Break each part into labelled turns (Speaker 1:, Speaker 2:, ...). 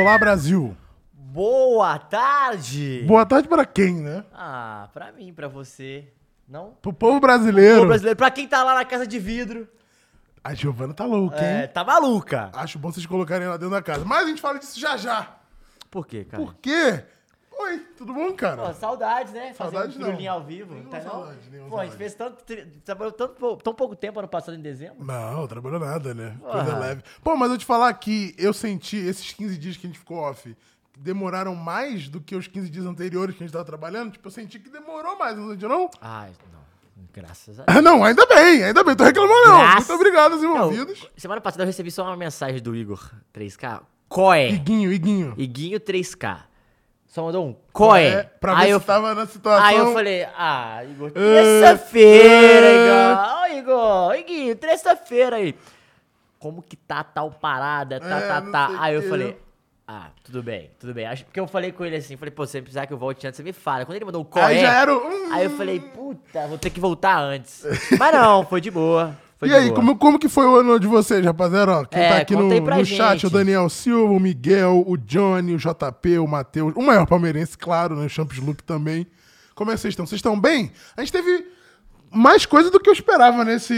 Speaker 1: Olá, Brasil.
Speaker 2: Boa tarde!
Speaker 1: Boa tarde pra quem, né?
Speaker 2: Ah, pra mim, pra você. Não?
Speaker 1: Pro povo brasileiro.
Speaker 2: Ô, brasileiro, pra quem tá lá na casa de vidro,
Speaker 1: A Giovana tá louca,
Speaker 2: é,
Speaker 1: hein?
Speaker 2: tá maluca.
Speaker 1: Acho bom vocês colocarem lá dentro da casa. Mas a gente fala disso já já.
Speaker 2: Por quê, cara?
Speaker 1: Por quê? Oi, tudo bom,
Speaker 2: Pô,
Speaker 1: cara?
Speaker 2: saudades, né? Fazer
Speaker 1: Saudades
Speaker 2: um trulinho
Speaker 1: não.
Speaker 2: ao vivo.
Speaker 1: Nenhuma
Speaker 2: tá não?
Speaker 1: saudade, nenhuma
Speaker 2: Pô, a gente
Speaker 1: saudade.
Speaker 2: fez tanto, tri- trabalhou tanto, pou- tão pouco tempo ano passado, em dezembro.
Speaker 1: Não, trabalhou nada, né? Coisa
Speaker 2: Ah.
Speaker 1: leve. Pô, mas eu te falar que eu senti esses 15 dias que a gente ficou off. Demoraram mais do que os 15 dias anteriores que a gente tava trabalhando. Tipo, eu senti que demorou mais, não sentiu, não?
Speaker 2: Ai, não. Graças a Deus.
Speaker 1: Ah, não, ainda bem, ainda bem. Tô reclamando, não.
Speaker 2: Graças-
Speaker 1: Muito obrigado aos
Speaker 2: Não,
Speaker 1: envolvidos.
Speaker 2: semana passada eu recebi só uma mensagem do Igor 3K. Coé.
Speaker 1: Iguinho, Iguinho.
Speaker 2: Iguinho 3K. Só mandou um coé.
Speaker 1: É, pra ver
Speaker 2: Aí
Speaker 1: se
Speaker 2: eu
Speaker 1: tava na situação.
Speaker 2: Aí eu falei, ah, Igor,
Speaker 1: É.
Speaker 2: terça-feira, Igor. Ó, Igor, Iguinho, terça-feira aí. Como que tá tal parada, tá,
Speaker 1: É,
Speaker 2: tá,
Speaker 1: não
Speaker 2: tá.
Speaker 1: sei
Speaker 2: Aí eu
Speaker 1: que.
Speaker 2: falei, ah, tudo bem, tudo bem. Acho, porque eu falei com ele assim, falei, pô, se você precisar que eu volte antes, você me fala. Quando ele mandou o qual
Speaker 1: Aí
Speaker 2: é,
Speaker 1: já era o, hum.
Speaker 2: aí eu falei, puta, vou ter que voltar antes. Mas não, foi de boa, foi
Speaker 1: E
Speaker 2: de
Speaker 1: aí,
Speaker 2: boa.
Speaker 1: como, como que foi o ano de vocês, rapaziada? Ó, quem
Speaker 2: É,
Speaker 1: tá aqui no,
Speaker 2: conta aí pra
Speaker 1: no chat,
Speaker 2: gente.
Speaker 1: o Daniel Silva, o Miguel, o Johnny, o JP, o Matheus, o maior palmeirense, claro, né? O Champs Luke também. Como é que vocês estão? Vocês estão bem? A gente teve mais coisa do que eu esperava nesse,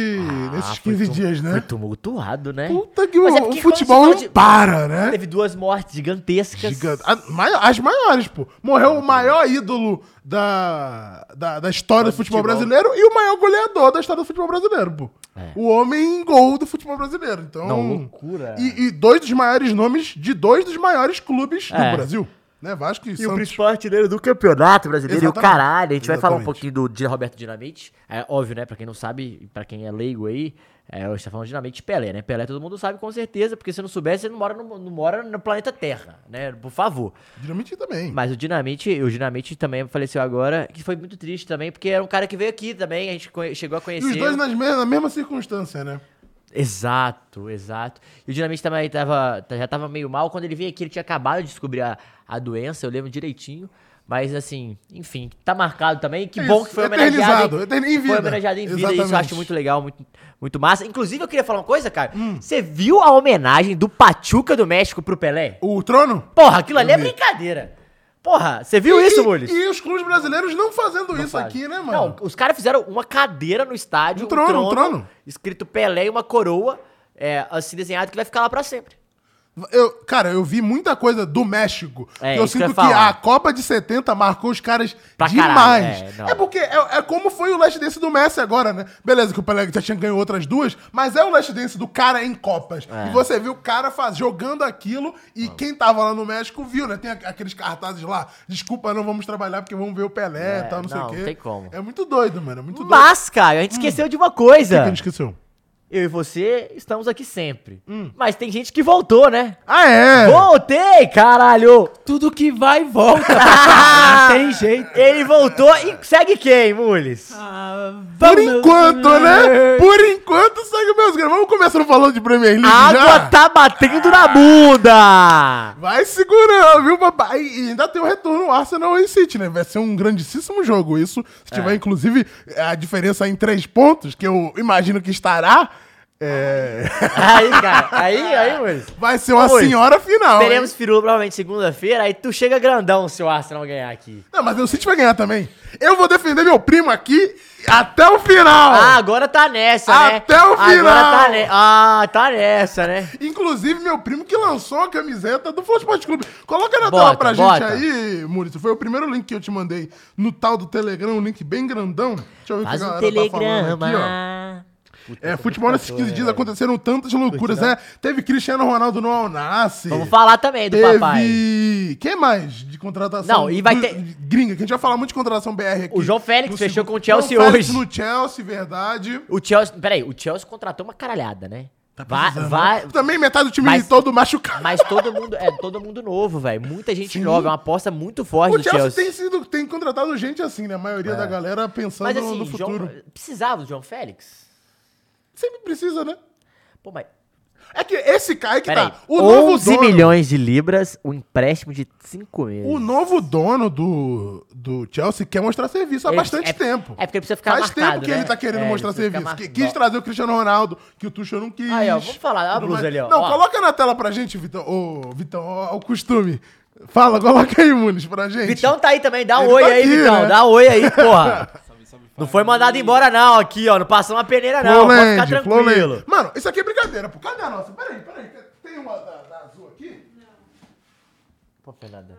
Speaker 1: nesses
Speaker 2: Ah, foi
Speaker 1: 15
Speaker 2: tum-
Speaker 1: dias, né?
Speaker 2: Foi tumultuado, né?
Speaker 1: Puta que
Speaker 2: Mas é
Speaker 1: o,
Speaker 2: porque
Speaker 1: o
Speaker 2: quando a gente
Speaker 1: futebol
Speaker 2: fala
Speaker 1: não
Speaker 2: de-
Speaker 1: para, né?
Speaker 2: Teve duas mortes gigantescas.
Speaker 1: Gigante. A- mai- As maiores, pô. Morreu o maior ídolo da, da, da história do futebol,
Speaker 2: futebol.
Speaker 1: brasileiro e o maior goleador da história do futebol brasileiro, pô.
Speaker 2: É.
Speaker 1: O homem em gol do futebol brasileiro. Então,
Speaker 2: Não, loucura.
Speaker 1: E, e dois dos maiores nomes de dois dos maiores clubes
Speaker 2: É.
Speaker 1: do Brasil. Né? Vasco e,
Speaker 2: E o
Speaker 1: Santos.
Speaker 2: principal artilheiro do campeonato brasileiro e o
Speaker 1: Exatamente.
Speaker 2: caralho. A gente vai falar um
Speaker 1: Exatamente.
Speaker 2: pouquinho do Di- Roberto Dinamite. É óbvio, né? Pra quem não sabe, e pra quem é leigo aí, é, hoje tá falando Dinamite e Pelé, né? Pelé todo mundo sabe com certeza, porque se não soubesse, você não mora no, não mora no planeta Terra, né? Por favor.
Speaker 1: Dinamite também.
Speaker 2: Mas o Dinamite, o Dinamite também faleceu agora, que foi muito triste também, porque era um cara que veio aqui também, a gente conhe- chegou a
Speaker 1: E
Speaker 2: conhecer.
Speaker 1: os dois nas mes- na mesma circunstância, né?
Speaker 2: Exato, exato. E o Dinamite também tava, tá- já tava meio mal. Quando ele veio aqui, ele tinha acabado de descobrir a, a doença, eu lembro direitinho. Mas assim, enfim, tá marcado também. Que bom
Speaker 1: É Isso,
Speaker 2: que foi homenageado.
Speaker 1: eternizado,
Speaker 2: em-
Speaker 1: eterni- em
Speaker 2: Foi
Speaker 1: vida.
Speaker 2: homenageado em vida, isso eu
Speaker 1: Exatamente.
Speaker 2: acho muito legal, muito, muito massa. Inclusive, eu queria falar uma coisa, cara.
Speaker 1: Hum.
Speaker 2: Você viu a homenagem do Pachuca do México pro Pelé?
Speaker 1: O trono?
Speaker 2: Porra, aquilo ali
Speaker 1: Eu
Speaker 2: é
Speaker 1: vi.
Speaker 2: brincadeira. Porra, você viu isso, Mules?
Speaker 1: E, e os clubes brasileiros não fazendo isso
Speaker 2: Faz.
Speaker 1: aqui, né,
Speaker 2: Não,
Speaker 1: mano?
Speaker 2: os caras fizeram uma cadeira no estádio,
Speaker 1: Um trono, um trono.
Speaker 2: escrito Pelé e uma coroa, é, assim, desenhado, que vai ficar lá pra sempre.
Speaker 1: Eu, cara, eu vi muita coisa do México.
Speaker 2: É,
Speaker 1: eu
Speaker 2: isso que eu
Speaker 1: sinto
Speaker 2: ia
Speaker 1: que
Speaker 2: falar.
Speaker 1: a Copa de 70 marcou os caras
Speaker 2: Pra caralho,
Speaker 1: demais.
Speaker 2: é,
Speaker 1: é,
Speaker 2: não.
Speaker 1: porque é, é como foi o Last Dance do Messi agora, né? Beleza, que o Pelé já tinha ganho outras duas, mas é o Last Dance do cara em Copas.
Speaker 2: É.
Speaker 1: E você viu o cara faz, jogando aquilo e quem tava lá no México viu, né? Tem a- aqueles cartazes lá, desculpa, não vamos trabalhar porque vamos ver o Pelé e
Speaker 2: É,
Speaker 1: tal, não, sei
Speaker 2: não,
Speaker 1: o quê.
Speaker 2: não tem como.
Speaker 1: É muito doido, mano, é muito doido.
Speaker 2: Mas, cara, a
Speaker 1: Hum.
Speaker 2: gente esqueceu de uma coisa.
Speaker 1: Que a gente esqueceu.
Speaker 2: Eu e você estamos aqui sempre. Mas tem gente que voltou, né?
Speaker 1: Ah, Hum. é!
Speaker 2: Voltei, caralho!
Speaker 3: Tudo que vai, volta. Não tem jeito.
Speaker 2: Ele voltou e segue quem, Mules?
Speaker 3: Ah,
Speaker 1: Por
Speaker 3: vamos-
Speaker 1: enquanto, né? Por enquanto, segue meus caras. Vamos começando falando de Premier League
Speaker 2: A água
Speaker 1: já?
Speaker 2: tá batendo na bunda!
Speaker 1: Vai segurando, viu, papai? E ainda tem o retorno Arsenal e City, né? Vai ser um grandíssimo jogo isso. Se
Speaker 2: É.
Speaker 1: tiver, inclusive, a diferença em três pontos, que eu imagino que estará, é,
Speaker 2: Aí, cara, aí, aí, Mules.
Speaker 1: vai ser uma
Speaker 2: Oi.
Speaker 1: senhora final. hein?
Speaker 2: Teremos firula provavelmente segunda-feira, aí tu chega grandão se o Arsenal ganhar aqui.
Speaker 1: Não, mas o City vai ganhar também. Eu vou defender meu primo aqui até o final.
Speaker 2: Ah, agora tá nessa, né?
Speaker 1: Até o final!
Speaker 2: Agora tá ne... Ah, tá nessa, né?
Speaker 1: Inclusive, meu primo que lançou a camiseta do Flow Esporte Clube. Coloca na
Speaker 2: Bota,
Speaker 1: tela pra gente
Speaker 2: bota.
Speaker 1: aí, Maurício. Foi o primeiro link que eu te mandei no tal do Telegram, um link bem grandão. Deixa eu ver o
Speaker 2: Faz
Speaker 1: que a
Speaker 2: um
Speaker 1: galera tá falando
Speaker 2: telegrama.
Speaker 1: aqui, ó. É, futebol nesses 15 dias aconteceram tantas loucuras, né? Teve Cristiano Ronaldo no Alnassi.
Speaker 2: Vamos falar também do
Speaker 1: Teve...
Speaker 2: papai.
Speaker 1: Quem mais de contratação?
Speaker 2: Não, e vai
Speaker 1: do-
Speaker 2: ter-
Speaker 1: Gringa, que a gente vai falar muito de contratação BR aqui.
Speaker 2: O João Félix
Speaker 1: No
Speaker 2: fechou com o
Speaker 1: João
Speaker 2: Chelsea
Speaker 1: Félix
Speaker 2: hoje.
Speaker 1: no Chelsea, verdade.
Speaker 2: O Chelsea, peraí, o Chelsea contratou uma caralhada, né?
Speaker 1: Tá
Speaker 2: vai,
Speaker 1: Precisando. né?
Speaker 2: vai,
Speaker 1: Também metade do time
Speaker 2: É. Mas-
Speaker 1: todo machucado.
Speaker 2: mas todo mundo, é todo mundo novo, velho. Muita gente
Speaker 1: Sim.
Speaker 2: nova, é uma aposta muito forte
Speaker 1: O
Speaker 2: do
Speaker 1: Chelsea,
Speaker 2: Chelsea. É.
Speaker 1: tem sido tem contratado gente assim, né? A maioria da galera pensando
Speaker 2: Mas
Speaker 1: no-
Speaker 2: assim,
Speaker 1: no
Speaker 2: João-
Speaker 1: futuro.
Speaker 2: precisava do João Félix?
Speaker 1: Sempre precisa, né?
Speaker 2: Pô, mas
Speaker 1: É que esse cara é que
Speaker 2: Peraí.
Speaker 1: tá. O novo
Speaker 2: 11
Speaker 1: dono,
Speaker 2: milhões de libras, um empréstimo de 5 meses.
Speaker 1: O novo dono do, do Chelsea quer mostrar serviço há
Speaker 2: Ele-
Speaker 1: bastante
Speaker 2: é-
Speaker 1: tempo.
Speaker 2: É porque precisa ficar
Speaker 1: Faz
Speaker 2: marcado,
Speaker 1: tempo que
Speaker 2: né?
Speaker 1: ele tá querendo
Speaker 2: É,
Speaker 1: mostrar
Speaker 2: precisa ficar
Speaker 1: serviço. Que- tá
Speaker 2: mar-
Speaker 1: Quis trazer o Cristiano Ronaldo, que o Tuchel não quis.
Speaker 2: Aí, ó, vamos falar, olha a
Speaker 1: Tudo
Speaker 2: blusa
Speaker 1: mais.
Speaker 2: ali, ó.
Speaker 1: Não,
Speaker 2: Ó.
Speaker 1: coloca na tela pra gente, Vitão. Ô, Vitão, ó, ó o costume. Fala, coloca aí, Muniz, pra gente.
Speaker 2: Vitão tá aí também, dá um
Speaker 1: Ele
Speaker 2: oi
Speaker 1: tá
Speaker 2: aí,
Speaker 1: aqui,
Speaker 2: Vitão.
Speaker 1: né?
Speaker 2: Dá um oi aí, porra. Não foi mandado embora, não, aqui, ó. Não passou uma peneira, não. Pode ficar
Speaker 1: Flowland,
Speaker 2: tranquilo.
Speaker 1: Flowland. Mano, isso aqui é brincadeira, pô. Cadê a nossa? Peraí, peraí. tem- Tem uma da, da azul aqui?
Speaker 2: Pô, Fernanda.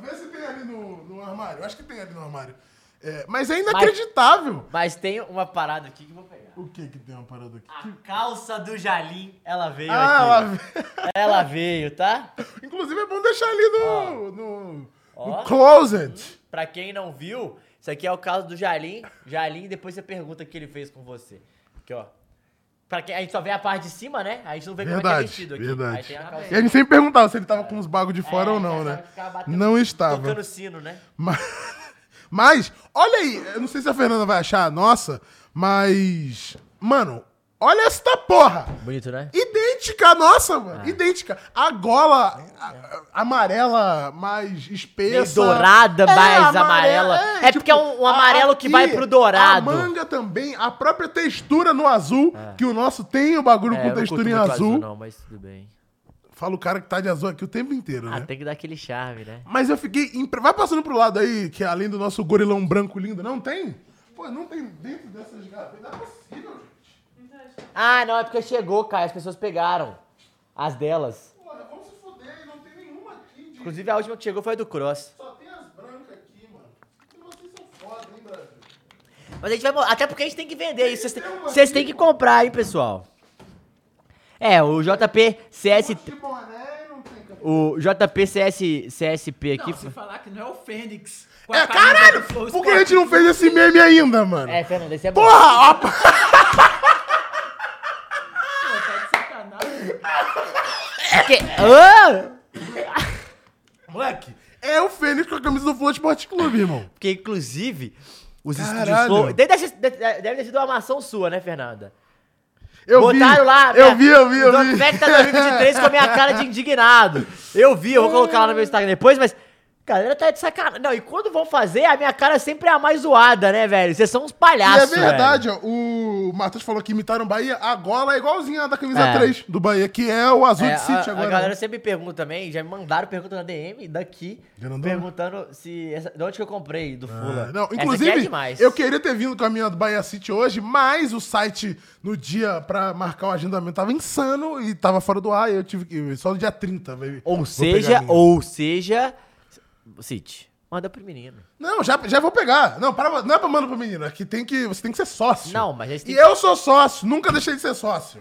Speaker 1: Vê se tem ali no, no armário. Eu acho que tem ali no armário. É, mas é inacreditável.
Speaker 2: Mas tem uma parada aqui que eu vou pegar.
Speaker 1: O que que tem uma parada aqui?
Speaker 2: A calça do Jalim, ela veio
Speaker 1: Ah, ela
Speaker 2: aqui. Ela veio, tá?
Speaker 1: Inclusive é bom deixar ali no. no,
Speaker 2: Ó.
Speaker 1: no closet.
Speaker 2: Pra quem não viu, isso aqui é o caso do Jalim. Jalim, depois você pergunta o que ele fez com você. Aqui, ó. Pra quem, a gente só vê a parte de cima, né? A gente não vê como é que é
Speaker 1: Verdade,
Speaker 2: vestido aqui. Aí
Speaker 1: verdade.
Speaker 2: tem a calça
Speaker 1: E a gente sempre perguntava se ele tava com os bagos de fora
Speaker 2: É,
Speaker 1: ou não,
Speaker 2: já
Speaker 1: né?
Speaker 2: sabe, ficava batendo-
Speaker 1: Não estava.
Speaker 2: tocando sino, né?
Speaker 1: Mas, mas, olha aí, eu não sei se a Fernanda vai achar a nossa, mas. Mano, olha esta porra!
Speaker 2: Bonito, né?
Speaker 1: Idêntica à nossa, mano.
Speaker 2: É.
Speaker 1: Idêntica. A gola a- a- amarela mais
Speaker 2: Meio
Speaker 1: espessa. É,
Speaker 2: dourada, mais amarela. É porque é um- um
Speaker 1: tipo, a-
Speaker 2: amarelo que vai pro dourado.
Speaker 1: A manga também, a própria textura no azul, que o nosso tem o bagulho
Speaker 2: É, eu
Speaker 1: com
Speaker 2: não
Speaker 1: textura
Speaker 2: curto
Speaker 1: em
Speaker 2: muito
Speaker 1: azul.
Speaker 2: Não, mas tudo bem.
Speaker 1: Fala o cara que tá de azul aqui o tempo inteiro,
Speaker 2: Ah,
Speaker 1: né?
Speaker 2: tem que dar aquele charme, né?
Speaker 1: Mas eu fiquei. impre- Vai passando pro lado aí, que é além do nosso gorilão branco lindo, não tem? Pô, não tem dentro dessas gavetas. Não é possível, gente.
Speaker 2: Ah, não, é porque chegou, cara. As pessoas pegaram. As delas.
Speaker 1: Porra, vamos se foder, não tem nenhuma aqui de.
Speaker 2: Inclusive, a última que chegou foi a do Cross.
Speaker 1: Só tem as brancas aqui, mano. Vocês são foda, hein, Brasil?
Speaker 2: Mas a gente vai. mo- Até porque a gente tem que vender isso. Vocês têm- Vocês têm que comprar, hein, pessoal? É, o JP CS.
Speaker 1: De boné não tem camisa.
Speaker 2: O JP CS, CSP aqui.
Speaker 4: Não, se falar que não é o Fênix. com a
Speaker 2: tá
Speaker 1: É,
Speaker 4: camisa
Speaker 1: caralho!
Speaker 4: do Flow
Speaker 1: Por que a gente
Speaker 4: Sport.
Speaker 1: não fez esse meme ainda, mano?
Speaker 2: É, Fernando, esse é bom.
Speaker 1: Porra! Opa.
Speaker 4: Pô, tá de sacanagem.
Speaker 2: É que- Ah!
Speaker 1: Moleque, é o Fênix com a camisa do Flow Esporte Clube, irmão.
Speaker 2: Porque, inclusive, os estúdios
Speaker 1: Caralho.
Speaker 2: Flow. Deve, ter- deve deve ter sido uma amação sua, né, Fernanda?
Speaker 1: Eu
Speaker 2: Botaram
Speaker 1: vi,
Speaker 2: lá. né?
Speaker 1: Eu vi, eu vi, eu
Speaker 2: o
Speaker 1: vi.
Speaker 2: Doc tá 2023 com a minha cara de indignado. Eu vi, eu vou colocar lá no meu Instagram depois, mas. Galera tá de sacanagem. Não, e quando vão fazer, a minha cara sempre é a mais zoada, né, velho? Vocês são uns
Speaker 1: E é
Speaker 2: palhaços.
Speaker 1: verdade, ó, o Matheus falou que imitaram o Bahia, a gola é igualzinha à da camisa
Speaker 2: É.
Speaker 1: 3 do Bahia, que é o azul
Speaker 2: velho.
Speaker 1: de
Speaker 2: É,
Speaker 1: City
Speaker 2: a,
Speaker 1: agora. né?
Speaker 2: a galera sempre pergunta também, já me mandaram pergunta na DM daqui,
Speaker 1: Grandona.
Speaker 2: perguntando se essa- de onde que eu comprei, do Fula.
Speaker 1: Ah, Não,
Speaker 2: Essa aqui é
Speaker 1: inclusive,
Speaker 2: demais.
Speaker 1: eu queria ter vindo com a minha do Bahia City hoje, mas o site no dia pra marcar o agendamento tava insano e tava fora do ar e eu tive que. Só no dia 30, vai-
Speaker 2: Ou
Speaker 1: vou pegar a
Speaker 2: seja,
Speaker 1: minha.
Speaker 2: ou seja, City, manda pro menino.
Speaker 1: Não, já, já vou pegar. Não, para, não é pra mandar pro menino, é que tem que. Você tem que ser sócio.
Speaker 2: Não, mas eles têm
Speaker 1: E
Speaker 2: que-
Speaker 1: eu sou sócio, nunca deixei de ser sócio.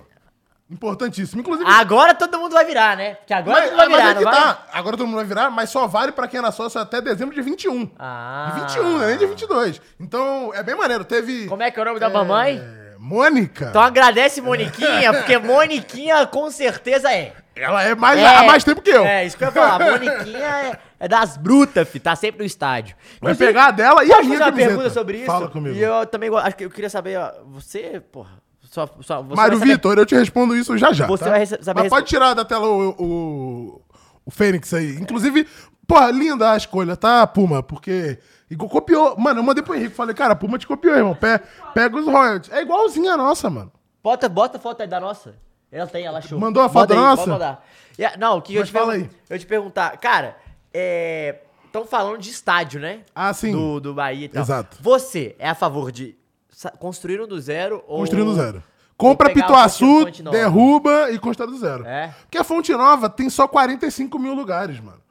Speaker 1: Importantíssimo. Inclusive,
Speaker 2: Agora todo mundo vai virar, né? Porque agora todo
Speaker 1: Mas,
Speaker 2: mundo vai
Speaker 1: mas
Speaker 2: virar,
Speaker 1: é que
Speaker 2: não vai?
Speaker 1: tá. Agora todo mundo vai virar, mas só vale pra quem era sócio até dezembro de 21.
Speaker 2: Ah.
Speaker 1: De 21, né? nem de 22. Então, é bem maneiro. Teve...
Speaker 2: Como é que é o nome da mamãe?
Speaker 1: é, Mônica.
Speaker 2: Então agradece Moniquinha, porque Moniquinha com certeza é.
Speaker 1: Ela é mais,
Speaker 2: É,
Speaker 1: há mais tempo que eu.
Speaker 2: É, isso que eu ia falar. A Moniquinha é, é das brutas, fi, tá sempre no estádio.
Speaker 1: Vai
Speaker 2: Inclusive,
Speaker 1: pegar a dela e a
Speaker 2: Pode
Speaker 1: minha
Speaker 2: fazer uma
Speaker 1: camiseta.
Speaker 2: pergunta sobre isso?
Speaker 1: Fala comigo.
Speaker 2: E eu também go- acho que eu queria saber, ó, você, porra, só, só você
Speaker 1: Mário
Speaker 2: vai saber-
Speaker 1: Vitor, eu te respondo isso já já.
Speaker 2: Você
Speaker 1: tá?
Speaker 2: vai rece- saber
Speaker 1: Mas pode tirar da tela o, o, o Fênix aí. Inclusive, porra, linda a escolha, tá, Puma? Porque. Igual, copiou. Mano, eu mandei pro Henrique. Falei, cara, a Puma te copiou, irmão. Pe- pega os royalties. É igualzinha a nossa, mano.
Speaker 2: Bota, bota a foto aí da nossa. Ela tem, ela achou.
Speaker 1: Mandou a
Speaker 2: Bota
Speaker 1: foto da
Speaker 2: aí,
Speaker 1: nossa?
Speaker 2: Pode mandar. E a- não, o que eu
Speaker 1: Mas
Speaker 2: te,
Speaker 1: fala
Speaker 2: pergun-
Speaker 1: aí.
Speaker 2: eu te perguntar. Cara, é... Estão falando de estádio, né?
Speaker 1: Ah, sim.
Speaker 2: Do, do Bahia e tal.
Speaker 1: Exato.
Speaker 2: Você é a favor de sa- construir um do zero ou...
Speaker 1: Construindo zero. Compra
Speaker 2: pegar um pouquinho
Speaker 1: Pituaçu,
Speaker 2: do Fonte Nova.
Speaker 1: derruba e constrói do zero.
Speaker 2: É.
Speaker 1: Porque a Fonte Nova tem só 45 mil lugares, mano.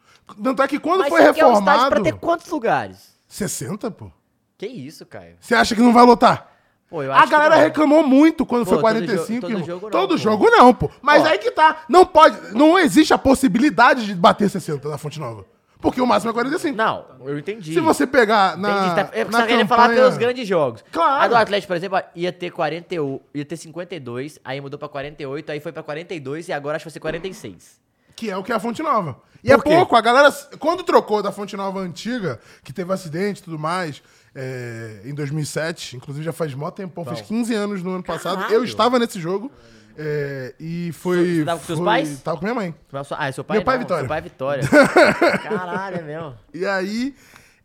Speaker 1: Tanto é que quando
Speaker 2: Mas
Speaker 1: foi
Speaker 2: você quer um estádio
Speaker 1: reformado.
Speaker 2: pra ter quantos lugares?
Speaker 1: 60, pô.
Speaker 2: Que isso, Caio?
Speaker 1: Você acha que não vai lotar?
Speaker 2: Pô, eu
Speaker 1: A
Speaker 2: acho que
Speaker 1: galera
Speaker 2: não.
Speaker 1: reclamou muito quando
Speaker 2: Pô,
Speaker 1: foi
Speaker 2: todo
Speaker 1: 45.
Speaker 2: jogo- todo
Speaker 1: irmão.
Speaker 2: jogo não,
Speaker 1: Todo
Speaker 2: pô.
Speaker 1: jogo não, pô. Mas
Speaker 2: Ó.
Speaker 1: aí que tá. Não pode. Não existe a possibilidade de bater 60 na Fonte Nova. Porque o máximo é 45.
Speaker 2: Não, eu entendi.
Speaker 1: Se você pegar na.
Speaker 2: Entendi, tá,
Speaker 1: na
Speaker 2: é porque você tá querendo falar
Speaker 1: campanha-
Speaker 2: pelos grandes jogos.
Speaker 1: Claro.
Speaker 2: A do Atlético, por exemplo, ia ter, 41, ia ter 52, aí mudou pra 48, aí foi pra 42 e agora acho que vai ser 46.
Speaker 1: Que é o que é a Fonte Nova. E
Speaker 2: Por
Speaker 1: é
Speaker 2: quê?
Speaker 1: pouco, a galera. Quando trocou da Fonte Nova antiga, que teve acidente e tudo mais, eh, é, em 2007, inclusive já faz mó tempão, fez 15 anos no ano passado, eu
Speaker 2: Caralho.
Speaker 1: estava nesse jogo. É, e foi.
Speaker 2: Você tava com seus
Speaker 1: foi-
Speaker 2: pais?
Speaker 1: Tava com minha mãe.
Speaker 2: Mas sua- Ah, é seu pai
Speaker 1: Meu pai é
Speaker 2: não,
Speaker 1: Vitória.
Speaker 2: Seu pai é Vitória. Caralho, é mesmo.
Speaker 1: E aí.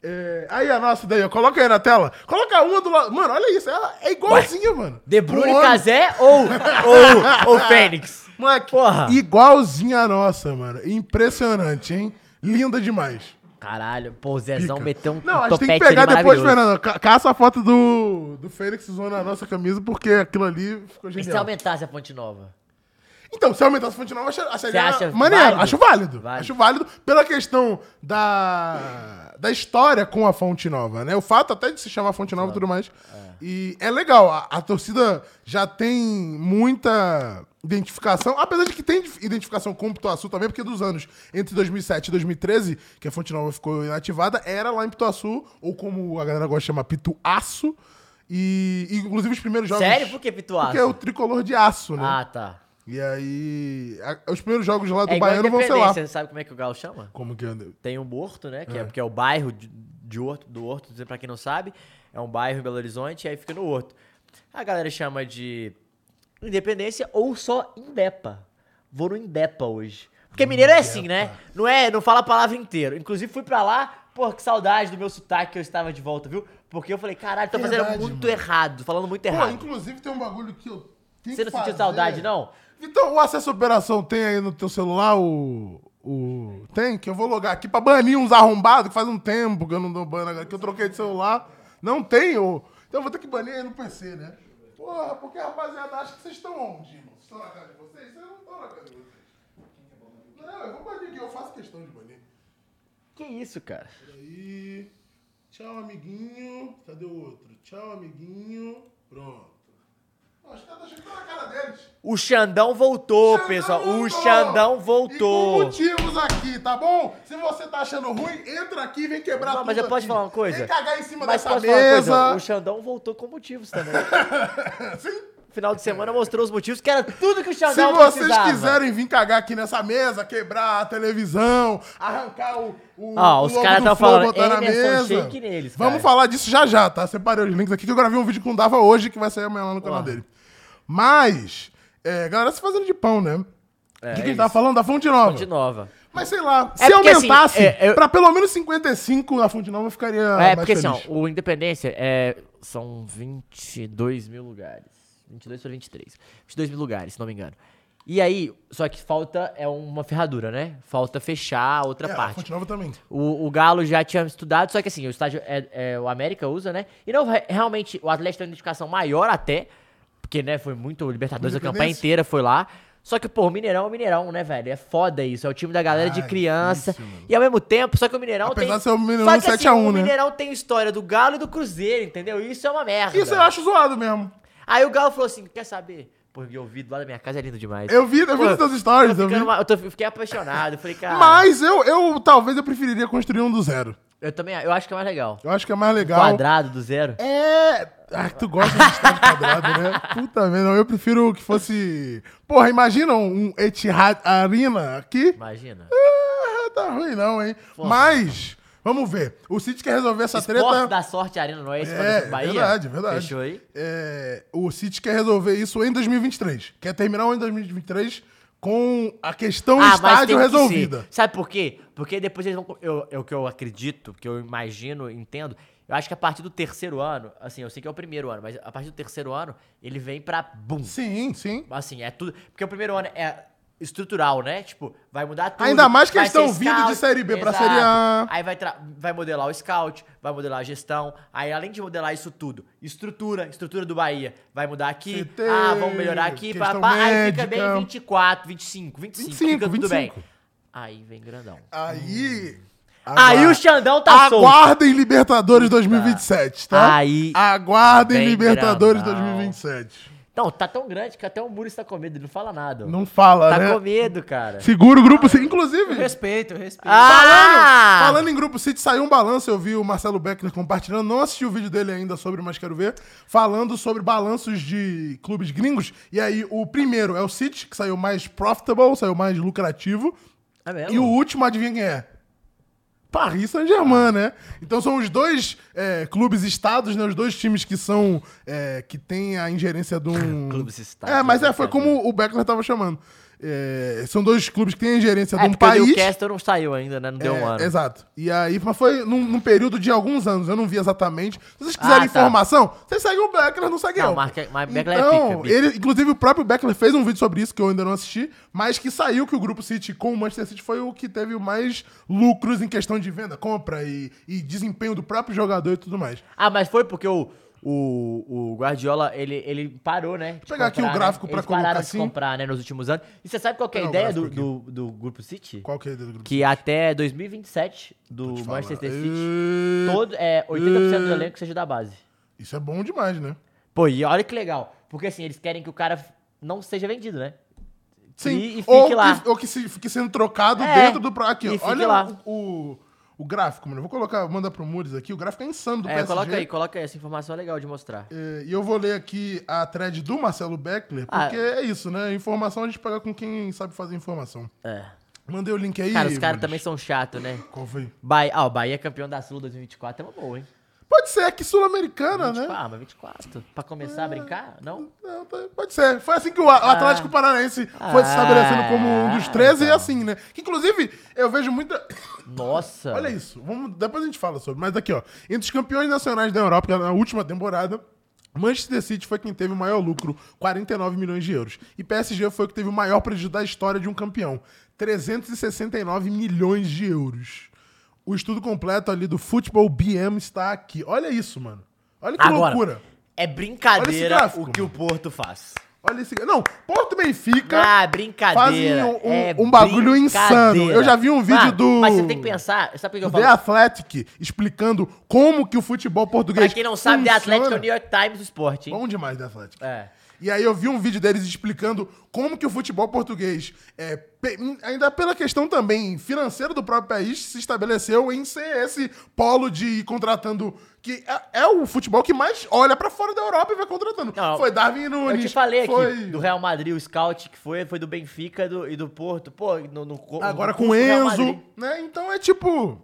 Speaker 1: é, Aí a nossa daí, ó. Coloca aí na tela. Coloca uma do lado. Mano, olha isso. Ela é igualzinha, mano.
Speaker 2: De Bruyne,
Speaker 1: Um ano.
Speaker 2: Casé ou, ou, ou Fênix?
Speaker 1: Moleque,
Speaker 2: Porra.
Speaker 1: igualzinha a nossa, mano. Impressionante, hein? Linda demais.
Speaker 2: Caralho, pô, o Zezão
Speaker 1: Pica.
Speaker 2: meteu um
Speaker 1: Não, a gente
Speaker 2: topete
Speaker 1: tem que pegar
Speaker 2: ali
Speaker 1: depois, Fernando.
Speaker 2: maravilhoso.
Speaker 1: Ca- Caça a foto do, do Fênix usando a nossa camisa, porque aquilo ali ficou
Speaker 2: E se
Speaker 1: genial.
Speaker 2: aumentasse a Ponte Nova?
Speaker 1: Então, se aumentasse a fonte nova, acha- acharia
Speaker 2: acha
Speaker 1: maneiro.
Speaker 2: válido?
Speaker 1: Acho válido.
Speaker 2: Válido.
Speaker 1: Acho válido pela questão da, da história com a fonte nova, né? O fato até de se chamar fonte nova e tudo mais. E é legal. A, a torcida já tem muita identificação, apesar de que tem dif- identificação com o Pituaçu também, porque dos anos entre 2007 e 2013, que a fonte nova ficou inativada, era lá em Pituaçu, ou como a galera gosta de chamar, Pituaço. E, e, inclusive os primeiros jogos...
Speaker 2: Sério? Por que Pituaço?
Speaker 1: Porque é o tricolor de aço, né?
Speaker 2: Ah, tá.
Speaker 1: E aí. a- os primeiros jogos lá do
Speaker 2: É igual
Speaker 1: Baiano vão ser lá.
Speaker 2: Independência, sabe como é que o Galo chama?
Speaker 1: Como que anda?
Speaker 2: Tem um Horto, né? Que é, porque é o bairro de, de Horto, do Horto, pra quem não sabe. É um bairro em Belo Horizonte, aí fica no Horto. A galera chama de Independência ou só Indepa. Vou no Indepa hoje. Porque mineiro é assim, né? Não é, não fala a palavra inteira. Inclusive fui pra lá, pô, que saudade do meu sotaque que eu estava de volta, viu? Porque eu falei, caralho, tô fazendo
Speaker 1: Verdade,
Speaker 2: muito
Speaker 1: mano.
Speaker 2: errado, falando muito
Speaker 1: Pô,
Speaker 2: errado.
Speaker 1: inclusive tem um bagulho que eu. tenho
Speaker 2: Você
Speaker 1: que
Speaker 2: não sentiu
Speaker 1: fazer.
Speaker 2: saudade, não?
Speaker 1: Então, o acesso à operação tem aí no teu celular o. O. Tem? Que eu vou logar aqui pra banir uns arrombados, que faz um tempo que eu não dou ban agora, que eu troquei de celular. Não tem, ô. Então eu vou ter que banir aí no PC, né? Porra, porque a rapaziada acha que vocês estão onde, irmão? Vocês estão na casa de vocês? Vocês não estão na casa de vocês. Não, eu vou banir aqui, eu faço questão de banir.
Speaker 2: Que isso, cara?
Speaker 1: Aí. Tchau, amiguinho. Cadê o outro? Tchau, amiguinho. Pronto. Os caras achando que tá na cara deles.
Speaker 2: O Xandão voltou,
Speaker 1: Xandão
Speaker 2: pessoal. O
Speaker 1: voltou!
Speaker 2: Xandão
Speaker 1: E por
Speaker 2: voltou.
Speaker 1: motivos aqui, tá bom? Se você tá achando ruim, entra aqui e vem quebrar
Speaker 2: Não,
Speaker 1: tudo
Speaker 2: mas eu posso
Speaker 1: aqui.
Speaker 2: falar uma coisa?
Speaker 1: Vem cagar em cima
Speaker 2: Mas
Speaker 1: dessa
Speaker 2: posso falar uma coisa?
Speaker 1: mesa.
Speaker 2: O Xandão voltou com motivos também.
Speaker 1: Sim.
Speaker 2: Final de semana mostrou os motivos, que era tudo que o
Speaker 1: Se
Speaker 2: Xandão
Speaker 1: vocês
Speaker 2: precisava.
Speaker 1: quiserem vir cagar aqui nessa mesa, quebrar a televisão, arrancar o. o
Speaker 2: Ó,
Speaker 1: o
Speaker 2: os
Speaker 1: logo
Speaker 2: caras
Speaker 1: do
Speaker 2: tão
Speaker 1: Flow,
Speaker 2: falando,
Speaker 1: botar na
Speaker 2: Emerson,
Speaker 1: mesa.
Speaker 2: shake neles, cara.
Speaker 1: Vamos falar disso já já, tá? Separei os links aqui que eu gravei um vídeo com o Dava hoje que vai sair amanhã lá no canal
Speaker 2: Ó.
Speaker 1: dele. Mas, é, galera se fazendo de pão, né?
Speaker 2: É,
Speaker 1: de
Speaker 2: é
Speaker 1: quem tá
Speaker 2: isso.
Speaker 1: falando? Da Fonte Nova.
Speaker 2: De nova.
Speaker 1: Mas sei lá,
Speaker 2: É
Speaker 1: se
Speaker 2: porque, assim,
Speaker 1: aumentasse
Speaker 2: é, eu-
Speaker 1: pra pelo menos 55, a Fonte Nova ficaria
Speaker 2: é,
Speaker 1: mais
Speaker 2: porque
Speaker 1: Ah, feliz.
Speaker 2: assim, ó, o Independência é, são 22 mil lugares. 22 para 23. 22 mil lugares, se não me engano. E aí, só que falta é uma ferradura, né? Falta fechar a outra
Speaker 1: é, a
Speaker 2: parte.
Speaker 1: Fonte Nova também.
Speaker 2: O, o Galo já tinha estudado, só que assim, o estádio é, é- o América usa, né? E não, re- realmente, o Atlético tem uma identificação maior até, porque, né, foi muito o Libertadores, a campanha
Speaker 1: Independência.
Speaker 2: inteira foi lá. Só que, pô, o Mineirão é o Mineirão, né, velho? É foda isso, é o time da galera de
Speaker 1: Ah,
Speaker 2: criança.
Speaker 1: difícil, mano.
Speaker 2: e ao mesmo tempo, só que o Mineirão
Speaker 1: Apesar
Speaker 2: tem...
Speaker 1: de ser o Mineirão
Speaker 2: só que, assim,
Speaker 1: 7 a 1,
Speaker 2: o
Speaker 1: né?
Speaker 2: Mineirão tem história do Galo e do Cruzeiro, entendeu? Isso é uma merda.
Speaker 1: Isso eu acho zoado mesmo.
Speaker 2: Aí o Galo falou assim, quer saber? Pô, meu ouvido lá da minha casa é lindo demais.
Speaker 1: Eu vi, eu vi
Speaker 2: Pô,
Speaker 1: nos teus stories,
Speaker 2: tô
Speaker 1: eu vi.
Speaker 2: tá ficando uma- eu, tô- eu fiquei apaixonado, eu falei, cara...
Speaker 1: Mas eu, eu talvez eu preferiria construir um do zero.
Speaker 2: Eu também, eu acho que é mais legal.
Speaker 1: Eu acho que é mais legal.
Speaker 2: Quadrado do zero.
Speaker 1: É. Ah, tu gosta de estádio quadrado, né? Puta merda, não, eu prefiro que fosse. Porra, imagina um Etihad Arena aqui.
Speaker 2: Imagina.
Speaker 1: Ah, tá ruim não, hein? Mas, vamos ver. O City quer resolver essa
Speaker 2: Esporte
Speaker 1: Tá treta.
Speaker 2: da sorte, Arena, não é esse?
Speaker 1: É,
Speaker 2: Paulista do Bahia?
Speaker 1: verdade, verdade.
Speaker 2: Fechou aí?
Speaker 1: É, o City quer resolver isso em 2023. Quer terminar o ano de 2023 com a questão É um estádio
Speaker 2: Ah, que
Speaker 1: resolvida.
Speaker 2: ser. Sabe por quê? Porque depois eles vão. Eu, eu que eu acredito, que eu imagino, entendo. Eu acho que a partir do terceiro ano, assim, eu sei que é o primeiro ano, mas a partir do terceiro ano, ele vem pra boom.
Speaker 1: Sim, sim.
Speaker 2: Assim, é tudo. Porque o primeiro ano é estrutural, né? Tipo, vai mudar tudo.
Speaker 1: Ainda mais que
Speaker 2: vai
Speaker 1: eles estão
Speaker 2: ser
Speaker 1: vindo de Série B pra Série A.
Speaker 2: Aí vai, tra- vai modelar o scout, vai modelar a gestão. Aí, além de modelar isso tudo, estrutura, estrutura do Bahia. Vai mudar aqui.
Speaker 1: CT,
Speaker 2: ah, vamos melhorar aqui. Pá,
Speaker 1: questão
Speaker 2: pá. Aí fica
Speaker 1: médica.
Speaker 2: bem 24, 25, 25.
Speaker 1: 25,
Speaker 2: fica tudo bem.
Speaker 1: 25.
Speaker 2: Aí vem grandão.
Speaker 1: Aí.
Speaker 2: Aí
Speaker 1: agora-
Speaker 2: o Xandão tá solto.
Speaker 1: Aguardem Libertadores 2027, tá?
Speaker 2: Aí-
Speaker 1: Aguardem
Speaker 2: Bem
Speaker 1: Libertadores
Speaker 2: grandão.
Speaker 1: 2027.
Speaker 2: Não, tá tão grande que até o Muro está com medo. Ele não fala nada.
Speaker 1: Não fala,
Speaker 2: tá
Speaker 1: né?
Speaker 2: com medo, cara.
Speaker 1: Segura o grupo. City. Inclusive,
Speaker 4: Respeito, respeito.
Speaker 2: Ah!
Speaker 1: falando em grupo City, saiu um balanço. Eu vi o Marcelo Beckler compartilhando. Não assisti o vídeo dele ainda sobre, mas quero ver. Falando sobre balanços de clubes gringos. E aí, o primeiro é o City, que saiu mais profitable, saiu mais lucrativo.
Speaker 2: É mesmo?
Speaker 1: E o último, adivinha quem é? Paris Saint-Germain, né? Então são os dois é, clubes estados, né? Os dois times que são é, que tem a ingerência de um
Speaker 2: Clubes estados,
Speaker 1: É, mas
Speaker 2: né,
Speaker 1: é, foi
Speaker 2: cara?
Speaker 1: como o Beckler tava chamando. É, são dois clubes que têm a ingerência
Speaker 2: É,
Speaker 1: de um
Speaker 2: porque o
Speaker 1: país.
Speaker 2: Newcastle não saiu ainda, né? Não deu um
Speaker 1: É,
Speaker 2: ano.
Speaker 1: Exato. E aí, mas foi num, num período de alguns anos, eu não vi exatamente. Se vocês quiserem
Speaker 2: Ah, tá.
Speaker 1: informação, vocês seguem o Beckler, não seguem
Speaker 2: Não,
Speaker 1: eu.
Speaker 2: mas que- mas Beckler é
Speaker 1: então,
Speaker 2: pica, bicho.
Speaker 1: ele, inclusive o próprio Beckler fez um vídeo sobre isso que eu ainda não assisti, mas que saiu que o grupo City com o Manchester City foi o que teve mais lucros em questão de venda, compra e, e desempenho do próprio jogador e tudo mais. Vou
Speaker 2: Ah, mas foi porque o, o, o Guardiola, ele, ele parou, né? Vou
Speaker 1: pegar aqui o gráfico pra
Speaker 2: Eles
Speaker 1: colocar
Speaker 2: pararam de
Speaker 1: assim.
Speaker 2: comprar, né, nos últimos anos. E você sabe qual que é a
Speaker 1: Pegar o
Speaker 2: ideia do,
Speaker 1: gráfico
Speaker 2: do, do Grupo City?
Speaker 1: Qual que é a ideia do grupo?
Speaker 2: Que até 2027 do
Speaker 1: te falar.
Speaker 2: Manchester City,
Speaker 1: E-
Speaker 2: todo, é, 80% do elenco seja da base.
Speaker 1: Isso é bom demais, né?
Speaker 2: Pô, e olha que legal. Porque assim, eles querem que o cara não seja vendido, né?
Speaker 1: Sim.
Speaker 2: E- e fique
Speaker 1: ou
Speaker 2: lá.
Speaker 1: Que, ou que se, fique sendo trocado
Speaker 2: É,
Speaker 1: dentro do. pro- Aqui,
Speaker 2: e
Speaker 1: ó.
Speaker 2: fique
Speaker 1: olha
Speaker 2: lá.
Speaker 1: O, o, o gráfico, mano. Eu vou colocar, mandar pro Mures aqui. O gráfico é insano do
Speaker 2: É,
Speaker 1: PSG.
Speaker 2: coloca aí, coloca aí. Essa informação é legal de mostrar.
Speaker 1: É, E eu vou ler aqui a thread do Marcelo Beckler,
Speaker 2: Ah.
Speaker 1: porque é isso, né? Informação a gente pega com quem sabe fazer informação.
Speaker 2: É.
Speaker 1: Mandei o link aí.
Speaker 2: Cara, os caras
Speaker 1: Mures.
Speaker 2: também são chatos, né?
Speaker 1: Qual foi?
Speaker 2: Bahia, ah, o Bahia campeão da Sul 2024 é uma boa, hein?
Speaker 1: Pode ser, que sul-americana, né?
Speaker 2: 24, ah, mas 24. Pra começar a brincar? Não?
Speaker 1: Não, tá- Pode ser. Foi assim que o A- o Atlético Paranaense foi se
Speaker 2: Ah.
Speaker 1: estabelecendo como um dos 13 e
Speaker 2: Ah.
Speaker 1: assim, né? Que, inclusive, eu vejo muita.
Speaker 2: Nossa.
Speaker 1: Olha isso. Vamos, depois a gente fala sobre. Mas aqui, ó. Entre os campeões nacionais da Europa, que na última temporada, Manchester City foi quem teve o maior lucro, 49 milhões de euros. E PSG foi o que teve o maior prejuízo da história de um campeão, 369 milhões de euros. O estudo completo ali do Football BM está aqui. Olha isso, mano. Olha que
Speaker 2: Agora,
Speaker 1: loucura.
Speaker 2: é
Speaker 1: Olha esse
Speaker 2: brincadeira
Speaker 1: gráfico,
Speaker 2: o que o Porto faz.
Speaker 1: Olha esse. Não, Porto e Benfica.
Speaker 2: Ah, brincadeira.
Speaker 1: Fazem um- um-
Speaker 2: é
Speaker 1: um bagulho
Speaker 2: brincadeira.
Speaker 1: insano. Eu já vi um vídeo
Speaker 2: Mano,
Speaker 1: do-
Speaker 2: Mas você tem que pensar, sabe por que eu
Speaker 1: The
Speaker 2: falo?
Speaker 1: Athletic explicando como que o futebol português.
Speaker 2: Pra quem não sabe, The Atlético é o
Speaker 1: funciona.
Speaker 2: New York Times do esporte, hein?
Speaker 1: Bom demais, The Athletic.
Speaker 2: É.
Speaker 1: E aí eu vi um vídeo deles explicando como que o futebol português, é, pe- ainda pela questão também financeira do próprio país, se estabeleceu em ser esse polo de ir contratando, que é, é o futebol que mais olha pra fora da Europa e vai contratando.
Speaker 2: Não,
Speaker 1: foi Darwin
Speaker 2: Eu
Speaker 1: Nunes,
Speaker 2: te falei aqui
Speaker 1: foi...
Speaker 2: do Real Madrid, o scout que foi, foi do Benfica do- e do Porto. Pô, no, no, co-
Speaker 1: Agora
Speaker 2: no
Speaker 1: com
Speaker 2: curso do Real
Speaker 1: Enzo,
Speaker 2: Madrid.
Speaker 1: né? Então é tipo...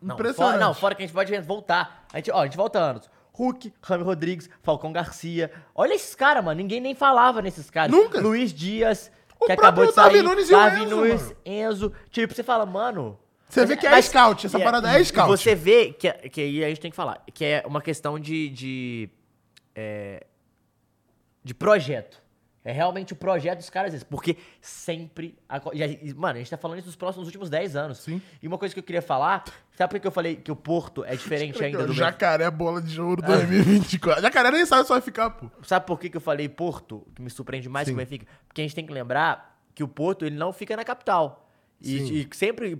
Speaker 2: Não,
Speaker 1: impressionante.
Speaker 2: Fora, não, fora que a gente pode voltar. A gente, ó, a gente volta anos. Hulk, Rami Rodrigues, Falcão Garcia. Olha esses caras, mano. Ninguém nem falava nesses caras.
Speaker 1: Nunca.
Speaker 2: Luiz Dias,
Speaker 1: O
Speaker 2: que acabou de
Speaker 1: próprio
Speaker 2: sair.
Speaker 1: Darwin Nunes e o
Speaker 2: Darwin
Speaker 1: Enzo, mano.
Speaker 2: Enzo. Tipo, você fala, mano...
Speaker 1: Você vê que é scout, essa parada é
Speaker 2: e
Speaker 1: scout.
Speaker 2: Você vê que, é, que aí a gente tem que falar, que é uma questão de... de é, de projeto. É realmente o projeto dos caras, esse, porque sempre. aco- e a- e, Mano, a gente tá falando isso dos próximos nos últimos 10 anos.
Speaker 1: Sim.
Speaker 2: E uma coisa que eu queria falar, sabe por que eu falei que o Porto é diferente ainda do. É. Benfica?
Speaker 1: Jacaré bola de ouro 2024. Jacaré nem sabe se vai ficar, pô.
Speaker 2: Sabe por que que eu falei Porto, que me surpreende mais
Speaker 1: Sim.
Speaker 2: que o Benfica? Porque a gente tem que lembrar que o Porto ele não fica na capital. E, e sempre,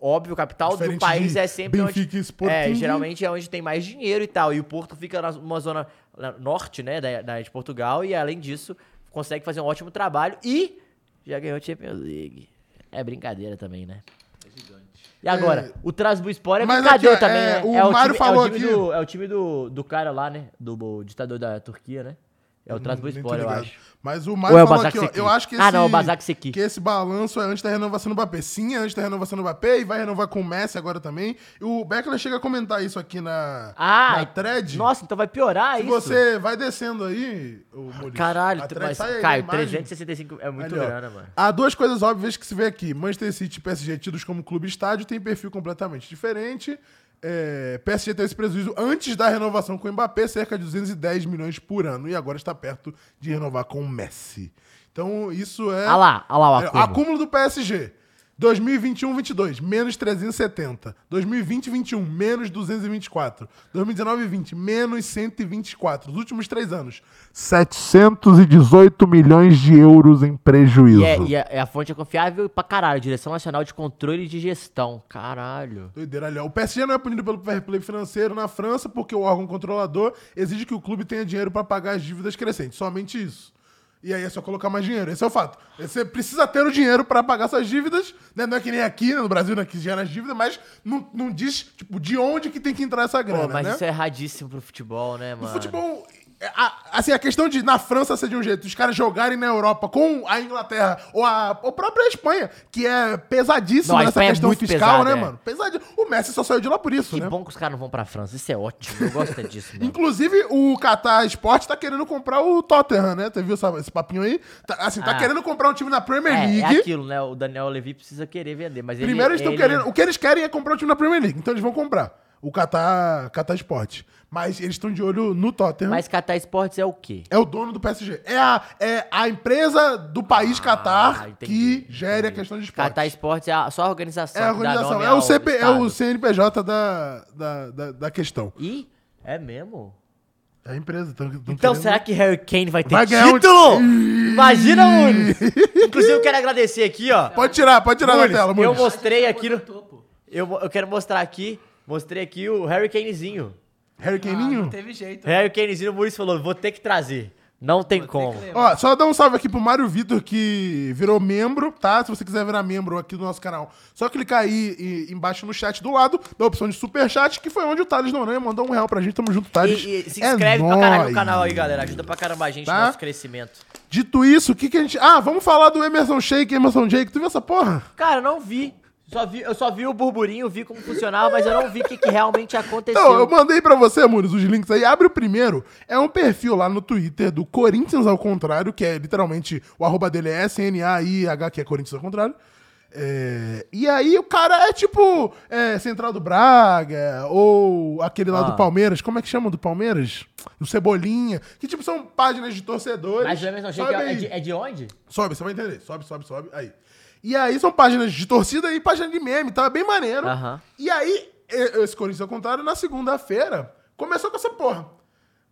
Speaker 2: óbvio, a capital
Speaker 1: Diferente
Speaker 2: do país
Speaker 1: de
Speaker 2: é sempre
Speaker 1: Benfica e
Speaker 2: onde.
Speaker 1: Sporting.
Speaker 2: É, geralmente é onde tem mais dinheiro e tal. E o Porto fica na- numa zona na- norte, né, da, da- de Portugal, e além disso, consegue fazer um ótimo trabalho e já ganhou a Champions League. É brincadeira também, né? E agora,
Speaker 1: É.
Speaker 2: o Trasbuspor é
Speaker 1: Mas
Speaker 2: brincadeira
Speaker 1: aqui, ó,
Speaker 2: também,
Speaker 1: é,
Speaker 2: né?
Speaker 1: o Mário
Speaker 2: time,
Speaker 1: falou
Speaker 2: é o time,
Speaker 1: aqui-
Speaker 2: do, é o time do, do cara lá, né? Do, bo- ditador da Turquia, né? É o
Speaker 1: Hum, Nem
Speaker 2: Trasbuspor,
Speaker 1: tô
Speaker 2: eu
Speaker 1: ligado.
Speaker 2: acho.
Speaker 1: Mas o Mário
Speaker 2: Ou é o
Speaker 1: falou
Speaker 2: Basak
Speaker 1: aqui, ó,
Speaker 2: Seki?
Speaker 1: eu acho que esse,
Speaker 2: Ah, não, é o Basak Seki.
Speaker 1: que esse balanço é antes da renovação do Mbappé. Sim, é antes da renovação do Mbappé e vai renovar com o Messi agora também. E o Beckler chega a comentar isso aqui na,
Speaker 2: Ah,
Speaker 1: na thread.
Speaker 2: nossa, então vai piorar
Speaker 1: Se
Speaker 2: isso.
Speaker 1: você vai descendo aí, o Maurício,
Speaker 2: Caralho,
Speaker 1: a
Speaker 2: tu-
Speaker 1: thread
Speaker 2: mas,
Speaker 1: sai aí na
Speaker 2: Caio,
Speaker 1: imagem.
Speaker 2: 365 é muito
Speaker 1: Ali, ó.
Speaker 2: grana, mano.
Speaker 1: Há duas coisas óbvias que se vê aqui. Manchester City e PSG, tidos como clube estádio, têm perfil completamente diferente. É, PSG teve esse prejuízo antes da renovação com o Mbappé, cerca de 210 milhões por ano, e agora está perto de renovar com o Messi. Então, isso é.
Speaker 2: Ah lá, ah lá o
Speaker 1: É,
Speaker 2: acúmulo.
Speaker 1: acúmulo do PSG. 2021-22, menos 370. 2020-21, menos 224. 2019-20, menos 124. Os últimos três anos. 718 milhões de euros em prejuízo.
Speaker 2: E, é, e é- é a fonte é confiável pra caralho. Direção Nacional de Controle de Gestão. Caralho.
Speaker 1: Doideira, olha. O PSG não é punido pelo fair play financeiro na França porque o órgão controlador exige que o clube tenha dinheiro para pagar as dívidas crescentes. Somente isso. E aí é só colocar mais dinheiro. Esse é o fato. Você precisa ter o dinheiro para pagar suas dívidas. né? Não é que nem aqui, né? no Brasil, não é que gera as dívidas, mas não, não diz tipo, de onde que tem que entrar essa grana,
Speaker 2: Pô, mas
Speaker 1: né?
Speaker 2: isso é erradíssimo pro futebol, né,
Speaker 1: O
Speaker 2: mano?
Speaker 1: futebol é, a- assim, a questão de na França ser de um jeito, os caras jogarem na Europa com a Inglaterra ou a, ou a própria Espanha, que é pesadíssima
Speaker 2: Não, a
Speaker 1: nessa
Speaker 2: Espanha é
Speaker 1: questão
Speaker 2: muito
Speaker 1: fiscal,
Speaker 2: pesada,
Speaker 1: né,
Speaker 2: é.
Speaker 1: mano? Pesadíssimo. O Messi só saiu de lá por isso,
Speaker 2: Que
Speaker 1: né?
Speaker 2: bom que os caras não vão pra França. Isso é ótimo. Eu gosto disso, mano.
Speaker 1: Inclusive, o Qatar Sport tá querendo comprar o Tottenham, né? Você viu essa- esse papinho aí? Tá- assim, tá
Speaker 2: Ah.
Speaker 1: querendo comprar um time na Premier
Speaker 2: É, é
Speaker 1: League.
Speaker 2: aquilo, né? O Daniel Levy precisa querer vender, mas ele...
Speaker 1: Primeiro eles estão
Speaker 2: ele-
Speaker 1: querendo. O que eles querem é comprar o time na Premier League. Então eles vão comprar. O Qatar, Qatar Sport. Mas eles estão de olho no Tottenham.
Speaker 2: Mas Qatar Esportes é o quê?
Speaker 1: É o dono do PSG. É a, é a empresa do país Qatar
Speaker 2: Ah, entendi,
Speaker 1: que gere a questão de esporte.
Speaker 2: Qatar Esportes é a, só a organização.
Speaker 1: é a
Speaker 2: que dá
Speaker 1: organização.
Speaker 2: nome
Speaker 1: É o,
Speaker 2: ao
Speaker 1: CP, é o
Speaker 2: estado.
Speaker 1: CNPJ da, da, da, da questão.
Speaker 2: Ih, é mesmo?
Speaker 1: É a empresa. Tão, tão
Speaker 2: Então,
Speaker 1: querendo-
Speaker 2: será que Harry Kane vai ter
Speaker 1: Vai ganhar um-
Speaker 2: título? Imagina, Nunes! Inclusive, eu quero agradecer aqui, ó.
Speaker 1: Pode tirar, pode tirar da
Speaker 2: Nunes,
Speaker 1: tela,
Speaker 2: eu
Speaker 1: Muniz.
Speaker 2: mostrei aqui no...
Speaker 4: Topo.
Speaker 2: Eu, mo- eu quero mostrar aqui, mostrei aqui o Harry Kanezinho.
Speaker 1: Harry
Speaker 4: Ah, não
Speaker 1: Kaninho?
Speaker 4: teve jeito.
Speaker 1: É.
Speaker 2: Harry Kanezinho, o Maurício falou, vou ter que trazer. Não tem como.
Speaker 4: levar.
Speaker 1: Ó, só dar um salve aqui pro Mário Vitor, que virou membro, tá? Se você quiser virar membro aqui do nosso canal, só clicar aí e- embaixo no chat do lado, da opção de superchat, que foi onde o Thales Noronha mandou um real pra gente. Tamo junto, Thales.
Speaker 2: E, e se
Speaker 1: É
Speaker 2: inscreve pra caralho
Speaker 1: nóis.
Speaker 2: no canal aí, galera. Ajuda pra caramba a gente
Speaker 1: Tá?
Speaker 2: no nosso crescimento.
Speaker 1: Dito isso, o que que a gente... Ah, vamos falar do Emerson Shake, Emerson Jake. Tu viu essa porra?
Speaker 2: Cara, eu não vi. Só vi. Eu só vi o burburinho, vi como funcionava, mas eu não vi o que, que realmente aconteceu.
Speaker 1: Então, eu mandei pra você, Muniz, os links aí. Abre o primeiro. É um perfil lá no Twitter do Corinthians ao contrário, que é literalmente o arroba dele é SNAIH, que é Corinthians ao contrário. É, e aí o cara é tipo é, Central do Braga, ou aquele lá
Speaker 2: Ah.
Speaker 1: do Palmeiras, como é que chama o do Palmeiras? O Cebolinha, que tipo são páginas de torcedores.
Speaker 2: Mas o Emerson Sheik
Speaker 1: Sobe
Speaker 2: é, é
Speaker 1: aí.
Speaker 2: de, é de onde?
Speaker 1: Sobe, você vai entender. Sobe, sobe, sobe. Aí. E aí são páginas de torcida e página de meme, então é bem maneiro.
Speaker 2: Aham.
Speaker 1: E aí, e- esse Corinthians ao contrário, na segunda-feira, começou com essa porra.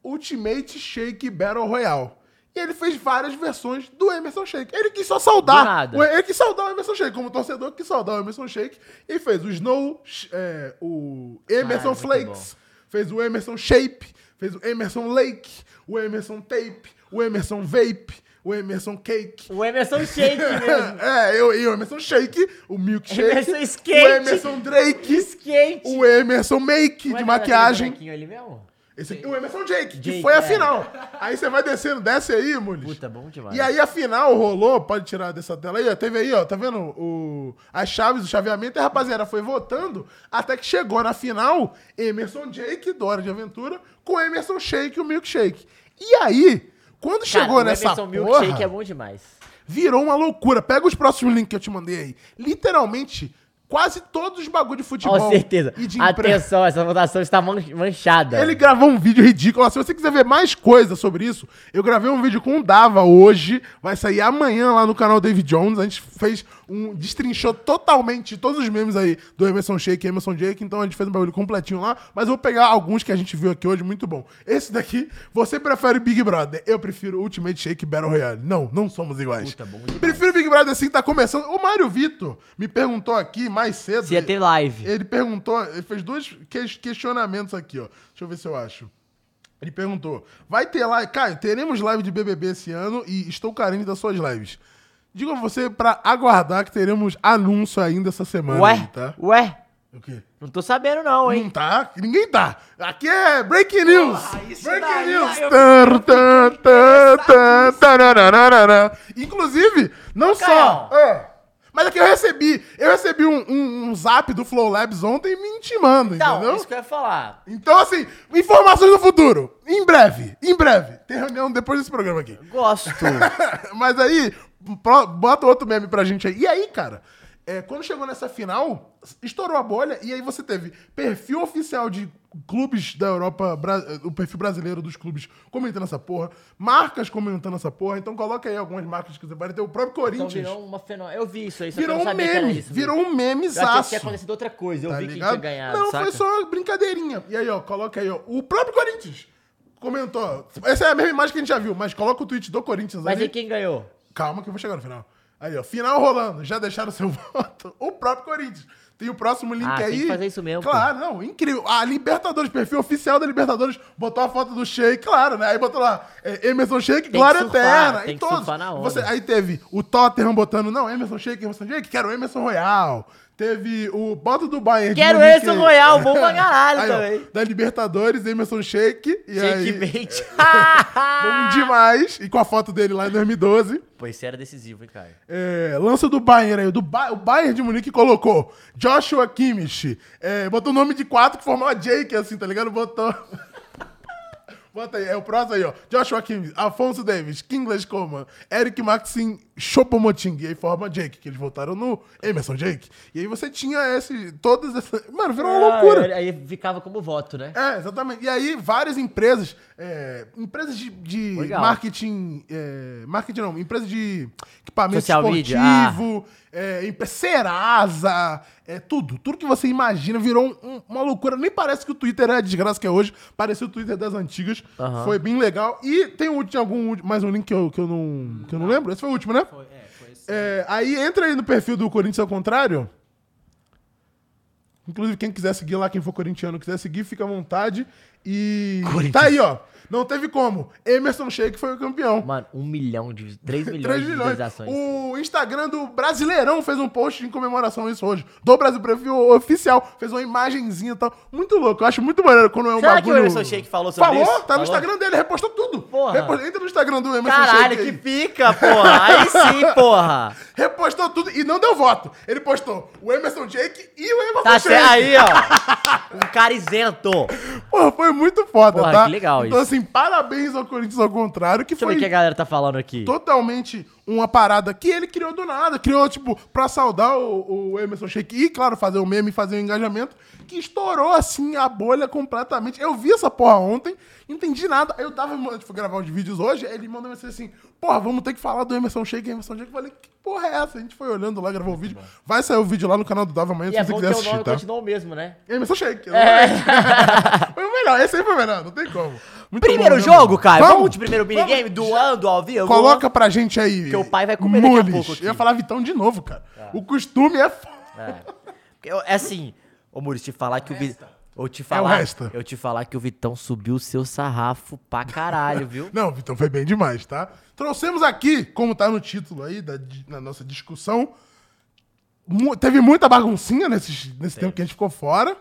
Speaker 1: Ultimate Shake Battle Royale. E ele fez várias versões do Emerson Shake. Ele quis só saudar.
Speaker 2: Do nada.
Speaker 1: o- Ele quis saudar o Emerson Shake. Como torcedor, quis saudar o Emerson Shake. E fez o Snow, sh- é, o Emerson
Speaker 2: Ah, muito
Speaker 1: Flakes, fez o Emerson Shape, fez o Emerson Lake, o Emerson Tape, o Emerson Vape, o Emerson Cake.
Speaker 2: O Emerson Sheik mesmo.
Speaker 1: É, eu e o Emerson Shake, o Milkshake,
Speaker 2: Emerson Skate.
Speaker 1: o Emerson Drake,
Speaker 2: Skate. é
Speaker 1: o Emerson Make
Speaker 2: Como é
Speaker 1: de
Speaker 2: que tá aquele
Speaker 1: maquiagem.
Speaker 2: bonequinho ali mesmo?
Speaker 1: Esse aqui, o Emerson Jake, que
Speaker 2: Jake,
Speaker 1: foi a
Speaker 2: é.
Speaker 1: final. Aí você vai descendo, desce aí, Mules.
Speaker 2: Puta, bom demais.
Speaker 1: E aí a final rolou, pode tirar dessa tela aí, ó. Teve aí, ó, tá vendo? O, as chaves, o chaveamento, e a rapaziada foi votando até que chegou na final Emerson Jake, do Hora de Aventura, com Emerson Shake e o Milkshake. E aí, quando
Speaker 2: Cara,
Speaker 1: chegou
Speaker 2: o
Speaker 1: nessa
Speaker 2: Emerson
Speaker 1: porra,
Speaker 2: Milkshake é bom demais.
Speaker 1: virou uma loucura. Pega os próximos links que eu te mandei aí. Literalmente, quase todos os bagulho de futebol.
Speaker 2: Com certeza.
Speaker 1: E de empre-
Speaker 2: Atenção, essa votação está man- manchada.
Speaker 1: ele gravou um vídeo ridículo. Se você quiser ver mais coisa sobre isso, eu gravei um vídeo com o Dava hoje. Vai sair amanhã lá no canal David Jones. A gente fez um. destrinchou totalmente todos os memes aí do Emerson Shake e Emerson Jake. Então a gente fez um bagulho completinho lá. Mas eu vou pegar alguns que a gente viu aqui hoje, muito bom. Esse daqui, você prefere Big Brother? Eu prefiro Ultimate Shake Battle Royale. Não, não somos iguais.
Speaker 2: Puta, bom
Speaker 1: prefiro Big Brother assim, tá começando. O Mário Vitor me perguntou aqui mais cedo.
Speaker 2: Se ia ter live.
Speaker 1: Ele perguntou, ele fez dois que- questionamentos aqui, ó. Deixa eu ver se eu acho. Ele perguntou: vai ter live. Caio, teremos live de BBB esse ano e estou carente das suas lives. Digo a você pra aguardar que teremos anúncio ainda essa semana. aí,
Speaker 2: Ué?
Speaker 1: tá?
Speaker 2: Ué?
Speaker 1: O quê?
Speaker 2: Não tô sabendo não, hein?
Speaker 1: Não tá? Ninguém tá. Aqui é Breaking News.
Speaker 4: isso
Speaker 1: breaking
Speaker 4: daí,
Speaker 1: News.
Speaker 4: eu
Speaker 1: Tan,
Speaker 2: é
Speaker 1: tan, tan, tan, tarararara. Inclusive, não só...
Speaker 2: Caião.
Speaker 1: Ah, mas é que eu recebi, eu recebi um, um- um zap do Flow Labs ontem me intimando,
Speaker 2: Então,
Speaker 1: entendeu?
Speaker 2: isso que eu ia falar.
Speaker 1: Então, assim, informações do futuro. Em breve, em breve. Tem reunião depois desse programa aqui.
Speaker 2: Gosto.
Speaker 1: Mas aí, pro- bota outro meme pra gente aí. E aí, cara, é, quando chegou nessa final, estourou a bolha e aí você teve perfil oficial de clubes da Europa, bra- o perfil brasileiro dos clubes comentando essa porra, marcas comentando essa porra. Então coloca aí algumas marcas que você vai ter. O próprio
Speaker 2: então
Speaker 1: Corinthians virou,
Speaker 2: virou uma fenômeno. Eu vi isso aí, só que eu não
Speaker 1: um
Speaker 2: sabia que era
Speaker 1: meme.
Speaker 2: isso.
Speaker 1: virou um
Speaker 2: Eu achei que
Speaker 1: memezaço.
Speaker 2: tinha acontecido outra coisa. Eu
Speaker 1: Tá
Speaker 2: vi que
Speaker 1: ligado?
Speaker 2: tinha ganhado,
Speaker 1: Não,
Speaker 2: saca?
Speaker 1: foi só brincadeirinha. E aí, ó, coloca aí, ó. O próprio Corinthians comentou. Essa é a mesma imagem que a gente já viu, mas coloca o tweet do Corinthians
Speaker 2: Mas é
Speaker 1: ali.
Speaker 2: aí quem ganhou?
Speaker 1: Calma que eu vou chegar no final. Aí, ó, final rolando. Já deixaram seu voto? O próprio Corinthians. Tem o próximo link
Speaker 2: Ah, tem
Speaker 1: aí.
Speaker 2: que fazer isso mesmo, pô.
Speaker 1: Claro, não, incrível. A Libertadores, perfil oficial da Libertadores, botou a foto do Sheik, claro, né? Aí botou lá, é, Emerson Sheik,
Speaker 2: que
Speaker 1: Glória
Speaker 2: surfar,
Speaker 1: Eterna.
Speaker 2: tem
Speaker 1: em
Speaker 2: que
Speaker 1: todos.
Speaker 2: surfar na onda.
Speaker 1: Você- aí teve o Tottenham botando, não, Emerson Sheik, Emerson Sheik, quero Emerson Royal. Teve o Bota do Bayern. de
Speaker 2: Quero
Speaker 1: Munique
Speaker 2: Emerson
Speaker 1: aí.
Speaker 2: Royal, bom pra caralho
Speaker 1: ó,
Speaker 2: também.
Speaker 1: Da Libertadores, Emerson Sheik. E
Speaker 2: Shake
Speaker 1: aí,
Speaker 2: Mate.
Speaker 1: bom demais. E com a foto dele lá em 2012.
Speaker 2: Pô, esse era decisivo, hein, cara.
Speaker 1: É, lança do Bayern aí. o Do ba o Bayern de Munique colocou Joshua Kimmich. É, botou o nome de quatro que formou a Jake, assim, tá ligado? Botou. Bota aí, é o próximo aí, ó. Joshua Kimmich, Afonso Davis, Kingsley Coman, Eric Maxim, Chopomoting. E aí forma Jake, que eles votaram no Emerson Jake. E aí você tinha esse, todas essas... Mano, virou uma
Speaker 2: Ah,
Speaker 1: loucura.
Speaker 2: Aí, aí ficava como voto, né?
Speaker 1: É, exatamente. E aí, várias empresas, é, empresas de, de
Speaker 2: Legal.
Speaker 1: marketing, é, marketing não, empresas de equipamento
Speaker 2: Social media,
Speaker 1: esportivo, é, em- Serasa, é, tudo. Tudo que você imagina virou um- um- uma loucura. Nem parece que o Twitter é a desgraça que é hoje. Pareceu o Twitter das antigas.
Speaker 2: Aham.
Speaker 1: Foi bem legal. E tem um, tinha algum, ulti- mais um link que eu, que eu, não, que eu não lembro. Esse foi o último, né?
Speaker 4: Foi, é, foi esse.
Speaker 1: É, aí entra aí no perfil do Corinthians ao contrário. Inclusive, quem quiser seguir lá, quem for corintiano quiser seguir, fica à vontade. E.
Speaker 2: Corinthians.
Speaker 1: Tá aí, ó. Não teve como. Emerson Sheik foi o campeão.
Speaker 2: Mano, um milhão de... Três milhões,
Speaker 1: 3
Speaker 2: de
Speaker 1: milhões.
Speaker 2: visualizações.
Speaker 1: O Instagram do Brasileirão fez um post em comemoração a isso hoje. Do Brasil Preview oficial. Fez uma imagenzinha e tal. Muito louco. Eu acho muito maneiro quando é um
Speaker 2: Será que
Speaker 1: bagulho...
Speaker 2: o Emerson Sheik falou sobre
Speaker 1: Falou?
Speaker 2: isso?
Speaker 1: Tá no Instagram dele. Repostou tudo.
Speaker 2: Porra.
Speaker 1: Repost- Entra no Instagram do Emerson
Speaker 2: Caralho,
Speaker 1: Sheik aí.
Speaker 2: que pica, porra. Aí sim, porra.
Speaker 1: Repostou tudo e não deu voto. Ele postou o Emerson Jake e o Emerson
Speaker 2: Tá
Speaker 1: Sheik.
Speaker 2: certo aí, ó. Um cara isento.
Speaker 1: Porra, foi muito foda,
Speaker 2: Porra,
Speaker 1: tá?
Speaker 2: que legal
Speaker 1: então,
Speaker 2: isso.
Speaker 1: assim, parabéns ao Corinthians ao contrário, que
Speaker 2: Deixa eu ver
Speaker 1: foi
Speaker 2: o que a galera tá falando aqui.
Speaker 1: totalmente uma parada que ele criou do nada. Criou, tipo, pra saudar o, o Emerson Sheik e, claro, fazer o meme, fazer o engajamento, que estourou, assim, a bolha completamente. Eu vi essa porra ontem, não entendi nada. Aí Eu tava, eu fui gravar uns vídeos hoje, ele mandou uma mensagem assim, porra, vamos ter que falar do Emerson Sheik, Emerson Sheik. Eu falei, que porra é essa? A gente foi olhando lá, gravou o vídeo. Vai sair o vídeo lá no canal do Dava amanhã,
Speaker 2: Tá
Speaker 1: se
Speaker 2: E é
Speaker 1: você
Speaker 2: bom que
Speaker 1: quiser
Speaker 2: o
Speaker 1: assistir,
Speaker 2: nome
Speaker 1: tá?
Speaker 2: continuou o mesmo, né?
Speaker 1: Emerson Sheik.
Speaker 2: É.
Speaker 1: Foi o melhor, esse aí foi o melhor, não tem como. Muito
Speaker 2: Primeiro
Speaker 1: bom, né,
Speaker 2: jogo,
Speaker 1: mano?
Speaker 2: cara. Vamos, de primeiro minigame, doando ao vivo.
Speaker 1: Coloca pra gente aí.
Speaker 2: Porque o pai vai comer daqui a
Speaker 1: Mules.
Speaker 2: pouco aqui.
Speaker 1: Eu ia falar Vitão de novo, cara. O costume é foda.
Speaker 2: Eu- É assim, ô Muris, te falar que o Vitão. Eu te
Speaker 1: É o
Speaker 2: falar,
Speaker 1: resta.
Speaker 2: eu te falar que o Vitão subiu o seu sarrafo pra caralho, viu?
Speaker 1: Não, Vitão foi bem demais, tá? Trouxemos aqui, como tá no título aí, da, di- na nossa discussão, mu- teve muita baguncinha nesse, nesse tempo que a gente ficou fora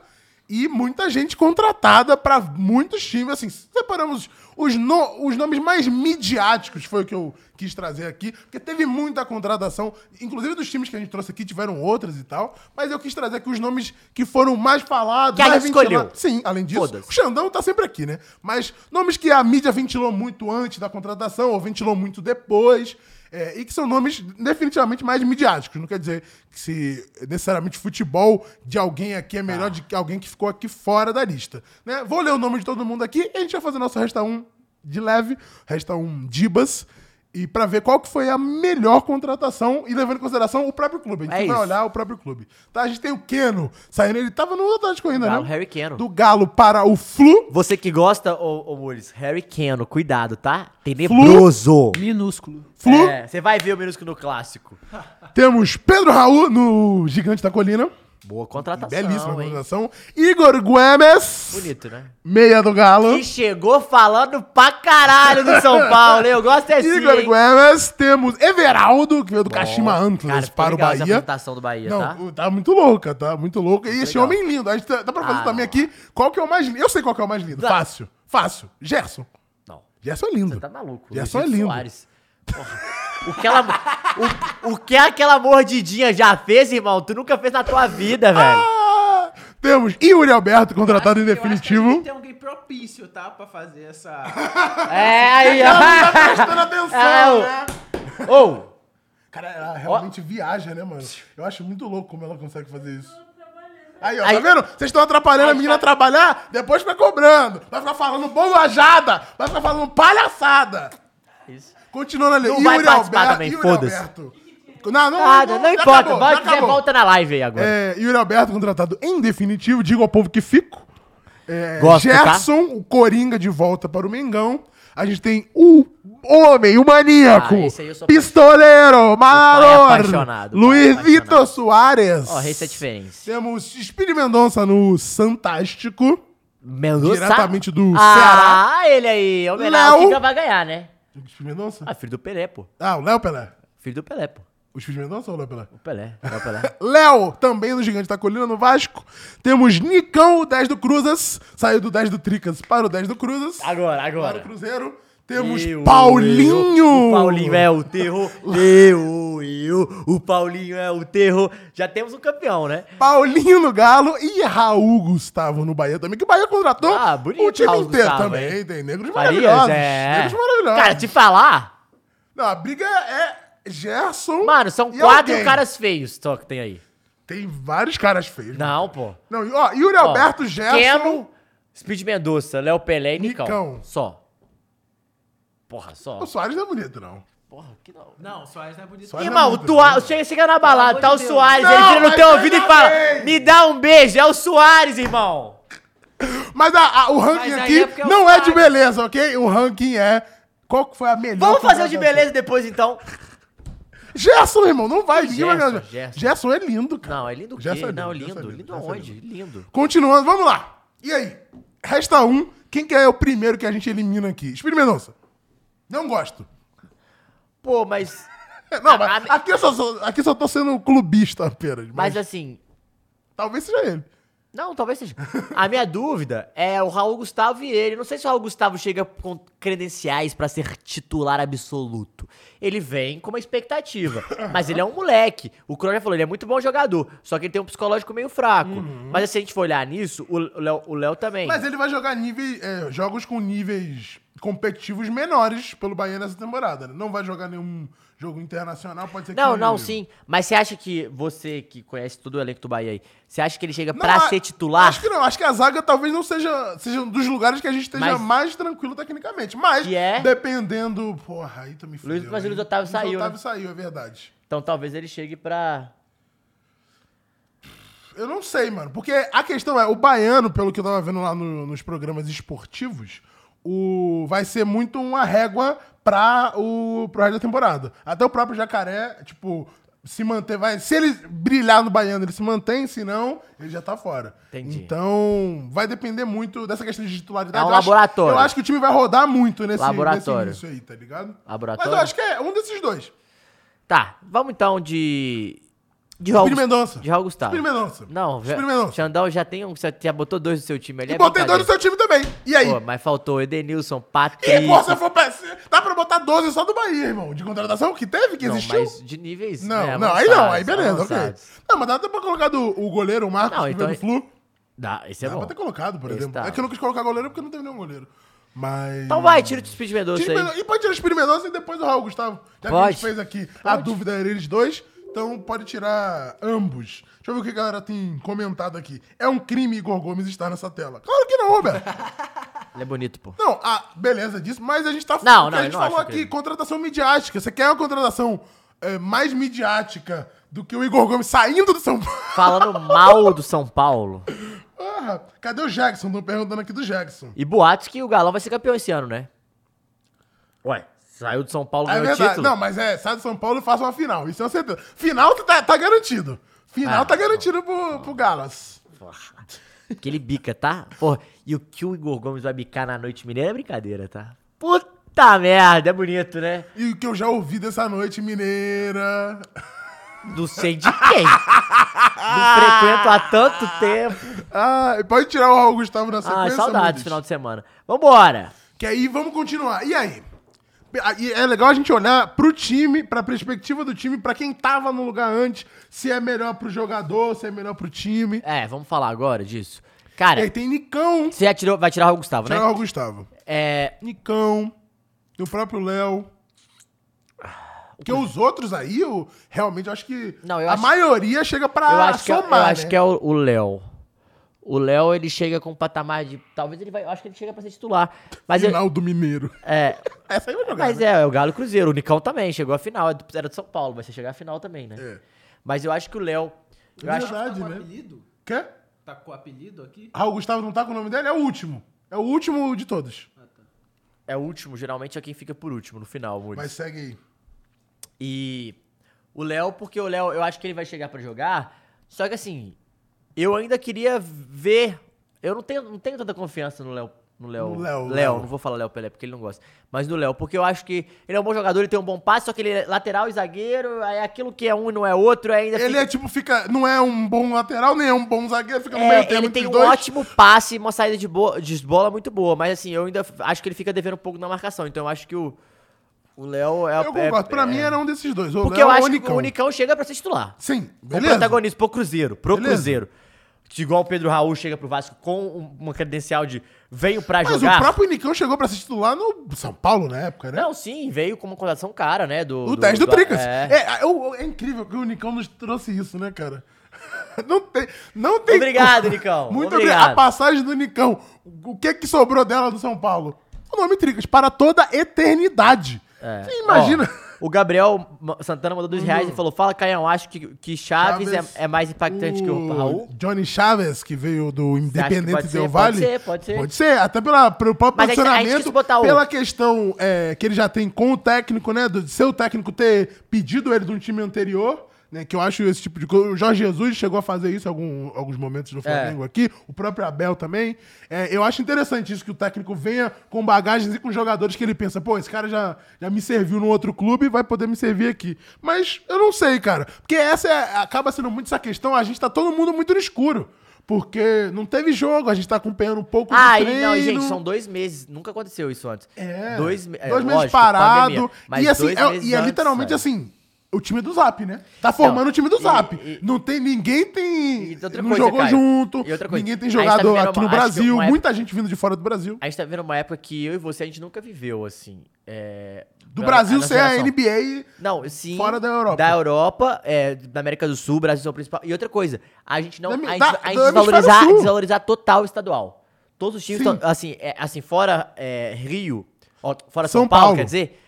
Speaker 1: e muita gente contratada pra muitos times. Assim, separamos os, no- os nomes mais midiáticos, foi o que eu quis trazer aqui, porque teve muita contratação, inclusive dos times que a gente trouxe aqui tiveram outras e tal, mas eu quis trazer aqui os nomes que foram mais falados,
Speaker 2: Que a
Speaker 1: mais
Speaker 2: gente escolheu.
Speaker 1: ventilados. Sim, além disso,
Speaker 2: Foda-se.
Speaker 1: o Xandão tá sempre aqui, né? Mas nomes que a mídia ventilou muito antes da contratação, ou ventilou muito depois, é, e que são nomes definitivamente mais midiáticos. Não quer dizer que se necessariamente futebol de alguém aqui é
Speaker 2: Ah.
Speaker 1: melhor do que alguém que ficou aqui fora da lista. Né? Vou ler o nome de todo mundo aqui e a gente vai fazer nosso Resta 1 de leve, Resta 1 Dibas. E pra ver qual que foi a melhor contratação e levando em consideração o próprio clube. A gente vai
Speaker 2: É isso.
Speaker 1: olhar o próprio clube. Tá, a gente tem o Keno saindo, ele tava no Atlético ainda,
Speaker 2: Galo
Speaker 1: né?
Speaker 2: Tá Harry Keno.
Speaker 1: Do Galo para o Flu.
Speaker 2: Você que gosta, ô, ô Muris, Harry Keno, cuidado, tá? Tenebroso.
Speaker 4: Minúsculo.
Speaker 1: Flu.
Speaker 2: É, você vai ver o minúsculo no clássico.
Speaker 1: Temos Pedro Raul no Gigante da Colina.
Speaker 2: Boa contratação,
Speaker 1: Belíssima
Speaker 2: hein?
Speaker 1: contratação. Igor Guemes.
Speaker 2: Bonito, né?
Speaker 1: Meia do Galo.
Speaker 2: E chegou falando pra caralho do São Paulo, hein? Eu gosto é sim,
Speaker 1: Igor
Speaker 2: hein?
Speaker 1: Guemes. Temos Everaldo, que veio do Kashima
Speaker 2: Cara,
Speaker 1: Antlers
Speaker 2: ficou
Speaker 1: para o
Speaker 2: legal essa
Speaker 1: Bahia.
Speaker 2: apresentação do Bahia,
Speaker 1: Não,
Speaker 2: tá?
Speaker 1: o- tá muito louca, tá muito louca. E esse
Speaker 2: legal.
Speaker 1: homem lindo. A gente tá- dá pra fazer
Speaker 2: Ah,
Speaker 1: também aqui qual que é o mais lindo. Eu sei qual que é o mais lindo.
Speaker 2: Dá.
Speaker 1: Fácil. Fácil. Gerson.
Speaker 2: Não.
Speaker 1: Gerson é lindo.
Speaker 2: Você tá maluco.
Speaker 1: Já
Speaker 2: Luiz
Speaker 1: só é
Speaker 2: Henrique
Speaker 1: lindo.
Speaker 2: Soares. Porra, O que, ela, o, o que aquela mordidinha já fez, irmão, tu nunca fez na tua vida, velho.
Speaker 1: Ah, temos Yuri Alberto,
Speaker 2: Ah,
Speaker 1: contratado em
Speaker 4: Eu acho que a gente
Speaker 1: definitivo.
Speaker 4: Tem alguém propício, tá? Pra fazer essa.
Speaker 2: É, aí,
Speaker 1: Tá
Speaker 2: ó.
Speaker 1: prestando atenção,
Speaker 2: É, o-
Speaker 1: né?
Speaker 2: Ou,
Speaker 1: Cara, ela realmente viaja, né, mano? Eu acho muito louco como ela consegue fazer isso. Aí, ó,
Speaker 2: Aí- tá.
Speaker 1: tá vendo? Vocês estão atrapalhando a menina a trabalhar, depois fica cobrando. Vai ficar falando bobajada, vai ficar falando palhaçada.
Speaker 2: Isso.
Speaker 1: Continuando ali.
Speaker 2: Não vai participar também,
Speaker 1: Yuri
Speaker 2: foda-se.
Speaker 1: Alberto. Não, não, não.
Speaker 2: nada, não
Speaker 1: já
Speaker 2: importa.
Speaker 1: acabou,
Speaker 2: vai
Speaker 1: já
Speaker 2: quiser,
Speaker 1: acabou.
Speaker 2: volta na live aí agora.
Speaker 1: É, Yuri Alberto contratado em definitivo. Digo ao povo que fico. É,
Speaker 2: Gosto, tá?
Speaker 1: Gerson, o Coringa de volta para o Mengão. a gente tem o homem, o maníaco,
Speaker 2: Ah, esse aí eu sou
Speaker 1: pistoleiro, maior,
Speaker 2: apaixonado, pai
Speaker 1: Luiz
Speaker 2: apaixonado.
Speaker 1: Vitor Soares.
Speaker 2: Ó, esse é a diferença.
Speaker 1: Temos Espírito Mendonça no Santástico.
Speaker 2: Mendonça?
Speaker 1: Diretamente do
Speaker 2: Ah, ele aí. É o melhor.
Speaker 1: Léo.
Speaker 2: O Kika vai ganhar, né?
Speaker 1: Espírito Mendonça?
Speaker 2: Ah, filho do Pelé, pô.
Speaker 1: Ah, o Léo Pelé.
Speaker 2: Filho do Pelé, pô.
Speaker 1: O Espírito Mendonça ou o Léo Pelé?
Speaker 2: O Pelé. Léo Pelé.
Speaker 1: Léo, também do Gigante da Colina, no Vasco. Temos Nicão, o 10 do Cruzas. Saiu do 10 do Tricas para o 10 do Cruzas.
Speaker 2: Agora,
Speaker 1: Para o
Speaker 2: agora.
Speaker 1: Cruzeiro. Temos
Speaker 2: Eu, eu,
Speaker 1: Paulinho.
Speaker 2: o Paulinho é o terror. Eu, eu. O Paulinho é o terror. Já temos um campeão, né?
Speaker 1: Paulinho no Galo e Raul Gustavo no Bahia também. Que o Bahia contratou
Speaker 2: Ah, bonito,
Speaker 1: o time
Speaker 2: Raul
Speaker 1: inteiro
Speaker 2: Gustavo,
Speaker 1: também.
Speaker 2: hein?
Speaker 1: Tem negros
Speaker 2: Farias,
Speaker 1: maravilhosos.
Speaker 2: é.
Speaker 1: Negros maravilhosos.
Speaker 2: Cara, te falar.
Speaker 1: Não, a briga é Gerson.
Speaker 2: Mano, são
Speaker 1: e
Speaker 2: quatro
Speaker 1: alguém.
Speaker 2: caras feios só que tem aí.
Speaker 1: Tem vários caras feios.
Speaker 2: Não, pô.
Speaker 1: Não, e, ó, Yuri
Speaker 2: Ó,
Speaker 1: Alberto, Gerson.
Speaker 2: Keno, Speed Mendonça, Léo Pelé e Nicão.
Speaker 1: Nicão.
Speaker 2: Só. Porra, só.
Speaker 1: O Soares não é bonito, não.
Speaker 2: Porra, que não.
Speaker 4: Não, Soares não é bonito.
Speaker 1: Soares
Speaker 2: Irmão,
Speaker 1: muito,
Speaker 2: tu a-
Speaker 1: muito.
Speaker 2: chega, chega na balada,
Speaker 4: Pelo
Speaker 2: tá
Speaker 4: amor
Speaker 2: o
Speaker 4: de Deus.
Speaker 2: Soares,
Speaker 1: Não,
Speaker 2: ele vira no
Speaker 1: mas
Speaker 2: teu
Speaker 1: foi
Speaker 2: ouvido e
Speaker 1: na
Speaker 2: fala:
Speaker 1: vez.
Speaker 2: Me dá um beijo, é o Soares, irmão.
Speaker 1: Mas a- a- o ranking
Speaker 4: Mas aí
Speaker 1: aqui
Speaker 4: é porque é o
Speaker 1: não é de
Speaker 4: Soares.
Speaker 1: beleza, ok? O ranking é. Qual que foi a melhor?
Speaker 2: Vamos fazer o de
Speaker 1: contratação?
Speaker 2: beleza depois então.
Speaker 1: Gerson, irmão, não vai. ninguém vai
Speaker 2: Gerson,
Speaker 1: ganhar.
Speaker 2: Gerson.
Speaker 1: Gerson é lindo, cara.
Speaker 2: Não, é lindo o quê?
Speaker 1: Já sabia,
Speaker 2: não,
Speaker 1: já
Speaker 2: lindo.
Speaker 1: sabia,
Speaker 2: lindo
Speaker 1: já
Speaker 2: aonde?
Speaker 1: sabia.
Speaker 2: Lindo.
Speaker 1: Continuando, vamos lá. E aí? Resta um. Quem que é o primeiro que a gente elimina aqui? Espírito Mendonça. Não gosto.
Speaker 2: Pô, mas.
Speaker 1: É, Não,
Speaker 2: Ah,
Speaker 1: mas
Speaker 2: ah,
Speaker 1: aqui eu, só, sou- aqui eu só tô sendo clubista apenas. Mas,
Speaker 2: Mas assim.
Speaker 1: talvez seja ele.
Speaker 2: Não, talvez seja. A minha dúvida é o Raul Gustavo e ele. Não sei se o Raul Gustavo chega com credenciais pra ser titular absoluto. Ele vem com uma expectativa. Mas ele é um moleque. O Kroos já falou, ele é muito bom jogador. Só que ele tem um psicológico meio fraco. Mas assim, se a gente for olhar nisso, o Léo, o Léo também.
Speaker 1: Uhum. Mas é ele vai jogar níveis, é, jogos com níveis competitivos menores pelo Bahia nessa temporada. Né? Não vai jogar nenhum jogo internacional, pode ser que...
Speaker 2: Não, não, sim. Mas você acha que você, que conhece todo o elenco do Bahia aí, você acha que ele chega
Speaker 1: Não,
Speaker 2: pra
Speaker 1: a-
Speaker 2: ser titular?
Speaker 1: Acho que não. Acho que a zaga talvez não seja, seja um dos lugares que a gente esteja
Speaker 2: Mas-
Speaker 1: mais tranquilo tecnicamente. Mas,
Speaker 2: Que é?
Speaker 1: dependendo... Porra, aí tu me fudeu.
Speaker 2: mas o
Speaker 1: hein?
Speaker 2: Luiz Otávio saiu,
Speaker 1: Otávio
Speaker 2: né?
Speaker 1: saiu, é verdade.
Speaker 2: Então talvez ele chegue pra.
Speaker 1: Eu não sei, mano. Porque a questão é, o baiano, pelo que eu tava vendo lá no- nos programas esportivos, o, vai ser muito uma régua pra o, pro resto da temporada. Até o próprio Jacaré, tipo, se manter, vai... Se ele brilhar no baiano, ele se mantém, se não, ele já tá fora.
Speaker 2: Entendi.
Speaker 1: Então, vai depender muito dessa questão de titularidade.
Speaker 2: É um
Speaker 1: Eu acho-
Speaker 2: laboratório.
Speaker 1: eu acho que o time vai rodar muito nesse,
Speaker 2: Laboratório.
Speaker 1: nesse início aí, tá ligado?
Speaker 2: Laboratório.
Speaker 1: Mas eu acho que é um desses dois.
Speaker 2: Tá, vamos então de. De Raul,
Speaker 1: Espírito Mendonça.
Speaker 2: de Raul Gustavo.
Speaker 1: Espírito Mendonça.
Speaker 2: Tá. Não,
Speaker 1: Espírito
Speaker 2: já,
Speaker 1: Mendonça.
Speaker 2: Xandão já tem um. Você já botou dois no seu time ali.
Speaker 1: E
Speaker 2: é
Speaker 1: botei dois no seu time
Speaker 2: brincadeira.
Speaker 1: também. E aí?
Speaker 2: Pô, mas faltou Edenilson,
Speaker 1: E,
Speaker 2: Patrick.
Speaker 1: pô, se for pra... se- Dá pra botar 12 só do Bahia, irmão. De contratação que teve, que
Speaker 2: não,
Speaker 1: existiu.
Speaker 2: mas de níveis.
Speaker 1: Não,
Speaker 2: né,
Speaker 1: não, aí não, aí
Speaker 2: avançados,
Speaker 1: beleza, ok.
Speaker 2: avançados.
Speaker 1: Não, mas dá até pra colocar do, o goleiro, o Marcos,
Speaker 2: Não,
Speaker 1: que
Speaker 2: então
Speaker 1: veio do Flu.
Speaker 2: Dá, esse é
Speaker 1: Dá
Speaker 2: bom.
Speaker 1: pra ter colocado, por
Speaker 2: Esse
Speaker 1: exemplo.
Speaker 2: tá.
Speaker 1: É que eu não quis colocar goleiro porque não teve nenhum goleiro. Mas...
Speaker 2: Então vai, tira o Speed Mendonça
Speaker 1: Tira o Mendoza-
Speaker 2: aí.
Speaker 1: E pode tirar o Espírito Mendonça e depois o Raul Gustavo. Já que a
Speaker 2: Pode.
Speaker 1: gente fez aqui a dúvida era eles dois, então pode tirar ambos. Deixa eu ver o que a galera tem comentado aqui. É um crime Igor Gomes estar nessa tela. Claro que não, Roberto.
Speaker 2: Ele é bonito, pô.
Speaker 1: Não, a beleza disso, mas a gente tá
Speaker 2: Não,
Speaker 1: o que
Speaker 2: não,
Speaker 1: a
Speaker 2: eu
Speaker 1: gente
Speaker 2: não
Speaker 1: falou
Speaker 2: acho
Speaker 1: aqui,
Speaker 2: incrível.
Speaker 1: contratação midiática. Você quer uma contratação eh, mais midiática do que o Igor Gomes saindo do São Paulo?
Speaker 2: Falando mal do São Paulo.
Speaker 1: Porra, cadê o Jackson? Estão perguntando aqui do Jackson.
Speaker 2: E boatos que o Galão vai ser campeão esse ano, né? Ué, saiu do São Paulo
Speaker 1: É
Speaker 2: ganhou o
Speaker 1: verdade.
Speaker 2: título.
Speaker 1: Não, mas é, sai do São Paulo e faça uma final. Isso é uma certeza. Final tá, tá garantido. Final
Speaker 2: Ah,
Speaker 1: tá garantido pro, pro Galas.
Speaker 2: Que ele bica, tá? Porra, e o que o Igor Gomes vai bicar na noite mineira é brincadeira, tá? Puta merda, é bonito, né?
Speaker 1: E o que eu já ouvi dessa noite, mineira.
Speaker 2: Não sei de quem. Não frequento há tanto tempo.
Speaker 1: Ah, e pode tirar o Raul Gustavo na sequência.
Speaker 2: Ah,
Speaker 1: Mendes?
Speaker 2: saudades final de semana. Vambora!
Speaker 1: Que aí vamos continuar. E aí? E É legal a gente olhar pro time, pra perspectiva do time, pra quem tava no lugar antes, se é melhor pro jogador, se é melhor pro time.
Speaker 2: É, vamos falar agora disso.
Speaker 1: E aí
Speaker 2: Cara, né?
Speaker 1: tem Nicão.
Speaker 2: você já tirou, vai tirar o Gustavo, né?
Speaker 1: Tirar o Gustavo.
Speaker 2: É.
Speaker 1: Nicão. E o próprio Léo. Porque os outros aí, eu realmente eu acho que
Speaker 2: Ah, Não, eu
Speaker 1: a
Speaker 2: acho-
Speaker 1: maioria chega pra
Speaker 2: Eu acho, que, é-
Speaker 1: somar.
Speaker 2: eu acho
Speaker 1: né?
Speaker 2: que é o o Léo. O Léo, ele chega com um patamar de. Talvez ele vai. Eu acho que ele chega pra ser titular. Mas eu,
Speaker 1: Final do Mineiro.
Speaker 2: é,
Speaker 1: Essa aí vai jogar.
Speaker 2: mas
Speaker 1: né?
Speaker 2: é, é o Galo e Cruzeiro. O Nicão também chegou à final. é do- Era do São Paulo, vai ser chegar à final também, né?
Speaker 1: É.
Speaker 2: Mas eu acho que o Léo. Eu acho
Speaker 4: Tá
Speaker 1: verdade,
Speaker 4: com
Speaker 1: né?
Speaker 4: apelido?
Speaker 1: Quer?
Speaker 4: Tá com apelido aqui?
Speaker 1: Raul Gustavo não tá com o nome dele? É o último. É o último de todos.
Speaker 2: é o último, geralmente é quem fica por último, no final, Muris.
Speaker 1: Mas segue aí.
Speaker 2: E o Léo, porque o Léo, eu acho que ele vai chegar pra jogar. Só que assim, eu ainda queria ver. Eu não tenho, não tenho tanta confiança no Léo. No Léo.
Speaker 1: No Léo, Léo.
Speaker 2: Léo, não vou falar Léo Pelé porque ele não gosta. Mas no Léo, porque eu acho que ele é um bom jogador, ele tem um bom passe, só que ele é lateral e zagueiro, aí aquilo que é um e não é outro, aí ainda
Speaker 1: Ele
Speaker 2: fica-
Speaker 1: é tipo, fica. Não é um bom lateral, nem é um bom zagueiro, fica no
Speaker 2: É,
Speaker 1: meio termo
Speaker 2: ele
Speaker 1: entre
Speaker 2: tem
Speaker 1: os
Speaker 2: um
Speaker 1: dois.
Speaker 2: ótimo passe, uma saída de, bo- de bola muito boa, mas assim, eu ainda f- acho que ele fica devendo um pouco na marcação, então eu acho que o o Léo é
Speaker 1: Eu concordo. pra mim era um desses dois. Ou
Speaker 2: Porque
Speaker 1: Léo
Speaker 2: eu
Speaker 1: ou
Speaker 2: acho que
Speaker 1: Nicão.
Speaker 2: o Unicão chega pra ser titular.
Speaker 1: Sim,
Speaker 2: Com
Speaker 1: beleza.
Speaker 2: protagonismo pro Cruzeiro, pro
Speaker 1: Beleza.
Speaker 2: Cruzeiro. Igual o Pedro Raul chega pro Vasco com um- uma credencial de venho pra
Speaker 1: Mas
Speaker 2: é jogar.
Speaker 1: o próprio Nicão chegou pra se titular no São Paulo na época, né?
Speaker 2: Não, sim, veio com uma contratação cara, né? Do,
Speaker 1: o 10 do, Tricas.
Speaker 2: É.
Speaker 1: É. É, o- é incrível que o Nicão nos trouxe isso, né, cara? Não tem. Não tem
Speaker 2: Obrigado,
Speaker 1: como.
Speaker 2: Nicão.
Speaker 1: Muito
Speaker 2: Obrigado.
Speaker 1: obrigado. A passagem do Nicão. O que que sobrou dela do São Paulo? O nome Tricas, para toda a eternidade.
Speaker 2: É.
Speaker 1: Você imagina. Uhum.
Speaker 2: Ó, o Gabriel Ma- Santana mandou dois reais e falou: Fala, Caião, acho que, que Chaves,
Speaker 1: Chaves,
Speaker 2: é, é mais impactante que o Raul.
Speaker 1: Johnny Chaves, que veio do
Speaker 2: acha que
Speaker 1: Independente
Speaker 2: pode ser?
Speaker 1: Del
Speaker 2: Pode
Speaker 1: Valle.
Speaker 2: ser, pode ser.
Speaker 1: Pode ser, até pela, pelo próprio
Speaker 2: Mas aí- aí a gente
Speaker 1: posicionamento,
Speaker 2: quis botar o-
Speaker 1: pela questão é, que ele já tem com o técnico, né? Do, de seu técnico ter pedido ele de um time anterior. Né, que eu acho esse tipo de coisa. O Jorge Jesus chegou a fazer isso em algum- alguns momentos
Speaker 2: É.
Speaker 1: do Flamengo aqui, o próprio Abel também. É, eu acho interessante isso que o técnico venha com bagagens e com jogadores que ele pensa, pô, esse cara já, já me serviu no outro clube, vai poder me servir aqui. Mas eu não sei, cara. Porque essa é- acaba sendo muito essa questão, a gente tá todo mundo muito no escuro. Porque não teve jogo, a gente tá acompanhando um pouco de
Speaker 2: Ah, e
Speaker 1: treino.
Speaker 2: não, e, gente, são dois meses. Nunca aconteceu isso antes.
Speaker 1: É.
Speaker 2: Dois, me- é,
Speaker 1: Dois meses
Speaker 2: lógico,
Speaker 1: parado.
Speaker 2: pandemia, mas
Speaker 1: e assim,
Speaker 2: dois
Speaker 1: é,
Speaker 2: meses
Speaker 1: e é
Speaker 2: antes,
Speaker 1: literalmente
Speaker 2: é.
Speaker 1: assim. O time do Zap, né? Tá formando o time do
Speaker 2: e-
Speaker 1: Zap.
Speaker 2: e-
Speaker 1: não tem ninguém tem
Speaker 2: e outra
Speaker 1: não
Speaker 2: coisa,
Speaker 1: jogou
Speaker 2: Caio.
Speaker 1: junto.
Speaker 2: E outra coisa.
Speaker 1: Ninguém tem
Speaker 2: A gente tá
Speaker 1: jogado
Speaker 2: vivendo
Speaker 1: aqui
Speaker 2: uma-
Speaker 1: no
Speaker 2: acho que
Speaker 1: Brasil.
Speaker 2: uma é- época-
Speaker 1: Muita gente vindo de fora do Brasil.
Speaker 2: A gente tá vivendo uma época que eu e você, a gente nunca viveu, assim. é,
Speaker 1: Do
Speaker 2: pela-
Speaker 1: Brasil
Speaker 2: nossa
Speaker 1: ser a
Speaker 2: geração.
Speaker 1: NBA.
Speaker 2: Não, sim.
Speaker 1: Fora da Europa.
Speaker 2: Da Europa, é, da América do Sul, Brasil é o principal. E outra coisa, a gente não.
Speaker 1: Da-
Speaker 2: a gente,
Speaker 1: da-
Speaker 2: a gente
Speaker 1: do
Speaker 2: desvalorizar,
Speaker 1: hemisfério sul.
Speaker 2: desvalorizar total o estadual. Todos os times
Speaker 1: Sim.
Speaker 2: estão. Assim, é, assim, fora é, Rio, ó, fora São,
Speaker 1: São
Speaker 2: Paulo,
Speaker 1: Paulo.
Speaker 2: quer dizer.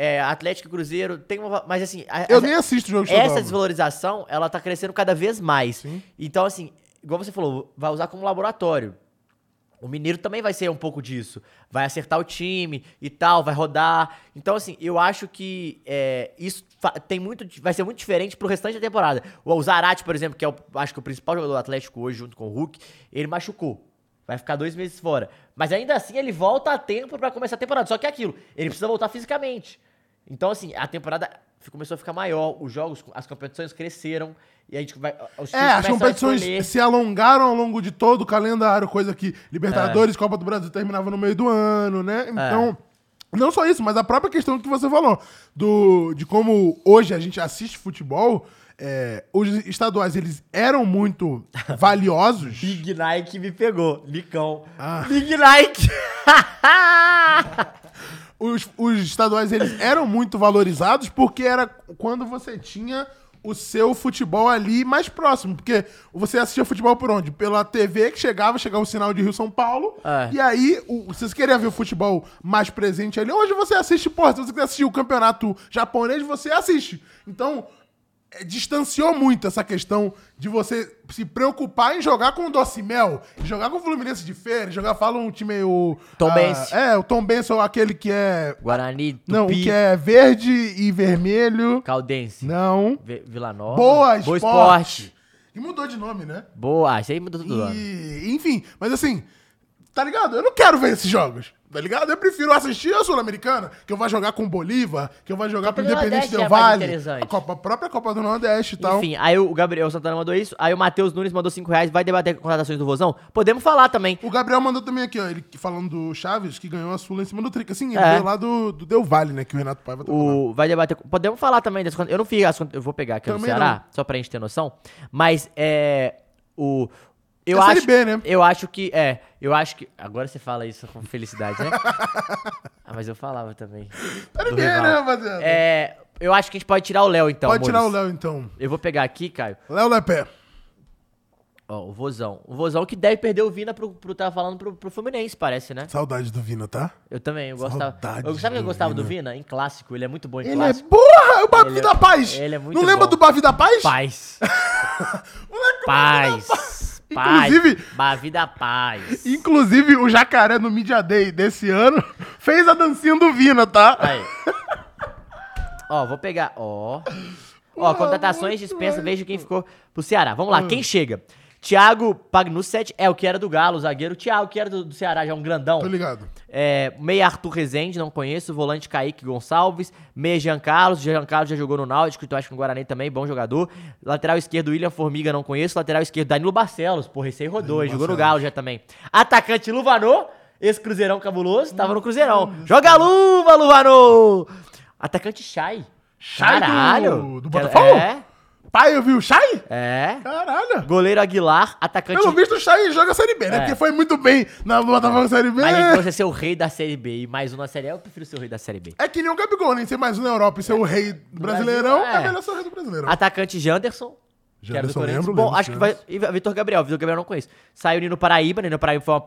Speaker 2: é, Atlético Cruzeiro, tem uma. Mas assim. a-
Speaker 1: Eu
Speaker 2: essa-
Speaker 1: nem assisto o jogo
Speaker 2: essa
Speaker 1: estadual.
Speaker 2: desvalorização, ela tá crescendo cada vez mais. Então, assim, igual você falou, vai usar como laboratório. O Mineiro também vai ser um pouco disso. Vai acertar o time e tal, vai rodar. Então, assim, eu acho que é, isso fa- tem muito, di- vai ser muito diferente pro restante da temporada. O o Zarate, por exemplo, que é o, acho que o principal jogador do Atlético hoje, junto com o Hulk, ele machucou. Vai ficar dois meses fora. Mas ainda assim, ele volta a tempo pra começar a temporada. Só que é aquilo, ele precisa voltar fisicamente. Então, assim, a temporada fi- começou a ficar maior, os jogos, as competições cresceram. E a gente vai. os times
Speaker 1: É, as
Speaker 2: começam a
Speaker 1: competições
Speaker 2: escolher.
Speaker 1: se alongaram ao longo de todo o calendário, coisa que Libertadores,
Speaker 2: É.
Speaker 1: Copa do Brasil terminava no meio do ano, né? Então,
Speaker 2: É.
Speaker 1: não só isso, mas a própria questão que você falou, do, de como hoje a gente assiste futebol, é, os estaduais, eles eram muito valiosos.
Speaker 2: Big Nike me pegou, Licão.
Speaker 1: Ah.
Speaker 2: Big Nike!
Speaker 1: os, os estaduais eles eram muito valorizados porque era quando você tinha o seu futebol ali mais próximo. Porque você assistia futebol por onde? Pela TV que chegava, chegava o sinal de Rio São Paulo.
Speaker 2: É.
Speaker 1: E aí, o, se você queria ver o futebol mais presente ali, hoje você assiste, porra, se você quiser assistir o campeonato japonês, você assiste. Então, é, distanciou muito essa questão de você se preocupar em jogar com o Docimel, jogar com o Fluminense de Feira, jogar, fala um time, o...
Speaker 2: Tombense.
Speaker 1: ah, é, o Tom Benson é aquele que é...
Speaker 2: Guarani, Tupi,
Speaker 1: Não, o que é verde e vermelho.
Speaker 2: Caldense,
Speaker 1: Não.
Speaker 2: Vi- Vila Nova.
Speaker 1: Boa,
Speaker 2: Boa
Speaker 1: esporte.
Speaker 2: Esporte.
Speaker 1: E mudou de nome, né?
Speaker 2: Boa, ah, isso aí mudou tudo. né?
Speaker 1: E, enfim, mas assim, tá ligado? Eu não quero ver esses jogos. Tá ligado? Eu prefiro assistir a Sul-Americana, que eu vou jogar com o Bolívar, que eu vou jogar com o
Speaker 2: Copa do
Speaker 1: Independente
Speaker 2: Nordeste
Speaker 1: Del
Speaker 2: é mais
Speaker 1: Vale.
Speaker 2: interessante.
Speaker 1: A, Copa- a própria Copa do Nordeste e tal.
Speaker 2: Enfim, aí o Gabriel Santana mandou isso, aí o Matheus Nunes mandou 5 reais, vai debater com contratações do Vozão? Podemos falar também.
Speaker 1: O Gabriel mandou também aqui, ó, ele que- falando do Chaves, que ganhou a Sula em cima do Trica. Assim, ele
Speaker 2: É.
Speaker 1: veio lá do, do Del Vale, né? Que o Renato Paiva tá falando.
Speaker 2: O, vai debater. com- Podemos falar também das contra- Eu não fiz as contra- Eu vou pegar aqui no
Speaker 1: Também
Speaker 2: Ceará, só pra gente ter noção. Mas é. O. Eu
Speaker 1: É Série
Speaker 2: acho,
Speaker 1: B, né?
Speaker 2: eu acho que. É, eu acho que. Agora você fala isso com felicidade, né? ah, mas eu falava também.
Speaker 1: Série
Speaker 2: do
Speaker 1: B, né,
Speaker 2: rival.
Speaker 1: rapaziada?
Speaker 2: É, eu acho que a gente pode tirar o Léo, então.
Speaker 1: Pode tirar o
Speaker 2: Mouros.
Speaker 1: Léo, então.
Speaker 2: Eu vou pegar aqui, Caio.
Speaker 1: Léo Lepé.
Speaker 2: Ó, o Vozão. O Vozão que deve perder o Vina pro. pro tá falando pro, pro Fluminense, parece, né?
Speaker 1: Saudade do Vina, tá?
Speaker 2: Eu também, eu gostava.
Speaker 1: Saudade
Speaker 2: eu, sabe que eu
Speaker 1: do
Speaker 2: gostava do
Speaker 1: Vina.
Speaker 2: Vina? Em clássico, ele é muito bom em
Speaker 1: Ele
Speaker 2: clássico.
Speaker 1: é porra! O Bavi
Speaker 2: Ele é-
Speaker 1: da Paz!
Speaker 2: ele é muito
Speaker 1: Não lembra
Speaker 2: bom.
Speaker 1: do Bavi da Paz?
Speaker 2: Paz.
Speaker 1: Moleque, o Bavi da Paz.
Speaker 2: Paz. Paz.
Speaker 1: Inclusive-
Speaker 2: Inclusive. Bavi da paz.
Speaker 1: Inclusive, o jacaré no Media Day desse ano Fez a dancinha do Vina, tá?
Speaker 2: Aí. Ó, vou pegar. Ó. Ó, contratações dispensa, veja quem ficou pro Ceará. Vamos lá, quem chega? Thiago Pagnucet é o que era do Galo, o zagueiro. Thiago, que era do, do Ceará, já é um grandão.
Speaker 1: Tô ligado.
Speaker 2: É, meia Arthur Rezende, não conheço. Volante Kaique Gonçalves. Meia Jean Carlos. Jean Carlos já jogou no Náutico, então acho que no Guarani também, bom jogador. Lateral esquerdo, William Formiga, não conheço. Lateral esquerdo, Danilo Barcelos. Porra, esse aí rodou,
Speaker 1: Danilo
Speaker 2: jogou no
Speaker 1: Barcelos.
Speaker 2: Galo já também. Atacante Luvanô, esse Cruzeirão cabuloso, tava no Cruzeirão.
Speaker 1: Hum,
Speaker 2: Joga a luva, Luvanô! Atacante Chay.
Speaker 1: Chay do-
Speaker 2: Caralho!
Speaker 1: do Botafogo?
Speaker 2: É,
Speaker 1: Pai, eu vi o Chay?
Speaker 2: é.
Speaker 1: Caralho.
Speaker 2: Goleiro Aguilar, atacante...
Speaker 1: Pelo visto, o Chay joga Série B, né? Porque foi muito bem na Botafogo Série B.
Speaker 2: É. Mas entre você ser o é rei da Série B e mais um na Série A, eu prefiro ser o rei da Série B.
Speaker 1: É que nem o Gabigol, nem ser mais um na Europa e ser o rei do Brasileirão,
Speaker 2: Brasil,
Speaker 1: é
Speaker 2: é.
Speaker 1: melhor ser o rei do Brasileirão.
Speaker 2: Atacante Janderson. Que é, era do
Speaker 1: Janderson,
Speaker 2: Corinthians.
Speaker 1: lembro,
Speaker 2: Bom,
Speaker 1: lembro,
Speaker 2: acho que vai. E Vitor Gabriel. Vitor Gabriel eu não conheço. Saiu o Nino Paraíba. Nino Paraíba foi uma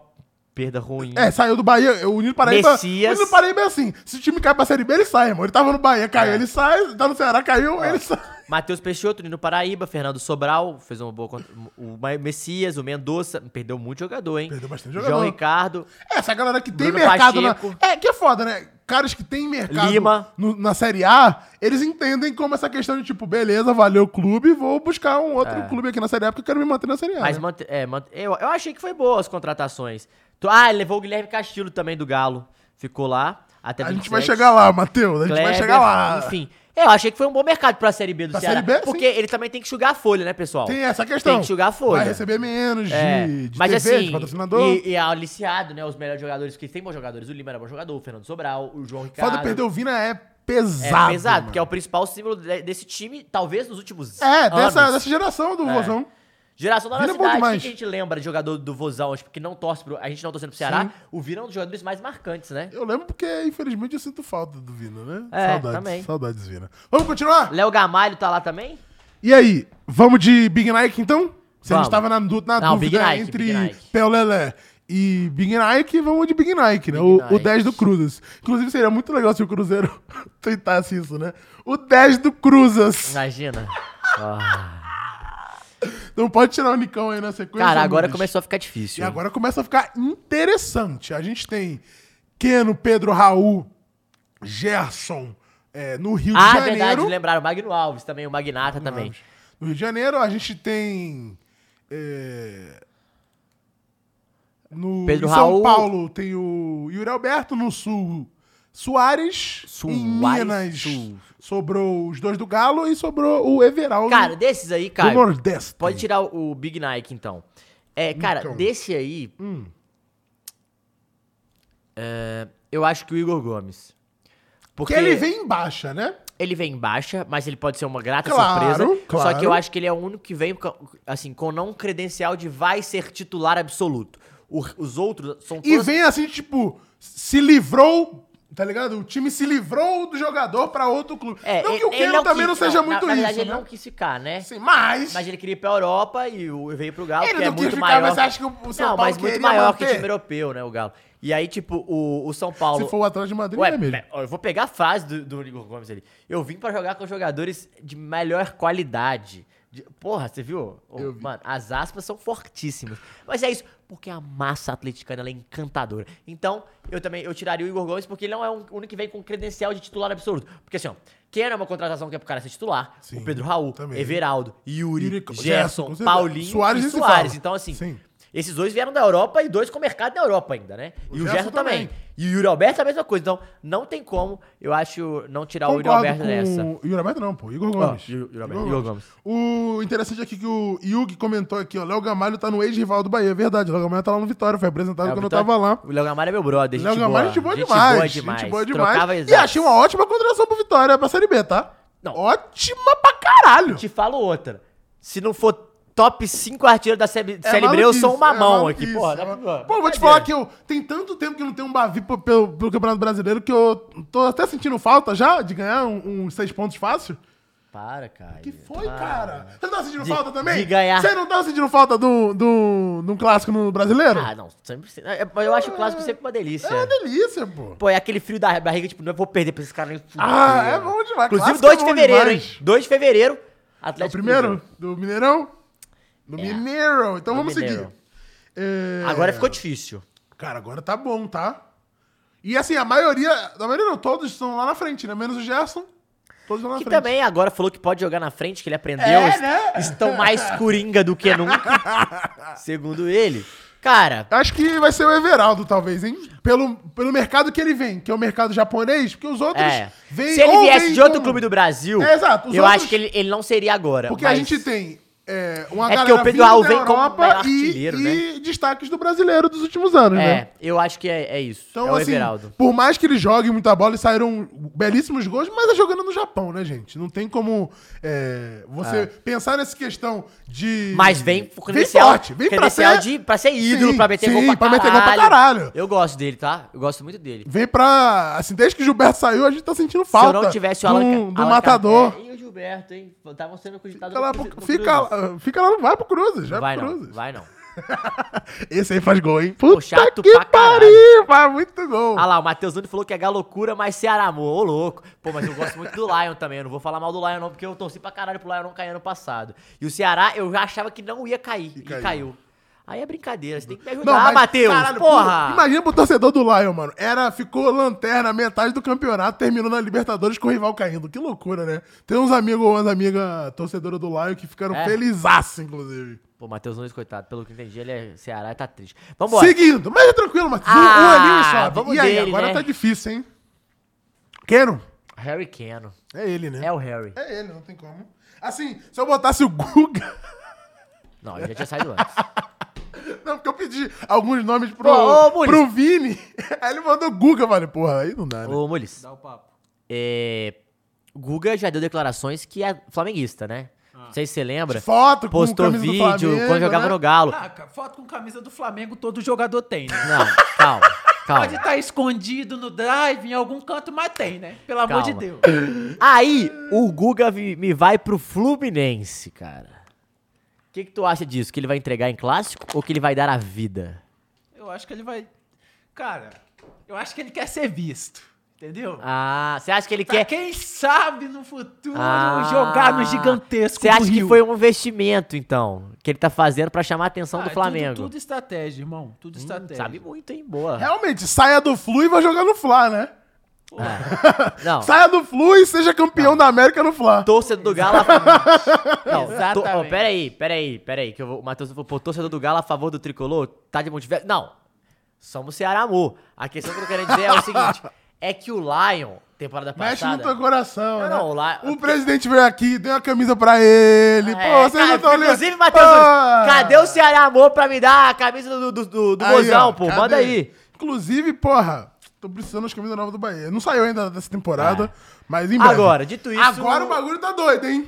Speaker 2: perda ruim.
Speaker 1: É, saiu do Bahia, o Nino Paraíba.
Speaker 2: Messias.
Speaker 1: O Nino Paraíba é assim: se o time cai pra Série B, ele sai, irmão. Ele tava no Bahia,
Speaker 2: É.
Speaker 1: caiu, ele sai, tá no Ceará, caiu, ele sai.
Speaker 2: Matheus Peixoto, Nino Paraíba. Fernando Sobral. Fez uma boa. contra- O Ma- Messias, o Mendonça. Perdeu muito jogador, hein?
Speaker 1: Perdeu bastante
Speaker 2: João
Speaker 1: jogador.
Speaker 2: Ricardo.
Speaker 1: É, essa galera que tem
Speaker 2: Bruno
Speaker 1: mercado
Speaker 2: Pacheco.
Speaker 1: na. É, que é foda, né? Caras que tem mercado
Speaker 2: Lima.
Speaker 1: no- na Série A, eles entendem como essa questão de tipo, beleza, valeu o clube, vou buscar um outro clube aqui na Série A porque eu quero me manter na Série A.
Speaker 2: É. Mas
Speaker 1: né?
Speaker 2: mante- é, mante- eu, eu achei que foi boa as contratações. Tu- Ah, ele levou o Guilherme Castilho também do Galo. Ficou lá. Até
Speaker 1: a gente vai
Speaker 2: 27.
Speaker 1: chegar lá, Matheus. A gente vai
Speaker 2: Kleber,
Speaker 1: chegar lá.
Speaker 2: Enfim. É, Eu achei que foi um bom mercado pra Série B do
Speaker 1: Pra
Speaker 2: Ceará.
Speaker 1: Série B, sim.
Speaker 2: porque ele também tem que enxugar a folha, né, pessoal?
Speaker 1: Tem essa questão.
Speaker 2: Tem que enxugar a folha.
Speaker 1: Vai receber menos
Speaker 2: É,
Speaker 1: de, de
Speaker 2: mas
Speaker 1: TV,
Speaker 2: assim,
Speaker 1: de patrocinador.
Speaker 2: E, e aliciado, né? Os melhores jogadores, que tem bons jogadores. O Lima era bom jogador, o Fernando Sobral, o João Ricardo.
Speaker 1: Foda perder o Vina é
Speaker 2: É
Speaker 1: pesado.
Speaker 2: pesado,
Speaker 1: mano.
Speaker 2: porque é o principal símbolo de- desse time, talvez nos últimos
Speaker 1: É, dessa,
Speaker 2: anos. É.
Speaker 1: dessa geração do Vozão.
Speaker 2: Geração da
Speaker 1: Vina é
Speaker 2: nossa
Speaker 1: bom
Speaker 2: cidade, o que
Speaker 1: demais.
Speaker 2: que a gente lembra de jogador do Vozão, tipo, que não torce pro, a gente não torcendo pro Ceará,
Speaker 1: Sim.
Speaker 2: o Vina é um dos jogadores mais marcantes, né?
Speaker 1: Eu lembro porque, infelizmente, eu sinto falta do Vina, né?
Speaker 2: É,
Speaker 1: saudades,
Speaker 2: também.
Speaker 1: saudades, Vina. Vamos continuar?
Speaker 2: Léo Gamalho tá lá também?
Speaker 1: E aí, vamos de Big Nike, então? Se a
Speaker 2: Vamos.
Speaker 1: gente tava na, du- na
Speaker 2: Não,
Speaker 1: dúvida
Speaker 2: Big Nike, Big
Speaker 1: entre
Speaker 2: Nike.
Speaker 1: Pel Lelé e Big Nike, vamos de Big Nike, né? o, o
Speaker 2: Nike.
Speaker 1: 10 do Cruzas. Inclusive, seria muito legal se o Cruzeiro tentasse isso, né? O 10 do Cruzas.
Speaker 2: Imagina. Ah.
Speaker 1: Não pode tirar o Nicão aí na sequência.
Speaker 2: Cara, agora
Speaker 1: Nunes.
Speaker 2: começou a ficar
Speaker 1: E
Speaker 2: difícil.
Speaker 1: agora começa a ficar interessante. A gente tem Keno, Pedro, Raul, Gerson é, no Rio
Speaker 2: ah,
Speaker 1: de
Speaker 2: verdade,
Speaker 1: Janeiro. Ah,
Speaker 2: lembraram. O Magno Alves também, o Magnata também.
Speaker 1: No Rio de Janeiro a gente tem. é, no
Speaker 2: Pedro
Speaker 1: em São
Speaker 2: Raul.
Speaker 1: Paulo tem o Yuri Alberto no Sul. Soares, em
Speaker 2: Suárez,
Speaker 1: Minas,
Speaker 2: Su-
Speaker 1: sobrou os dois do Galo e sobrou o Everaldo
Speaker 2: Cara, desses aí,
Speaker 1: do
Speaker 2: cara.
Speaker 1: Nordeste.
Speaker 2: Pode tirar o o Big Nike, então. É,
Speaker 1: Hum.
Speaker 2: cara,
Speaker 1: Então. Hum.
Speaker 2: desse aí. é, eu acho que o Igor Gomes.
Speaker 1: Porque
Speaker 2: Porque
Speaker 1: ele vem em baixa, né?
Speaker 2: ele vem em baixa, mas ele pode ser uma grata
Speaker 1: Claro,
Speaker 2: surpresa. Só que eu
Speaker 1: claro.
Speaker 2: acho que ele é o único que vem com- assim, com não credencial de vai ser titular absoluto. O- os outros são
Speaker 1: E
Speaker 2: todos.
Speaker 1: vem assim, tipo, se livrou, tá ligado? O time se livrou do jogador pra outro clube.
Speaker 2: É,
Speaker 1: não que o
Speaker 2: ele- ele
Speaker 1: Keno
Speaker 2: quis-
Speaker 1: também não seja
Speaker 2: na-
Speaker 1: muito
Speaker 2: na, verdade,
Speaker 1: isso,
Speaker 2: ele
Speaker 1: né?
Speaker 2: não quis ficar, né?
Speaker 1: Sim, mas,
Speaker 2: Mas ele queria ir pra Europa e o- veio pro Galo,
Speaker 1: Ele
Speaker 2: que é
Speaker 1: não quis
Speaker 2: muito
Speaker 1: ficar,
Speaker 2: maior.
Speaker 1: mas você acha que o São
Speaker 2: não,
Speaker 1: Paulo
Speaker 2: mas muito
Speaker 1: queria
Speaker 2: maior que
Speaker 1: manter?
Speaker 2: o time europeu, né, o Galo. E aí, tipo, o, o São
Speaker 1: se
Speaker 2: Paulo...
Speaker 1: for o Atlético de Madrid,
Speaker 2: Ué,
Speaker 1: não é mesmo.
Speaker 2: pe- ó, eu vou pegar a frase do, do Igor Gomes ali. Eu vim pra jogar com jogadores de melhor qualidade. De- porra, você viu? Ô, Mano, as aspas são fortíssimas. Mas é isso, porque a massa atleticana ela é encantadora. Então, eu também eu tiraria o Igor Gomes porque ele não é um- o único que vem com credencial de titular absoluto. Porque assim, ó, quem era uma contratação que é pro cara ser titular? o
Speaker 1: Sim,
Speaker 2: Pedro Raul,
Speaker 1: também.
Speaker 2: Everaldo, Yuri,
Speaker 1: Yuri,
Speaker 2: Gerson,
Speaker 1: Gerson, com certeza.
Speaker 2: Paulinho
Speaker 1: Suárez
Speaker 2: e
Speaker 1: nem se
Speaker 2: Soares.
Speaker 1: fala.
Speaker 2: Então, assim,
Speaker 1: Sim.
Speaker 2: esses dois vieram da Europa e dois com o mercado da Europa ainda, né?
Speaker 1: O
Speaker 2: e o
Speaker 1: Gerson
Speaker 2: Gerson também.
Speaker 1: também.
Speaker 2: E o Yuri Alberto é a mesma coisa. Então, não tem como, eu acho, não tirar é o Yuri
Speaker 1: Concordo
Speaker 2: Alberto nessa.
Speaker 1: com... Yuri Alberto não, pô. Igor Gomes.
Speaker 2: Yuri- Yuri Alberto. Igor Gomes.
Speaker 1: O interessante aqui que o Yugi comentou aqui, ó. Léo Gamalho tá no ex-rival do Bahia. É verdade. Léo Gamalho tá lá no Vitória. Foi apresentado
Speaker 2: É, o
Speaker 1: quando
Speaker 2: Vitória-
Speaker 1: eu tava lá.
Speaker 2: O Léo Gamalho é meu brother, gente
Speaker 1: Léo Gamalho, gente boa demais. Gente boa demais.
Speaker 2: Trocava
Speaker 1: e
Speaker 2: exato.
Speaker 1: achei uma ótima contratação pro Vitória pra Série B, tá?
Speaker 2: Não. Tipo,
Speaker 1: Ótima pra caralho.
Speaker 2: Te falo outra. Se não for top 5 artilheiro da Série
Speaker 1: É
Speaker 2: Série B, eu sou um
Speaker 1: maluquice,
Speaker 2: mamão
Speaker 1: é
Speaker 2: aqui,
Speaker 1: maluquice,
Speaker 2: porra.
Speaker 1: é
Speaker 2: dá-
Speaker 1: maluquice. Pô, vou te falar que eu. Tem tanto tempo que não tem um Bavi pô- pelo, pelo Campeonato Brasileiro que eu tô até sentindo falta já de ganhar uns um, uns seis pontos fácil.
Speaker 2: Para, cara.
Speaker 1: Que foi,
Speaker 2: Para.
Speaker 1: cara? Você não tá sentindo
Speaker 2: Ah, De-
Speaker 1: falta também?
Speaker 2: de ganhar.
Speaker 1: Você não tá sentindo falta do, do, de um clássico no brasileiro?
Speaker 2: Ah, não. Sempre, é, mas eu acho o clássico sempre uma delícia.
Speaker 1: é uma delícia, pô.
Speaker 2: Pô, é aquele frio da barriga, tipo, não eu vou perder pra esses caras. nem fudendo.
Speaker 1: Ah, é bom demais.
Speaker 2: Inclusive,
Speaker 1: Clássico
Speaker 2: 2 de
Speaker 1: é bom
Speaker 2: fevereiro,
Speaker 1: demais.
Speaker 2: hein? 2 de fevereiro.
Speaker 1: É o
Speaker 2: Atlético
Speaker 1: primeiro?
Speaker 2: Cruzeiro.
Speaker 1: Do Mineirão? Do
Speaker 2: É.
Speaker 1: Mineiro. Então
Speaker 2: Do
Speaker 1: vamos
Speaker 2: Mineiro.
Speaker 1: seguir. É,
Speaker 2: Agora ficou difícil.
Speaker 1: Cara, agora tá bom, tá? E assim, a maioria. A maioria não, todos estão lá na frente, né? Menos o Gerson. Todos lá na
Speaker 2: Que
Speaker 1: frente.
Speaker 2: também agora falou que pode jogar na frente, que ele aprendeu.
Speaker 1: É,
Speaker 2: est-
Speaker 1: né?
Speaker 2: Estão mais coringa do que nunca, segundo ele. Cara,
Speaker 1: Acho que vai ser o Everaldo, talvez, hein? Pelo, pelo mercado que ele vem, que é o mercado japonês, porque os outros
Speaker 2: é.
Speaker 1: vêm.
Speaker 2: Se ele
Speaker 1: ou
Speaker 2: viesse
Speaker 1: vêm
Speaker 2: de outro
Speaker 1: como-
Speaker 2: clube do Brasil,
Speaker 1: É, exato, os
Speaker 2: eu
Speaker 1: outros-
Speaker 2: acho que ele, ele não seria agora.
Speaker 1: Porque a
Speaker 2: mas-
Speaker 1: gente tem é, uma
Speaker 2: É
Speaker 1: galera
Speaker 2: porque o Pedro
Speaker 1: vindo da
Speaker 2: Raul vem como
Speaker 1: Europa
Speaker 2: maior
Speaker 1: e,
Speaker 2: artilheiro, né?
Speaker 1: e destaques do brasileiro dos últimos anos, né?
Speaker 2: É, eu acho que é, é isso.
Speaker 1: Então,
Speaker 2: é o
Speaker 1: assim,
Speaker 2: Everaldo.
Speaker 1: por mais que ele jogue muita bola e saíram belíssimos gols, mas é jogando no Japão, né, gente? Não tem como é, você pensar nessa questão de...
Speaker 2: Ah. Mas vem com
Speaker 1: vem
Speaker 2: credencial,
Speaker 1: forte, vem pra
Speaker 2: credencial
Speaker 1: ser...
Speaker 2: de, pra ser ídolo,
Speaker 1: Sim,
Speaker 2: pra meter
Speaker 1: sim,
Speaker 2: gol pra,
Speaker 1: pra
Speaker 2: caralho.
Speaker 1: meter gol pra caralho.
Speaker 2: Eu gosto dele, tá? Eu gosto muito dele.
Speaker 1: Vem pra... Assim, desde que o Gilberto saiu, a gente tá sentindo falta
Speaker 2: Se eu não tivesse o Alan,
Speaker 1: do,
Speaker 2: Ca- É,
Speaker 1: do
Speaker 2: Alan
Speaker 1: um matador.
Speaker 2: Café E o Gilberto, hein?
Speaker 4: Tá
Speaker 2: Estavam sendo cogitados
Speaker 1: Fica lá,
Speaker 2: no
Speaker 1: pro-
Speaker 2: Cruze- no
Speaker 1: fica,
Speaker 2: Cruzes.
Speaker 1: lá- fica lá, vai pro Cruzes, vai,
Speaker 2: Vai
Speaker 1: pro
Speaker 2: não,
Speaker 1: Cruzes.
Speaker 2: vai não.
Speaker 1: Esse aí faz gol, hein? Puta
Speaker 2: chato
Speaker 1: que
Speaker 2: pra
Speaker 1: pariu, faz muito gol.
Speaker 2: Ah lá, o Matheus Nunes falou que é galocura, mas Ceará, amor. Ô, louco. Pô, mas eu gosto muito do Lion também. Eu não vou falar mal do Lion, não, porque eu torci pra caralho pro Lion não cair ano passado. E o Ceará, eu já achava que não ia cair. E,
Speaker 1: caiu.
Speaker 2: caiu. Aí é brincadeira. Você tem que me
Speaker 1: Não,
Speaker 2: ajudar,
Speaker 1: mas,
Speaker 2: Ah, Matheus.
Speaker 1: caralho,
Speaker 2: Porra.
Speaker 1: pô, Imagina pro torcedor do Lion, mano. Era, ficou lanterna metade do campeonato, terminou na Libertadores com o rival caindo. Que loucura, né? Tem uns amigos ou umas amigas torcedoras do Lion que ficaram
Speaker 2: É.
Speaker 1: felizaço, inclusive.
Speaker 2: Pô, Matheus Nunes, coitado. Pelo que eu entendi, ele é Ceará e tá triste. Vambora.
Speaker 1: Seguindo, mas é tranquilo, Matheus. Um-
Speaker 2: Ah,
Speaker 1: um aninho só.
Speaker 2: vamos
Speaker 1: e aí,
Speaker 2: dele,
Speaker 1: agora
Speaker 2: né?
Speaker 1: tá difícil, hein? Quero?
Speaker 2: Harry Keno.
Speaker 1: É ele, né?
Speaker 2: É o Harry.
Speaker 1: É ele, não tem como. Assim, se eu botasse o Guga.
Speaker 2: Não, ele já tinha saído antes.
Speaker 1: Não, porque eu pedi alguns nomes pro,
Speaker 2: Ô, ô, Muniz.
Speaker 1: pro Vini. Aí ele mandou Guga, eu falei, porra, aí não dá, né?
Speaker 2: Ô, Mulis.
Speaker 4: Dá o papo.
Speaker 2: É, Guga já deu declarações que é flamenguista, né? Não sei se você lembra.
Speaker 1: Foto com
Speaker 2: Postou
Speaker 1: camisa do
Speaker 2: vídeo
Speaker 1: Flamengo,
Speaker 2: quando jogava
Speaker 1: né?
Speaker 2: no Galo.
Speaker 4: Ah, ca- foto com camisa do Flamengo todo jogador tem, né?
Speaker 2: Não, calma,
Speaker 4: Pode
Speaker 2: calma.
Speaker 4: estar escondido no drive em algum canto, mas tem, né? Pelo amor de
Speaker 2: Calma.
Speaker 4: Deus.
Speaker 2: Aí, o Guga vi- me vai pro Fluminense, cara. O que, que tu acha disso? Que ele vai entregar em clássico ou que ele vai dar a vida?
Speaker 4: Eu acho que ele vai. Cara, eu acho que ele quer ser visto. Entendeu?
Speaker 2: Ah, você acha que ele
Speaker 4: Pra
Speaker 2: quer.
Speaker 4: quem sabe no futuro
Speaker 2: Ah,
Speaker 4: jogar no gigantesco
Speaker 2: Você
Speaker 4: do
Speaker 2: acha que
Speaker 4: Rio.
Speaker 2: foi um investimento, então? Que ele tá fazendo pra chamar a atenção
Speaker 4: Ah,
Speaker 2: do
Speaker 4: é
Speaker 2: Flamengo? Hum,
Speaker 4: Tudo, tudo estratégia, irmão. Tudo estratégia.
Speaker 2: Sabe muito, hein? Boa.
Speaker 1: Realmente, saia do Flu e vai jogar no Fla, né?
Speaker 2: É. Não.
Speaker 1: Saia do Flu e seja campeão da América no Fla.
Speaker 2: Torcedor do Galo a favor. Não,
Speaker 4: Exatamente.
Speaker 2: to- ó, peraí, peraí, peraí. Que eu vou- o Matheus falou, pô, torcedor do Galo a favor do tricolor? Tá de Montevideo? Não. Somos Ceará, amor. A questão que eu quero dizer é o seguinte: é que o Lion, temporada
Speaker 1: Mexe no
Speaker 2: passada.
Speaker 1: teu coração,
Speaker 2: Não,
Speaker 1: né?
Speaker 2: não, lá-
Speaker 1: O presidente veio aqui, deu uma camisa pra ele. Pô,
Speaker 2: é,
Speaker 1: vocês não
Speaker 2: cara,
Speaker 1: estão olhando.
Speaker 2: inclusive, Matheus,
Speaker 1: Ah!
Speaker 2: cadê o Ceará Amor pra me dar a camisa do, do, do, do
Speaker 1: Aí,
Speaker 2: Mozão,
Speaker 1: ó,
Speaker 2: pô?
Speaker 1: cadê?
Speaker 2: Manda aí.
Speaker 1: Inclusive, porra, tô precisando das camisas novas do Bahia. Não saiu ainda dessa temporada, mas em breve.
Speaker 2: É. Agora, dito isso.
Speaker 1: Agora o bagulho tá doido, hein?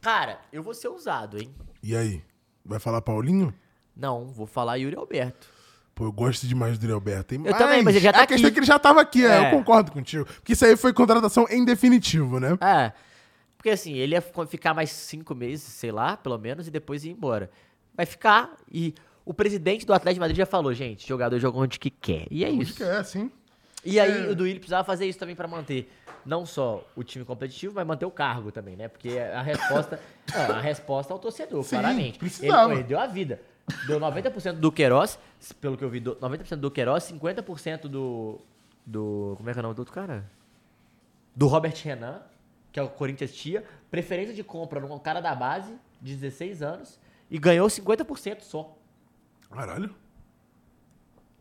Speaker 2: Cara, eu vou ser usado, hein?
Speaker 1: E aí? Vai falar Paulinho?
Speaker 2: Não, vou falar Yuri Alberto.
Speaker 1: Pô, eu gosto demais do Yuri Alberto. hein?
Speaker 2: Eu também, mas ele já
Speaker 1: é
Speaker 2: tá
Speaker 1: a questão
Speaker 2: aqui.
Speaker 1: é que ele já tava aqui, é,
Speaker 2: É.
Speaker 1: eu concordo contigo. Porque isso aí foi contratação em definitivo, né?
Speaker 2: É. Porque assim, ele ia fi- ficar mais cinco meses, sei lá, pelo menos, e depois ir embora. Vai ficar. E o presidente do Atlético de Madrid já falou, gente, jogador joga onde que quer. E é
Speaker 1: Acho que
Speaker 2: isso.
Speaker 1: é, assim.
Speaker 2: E aí o Duílio precisava fazer isso também pra manter não só o time competitivo, mas manter o cargo também, né? Porque a resposta, é, a resposta ao torcedor,
Speaker 1: Sim,
Speaker 2: claramente.
Speaker 1: precisava.
Speaker 2: Ele perdeu a vida. Deu 90% do Queiroz, pelo que eu vi, do- 90% do Queiroz, 50% do do como é que é o nome do outro cara? do Robert Renan, que é o Corinthians tinha, preferência de compra num cara da base, de 16 anos, e ganhou 50% só.
Speaker 1: Caralho.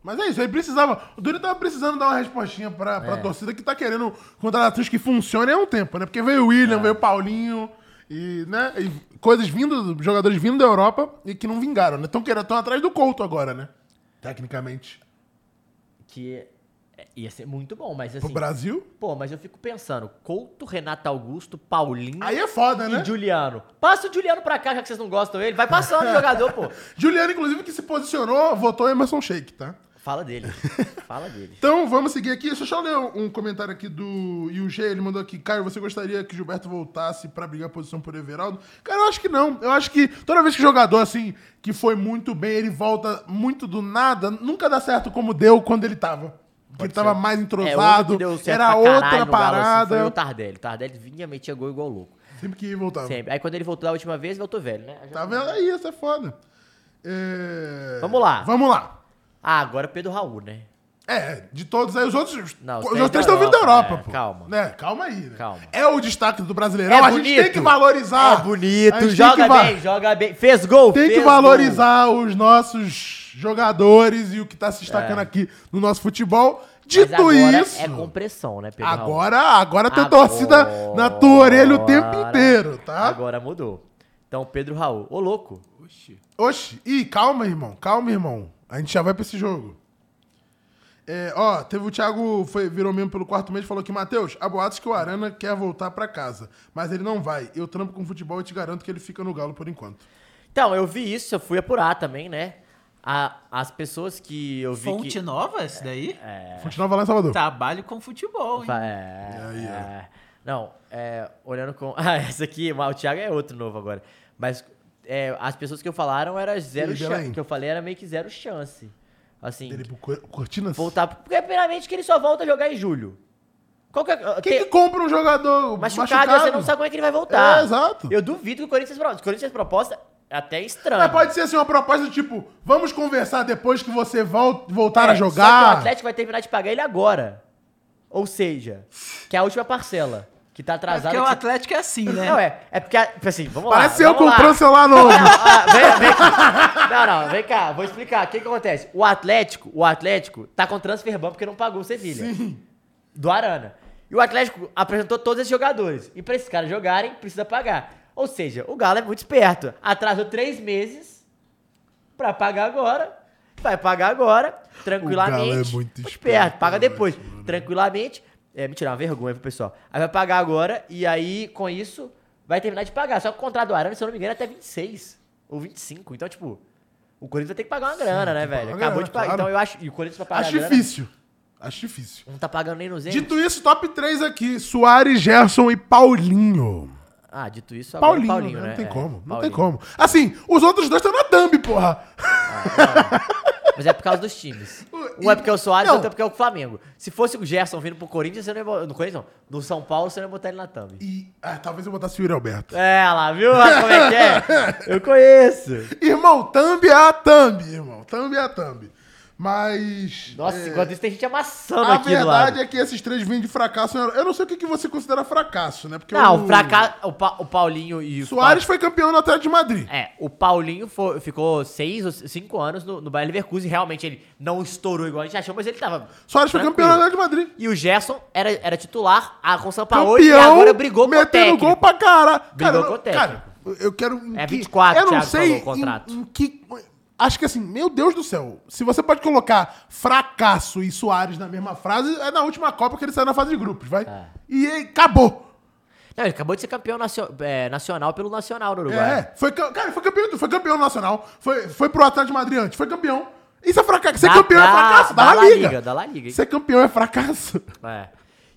Speaker 1: Mas é isso, ele precisava. O Duri tava precisando dar uma respostinha pra, pra
Speaker 2: É.
Speaker 1: torcida que tá querendo contratações que funcionem há um tempo, né? Porque veio o
Speaker 2: É.
Speaker 1: William, veio o Paulinho, e, né? e coisas vindo, jogadores vindo da Europa e que não vingaram, né? Estão querendo, tão atrás do Couto agora, né? Tecnicamente.
Speaker 2: Que é- ia ser muito bom, mas
Speaker 1: Pro
Speaker 2: assim.
Speaker 1: Brasil.
Speaker 2: Pô, mas eu fico pensando, Couto, Renato Augusto, Paulinho
Speaker 1: Aí é foda, né?
Speaker 2: e Juliano. Passa o Juliano pra cá, já que vocês não gostam dele. Vai passando o jogador, pô.
Speaker 1: Juliano, inclusive, que se posicionou, votou Emerson Shake, tá?
Speaker 2: Fala dele. Fala dele.
Speaker 1: Então, vamos seguir aqui. Deixa eu só ler um comentário aqui do IUG. Ele mandou aqui, Caio, você gostaria que Gilberto voltasse pra brigar posição por Everaldo? Cara, eu acho que não. Eu acho que toda vez que jogador, assim, que foi muito bem, ele volta muito do nada, nunca dá certo como deu quando ele tava. Porque ele tava
Speaker 2: É,
Speaker 1: mais entrosado, era
Speaker 2: pra caralho
Speaker 1: outra
Speaker 2: no Galo, assim,
Speaker 1: parada.
Speaker 2: foi o Tardelli. O Tardelli vinha, metia gol igual louco.
Speaker 1: Sempre que voltava.
Speaker 2: Sempre. Aí quando ele voltou da última vez, voltou velho, né?
Speaker 1: Tá vendo? Aí, essa é foda. É...
Speaker 2: Vamos lá.
Speaker 1: Vamos lá.
Speaker 2: Ah, agora é Pedro Raul, né?
Speaker 1: É, de todos aí, os outros.
Speaker 2: Não,
Speaker 1: os
Speaker 2: os
Speaker 1: outros três
Speaker 2: três
Speaker 1: estão
Speaker 2: da
Speaker 1: vindo da
Speaker 2: Europa,
Speaker 1: Europa,
Speaker 2: é,
Speaker 1: pô.
Speaker 2: calma.
Speaker 1: Né? Calma aí, né?
Speaker 2: Calma.
Speaker 1: É o destaque do brasileirão.
Speaker 2: É
Speaker 1: a gente tem
Speaker 2: bonito.
Speaker 1: que valorizar.
Speaker 2: É bonito,
Speaker 1: Ah, A gente tem
Speaker 2: joga
Speaker 1: que va-
Speaker 2: bem, joga bem. Fez gol,
Speaker 1: Tem que
Speaker 2: fez
Speaker 1: valorizar os nossos jogadores e o que tá se destacando aqui no nosso futebol.
Speaker 2: gol. É. Mas
Speaker 1: Dito
Speaker 2: agora
Speaker 1: isso.
Speaker 2: É compressão, né, Pedro? Raul?
Speaker 1: Agora, agora tem
Speaker 2: Agora-
Speaker 1: torcida assim na tua orelha o tempo inteiro, tá?
Speaker 2: Agora mudou. Então, Pedro Raul. Ô, louco.
Speaker 4: Oxi.
Speaker 1: Oxi, ih, calma, irmão, calma, irmão. A gente já vai pra esse jogo. É, ó, teve o Thiago, foi, virou mesmo pelo quarto mês e falou que, Matheus, há boatos que o Arana quer voltar pra casa, mas ele não vai. Eu trampo com futebol e te garanto que ele fica no galo por enquanto.
Speaker 2: Então, eu vi isso, eu fui apurar também, né? A- as pessoas que eu vi
Speaker 4: Fonte
Speaker 2: que...
Speaker 4: nova, esse daí?
Speaker 2: É,
Speaker 1: Fonte Nova lá em
Speaker 2: Tá.
Speaker 1: Salvador.
Speaker 4: Trabalho com futebol, hein?
Speaker 2: Fa- É,
Speaker 1: aí, ó.
Speaker 2: é. Não, é, olhando com. Ah, essa aqui, o Thiago é outro novo agora. Mas é, as pessoas que eu falaram era zero
Speaker 1: E Belém?
Speaker 2: chance. que eu falei era meio que zero chance. Assim,
Speaker 1: Ele pro Cor- Cortinas?
Speaker 2: voltar. Porque, é primeiramente, que ele só volta a jogar em julho. Qual que é.
Speaker 1: Quem que
Speaker 2: tem-
Speaker 1: compra um jogador
Speaker 2: machucado,
Speaker 1: machucado?
Speaker 2: você não sabe como é que ele vai voltar.
Speaker 1: É, exato.
Speaker 2: Eu duvido que o Corinthians proposta. O Corinthians proposta é até estranha.
Speaker 1: Mas pode ser assim uma proposta do tipo, vamos conversar depois que você vol- voltar a
Speaker 2: É, só que o
Speaker 1: jogar.
Speaker 2: Atlético vai terminar de pagar ele agora. Ou seja, que é a última parcela. Que tá
Speaker 4: É
Speaker 2: atrasada.
Speaker 4: porque o
Speaker 2: que-
Speaker 4: Atlético é assim, né?
Speaker 2: Não, é. É porque, a- assim, vamos lá.
Speaker 1: Parece eu
Speaker 2: vamos lá.
Speaker 1: comprando celular novo.
Speaker 2: Ah, vem, vem cá. Não, não, vem cá, vou explicar. O que, que acontece? O Atlético, o Atlético tá com transfer ban porque não pagou o Sevilha. Do Arana. E o Atlético apresentou todos esses jogadores. E pra esses caras jogarem, precisa pagar. Ou seja, o Galo é muito esperto. Atrasou três meses pra pagar agora. Vai pagar agora, tranquilamente.
Speaker 1: Galo é muito esperto,
Speaker 2: esperto. Paga
Speaker 1: né,
Speaker 2: depois,
Speaker 1: mano?
Speaker 2: tranquilamente. É, me tirar uma vergonha pro pessoal. Aí vai pagar agora, e aí, com isso, vai terminar de pagar. Só que o contrato do Arana, se eu não me engano, é até 26 ou 25. Então, tipo, o Corinthians vai ter que pagar uma grana, né,
Speaker 1: que pagar
Speaker 2: velho?
Speaker 1: uma
Speaker 2: Acabou
Speaker 1: grana,
Speaker 2: de pagar.
Speaker 1: claro.
Speaker 2: Então, eu acho. E o Corinthians vai pagar.
Speaker 1: Acho
Speaker 2: a grana,
Speaker 1: difícil. Acho difícil.
Speaker 2: Não tá pagando nem nos
Speaker 1: Dito isso, top 3 aqui: Soares, Gerson e Paulinho.
Speaker 2: Ah, dito isso, agora
Speaker 1: Paulinho,
Speaker 2: Paulinho, Paulinho
Speaker 1: né? Não
Speaker 2: né?
Speaker 1: tem
Speaker 2: É,
Speaker 1: como, não tem
Speaker 2: Paulinho.
Speaker 1: como. Assim, os outros dois estão na thumb, porra.
Speaker 2: Mas é por causa dos times.
Speaker 1: O-
Speaker 2: Um é porque é o Soares,
Speaker 1: Não.
Speaker 2: outro é porque é o Flamengo. Se fosse o Gerson vindo pro Corinthians, você não ia botar. No Corinthians, não. No São Paulo, você não ia botar ele na thumb.
Speaker 1: E ah, talvez eu botasse o Yuri Alberto.
Speaker 2: É, lá, viu como é que é? Eu conheço.
Speaker 1: Irmão, thumb é a thumb, irmão. Thumb é a thumb. Mas.
Speaker 2: Nossa,
Speaker 1: é,
Speaker 2: enquanto isso tem gente amassando
Speaker 1: a
Speaker 2: aqui do lado.
Speaker 1: verdade é que esses três vêm de fracasso. Eu não sei o que, que você considera fracasso, né? Porque
Speaker 2: Não, o, fraca... o, Pa- o Paulinho e o
Speaker 1: Soares foi campeão no Atlético de Madrid.
Speaker 2: É, o Paulinho fo- ficou seis ou cinco anos no, no Bayern Leverkusen. Realmente ele não estourou igual a gente achou, mas ele tava.
Speaker 1: Soares foi campeão no
Speaker 2: tranquilo.
Speaker 1: Atlético de Madrid.
Speaker 2: E o Gerson era, era titular a, com o São Paulo e
Speaker 1: campeão,
Speaker 2: agora brigou com o
Speaker 1: metendo
Speaker 2: técnico.
Speaker 1: gol pra cara. cara, eu-
Speaker 2: com o
Speaker 1: cara, eu quero... em
Speaker 2: É
Speaker 1: que-
Speaker 2: 24,
Speaker 1: Eu não
Speaker 2: Thiago
Speaker 1: sei
Speaker 2: falou o contrato.
Speaker 1: Em, em que... Acho que assim, meu Deus do céu, se você pode colocar fracasso e Soares na mesma frase, é na última Copa que ele saiu na fase de grupos, vai?
Speaker 2: É.
Speaker 1: E aí, acabou.
Speaker 2: Não, ele acabou de ser campeão nacio- é, nacional pelo Nacional no Uruguai.
Speaker 1: É, foi, ca- cara, foi campeão, foi campeão nacional, foi, foi pro Atlético de Madrid antes, foi campeão. Isso é fracasso, ser
Speaker 2: Da-
Speaker 1: campeão é
Speaker 2: da-
Speaker 1: fracasso, da,
Speaker 2: da
Speaker 1: La
Speaker 2: La
Speaker 1: Liga.
Speaker 2: Liga, da La Liga, hein?
Speaker 1: Ser campeão é fracasso.
Speaker 2: É.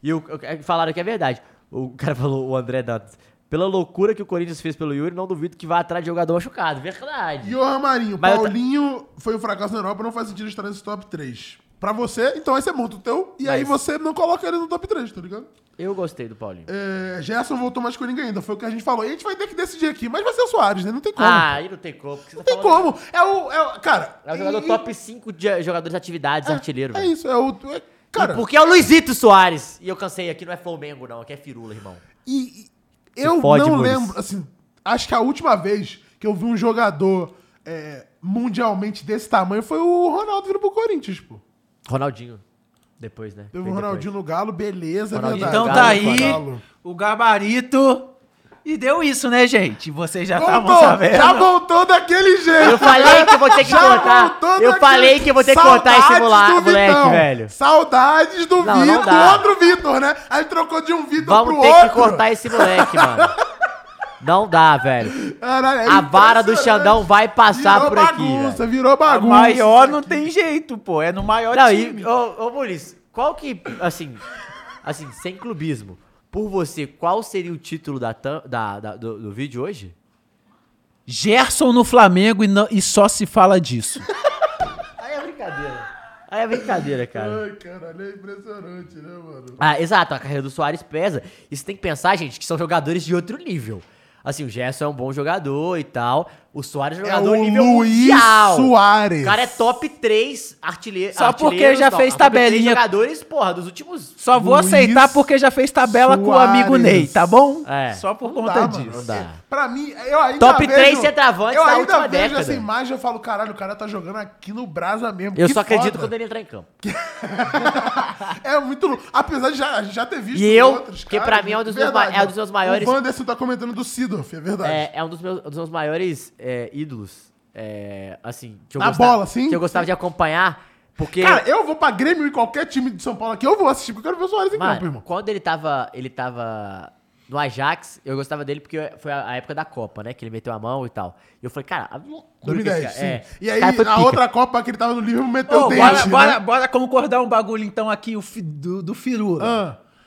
Speaker 2: E o, o- falaram que é verdade. O cara falou, o André Dantas, pela loucura que o Corinthians fez pelo Yuri, não duvido que vá atrás de jogador machucado. Verdade.
Speaker 1: Johan Marinho,
Speaker 2: Mas eu ta-
Speaker 1: Paulinho foi um fracasso na Europa, não faz sentido estar nesse top 3. Pra você, então aí você monta o teu e aí
Speaker 2: Mas-
Speaker 1: você não coloca ele no top 3, tá ligado?
Speaker 2: Eu gostei do Paulinho.
Speaker 1: É, Gerson voltou mais com ninguém ainda, foi o que a gente falou. E a gente vai ter que decidir aqui, mas vai ser o Soares, né? Não tem como.
Speaker 2: ah, aí não tem como. porque você
Speaker 1: não
Speaker 2: tá
Speaker 1: tem
Speaker 2: falando-
Speaker 1: como. É o. É o cara.
Speaker 2: É o jogador
Speaker 1: e-
Speaker 2: top 5 de jogadores de atividades, artilheiro.
Speaker 1: É
Speaker 2: velho.
Speaker 1: isso, é o. é- cara,
Speaker 2: E porque é o Luizito Soares. E eu cansei, aqui não é Flamengo, não. Aqui é Firula, irmão.
Speaker 1: E, e eu
Speaker 2: fode,
Speaker 1: não
Speaker 2: Muniz.
Speaker 1: lembro, assim, acho que a última vez que eu vi um jogador é, mundialmente desse tamanho foi o Ronaldo vindo pro Corinthians, pô.
Speaker 2: Ronaldinho. Depois, né?
Speaker 1: Teve o
Speaker 2: Vem
Speaker 1: Ronaldinho no Galo, beleza, é
Speaker 2: Ronaldinho
Speaker 1: verdade.
Speaker 4: Então
Speaker 2: Galo
Speaker 4: tá
Speaker 2: e
Speaker 4: aí
Speaker 1: Galo.
Speaker 4: o gabarito. E deu isso, né, gente? Vocês já
Speaker 2: Tá
Speaker 4: estavam
Speaker 1: Voltou,
Speaker 4: sabendo.
Speaker 1: já voltou daquele jeito.
Speaker 2: Eu falei que eu vou ter que
Speaker 1: Já
Speaker 2: cortar.
Speaker 1: voltou
Speaker 2: Eu
Speaker 1: daquele-
Speaker 2: falei que eu vou ter que cortar esse
Speaker 1: Saudades
Speaker 2: mola-
Speaker 1: do
Speaker 2: moleque,
Speaker 1: Vitão.
Speaker 2: velho.
Speaker 1: Saudades do
Speaker 2: Não, não
Speaker 1: Vitor, do
Speaker 2: dá.
Speaker 1: outro Vitor, né? Aí trocou de um Vitor
Speaker 2: Vamos
Speaker 1: pro
Speaker 2: ter
Speaker 1: outro.
Speaker 2: que cortar esse moleque, mano. Não dá, velho.
Speaker 1: Caralho, é
Speaker 2: A vara do
Speaker 1: impressionante.
Speaker 2: Xandão vai passar
Speaker 1: virou
Speaker 2: por aqui,
Speaker 1: Bagunça,
Speaker 2: velho.
Speaker 1: virou
Speaker 4: A
Speaker 1: bagunça.
Speaker 4: maior não tem jeito, pô. É no maior
Speaker 2: Não,
Speaker 4: time.
Speaker 2: e, ô, ô Muniz, qual que, assim, assim, sem clubismo, por você, qual seria o título da, tam- da- da- do, do vídeo hoje?
Speaker 4: Gerson no Flamengo e, não- e só se fala disso.
Speaker 2: Aí é brincadeira. Aí é brincadeira, cara.
Speaker 1: Ai, caralho, é impressionante, né, mano?
Speaker 2: Ah, exato, a carreira do Soares pesa. E você tem que pensar, gente, que são jogadores de outro nível. Assim, o Gerson é um bom jogador e tal, O Soares é
Speaker 1: É
Speaker 2: jogador
Speaker 1: o
Speaker 2: nível
Speaker 1: Luiz
Speaker 2: mundial.
Speaker 1: Soares.
Speaker 2: O cara é top 3 artilheiro.
Speaker 4: Só porque já
Speaker 2: é
Speaker 4: fez tabelinha.
Speaker 2: jogadores, porra, dos últimos...
Speaker 4: Só vou
Speaker 1: Luiz
Speaker 4: aceitar porque já fez tabela com o amigo
Speaker 1: Suárez.
Speaker 4: Ney, tá bom?
Speaker 2: É.
Speaker 4: Só por
Speaker 1: Não
Speaker 4: conta
Speaker 1: dá, mano. É,
Speaker 4: disso.
Speaker 2: Não dá.
Speaker 1: Pra mim, eu ainda
Speaker 2: Top
Speaker 1: vejo,
Speaker 2: três centroavantes
Speaker 1: Eu
Speaker 2: da
Speaker 1: ainda
Speaker 2: última
Speaker 1: vejo
Speaker 2: década.
Speaker 1: essa imagem e falo, caralho, o cara tá jogando aqui no Brasa mesmo.
Speaker 2: Eu
Speaker 1: que
Speaker 2: só acredito
Speaker 1: foda.
Speaker 2: quando ele entrar em campo.
Speaker 1: É muito louco. Apesar de já, a gente já ter visto né?
Speaker 2: E eu, que pra mim é um dos meus
Speaker 1: verdade,
Speaker 2: ma- é um dos meus maiores-
Speaker 1: O Wanderson tá comentando do Sidorf, é verdade.
Speaker 2: É, é um dos meus, dos meus maiores é, ídolos, é, assim, que eu,
Speaker 1: Na
Speaker 2: gostava,
Speaker 1: bola, sim?
Speaker 2: que eu gostava de acompanhar, porque...
Speaker 1: Cara, eu vou pra Grêmio e qualquer time de São Paulo aqui, eu vou assistir, porque eu quero ver o Soares em
Speaker 2: Mano,
Speaker 1: campo, irmão.
Speaker 2: quando ele tava, ele tava no Ajax, eu gostava dele porque foi a, a época da Copa, né? Que ele meteu a mão e tal. E eu falei, cara, a loucura que
Speaker 1: 2010,
Speaker 2: esse
Speaker 1: sim.
Speaker 2: cara- é,
Speaker 1: E
Speaker 2: esse
Speaker 1: aí,
Speaker 2: cara foi
Speaker 1: a
Speaker 2: pica.
Speaker 1: outra Copa que ele tava no Liverpool meteu
Speaker 4: Ô,
Speaker 1: o
Speaker 4: bora,
Speaker 1: dente,
Speaker 4: bora,
Speaker 1: né?
Speaker 4: bora concordar um bagulho então aqui o fi- do, do Firula.
Speaker 1: Ah,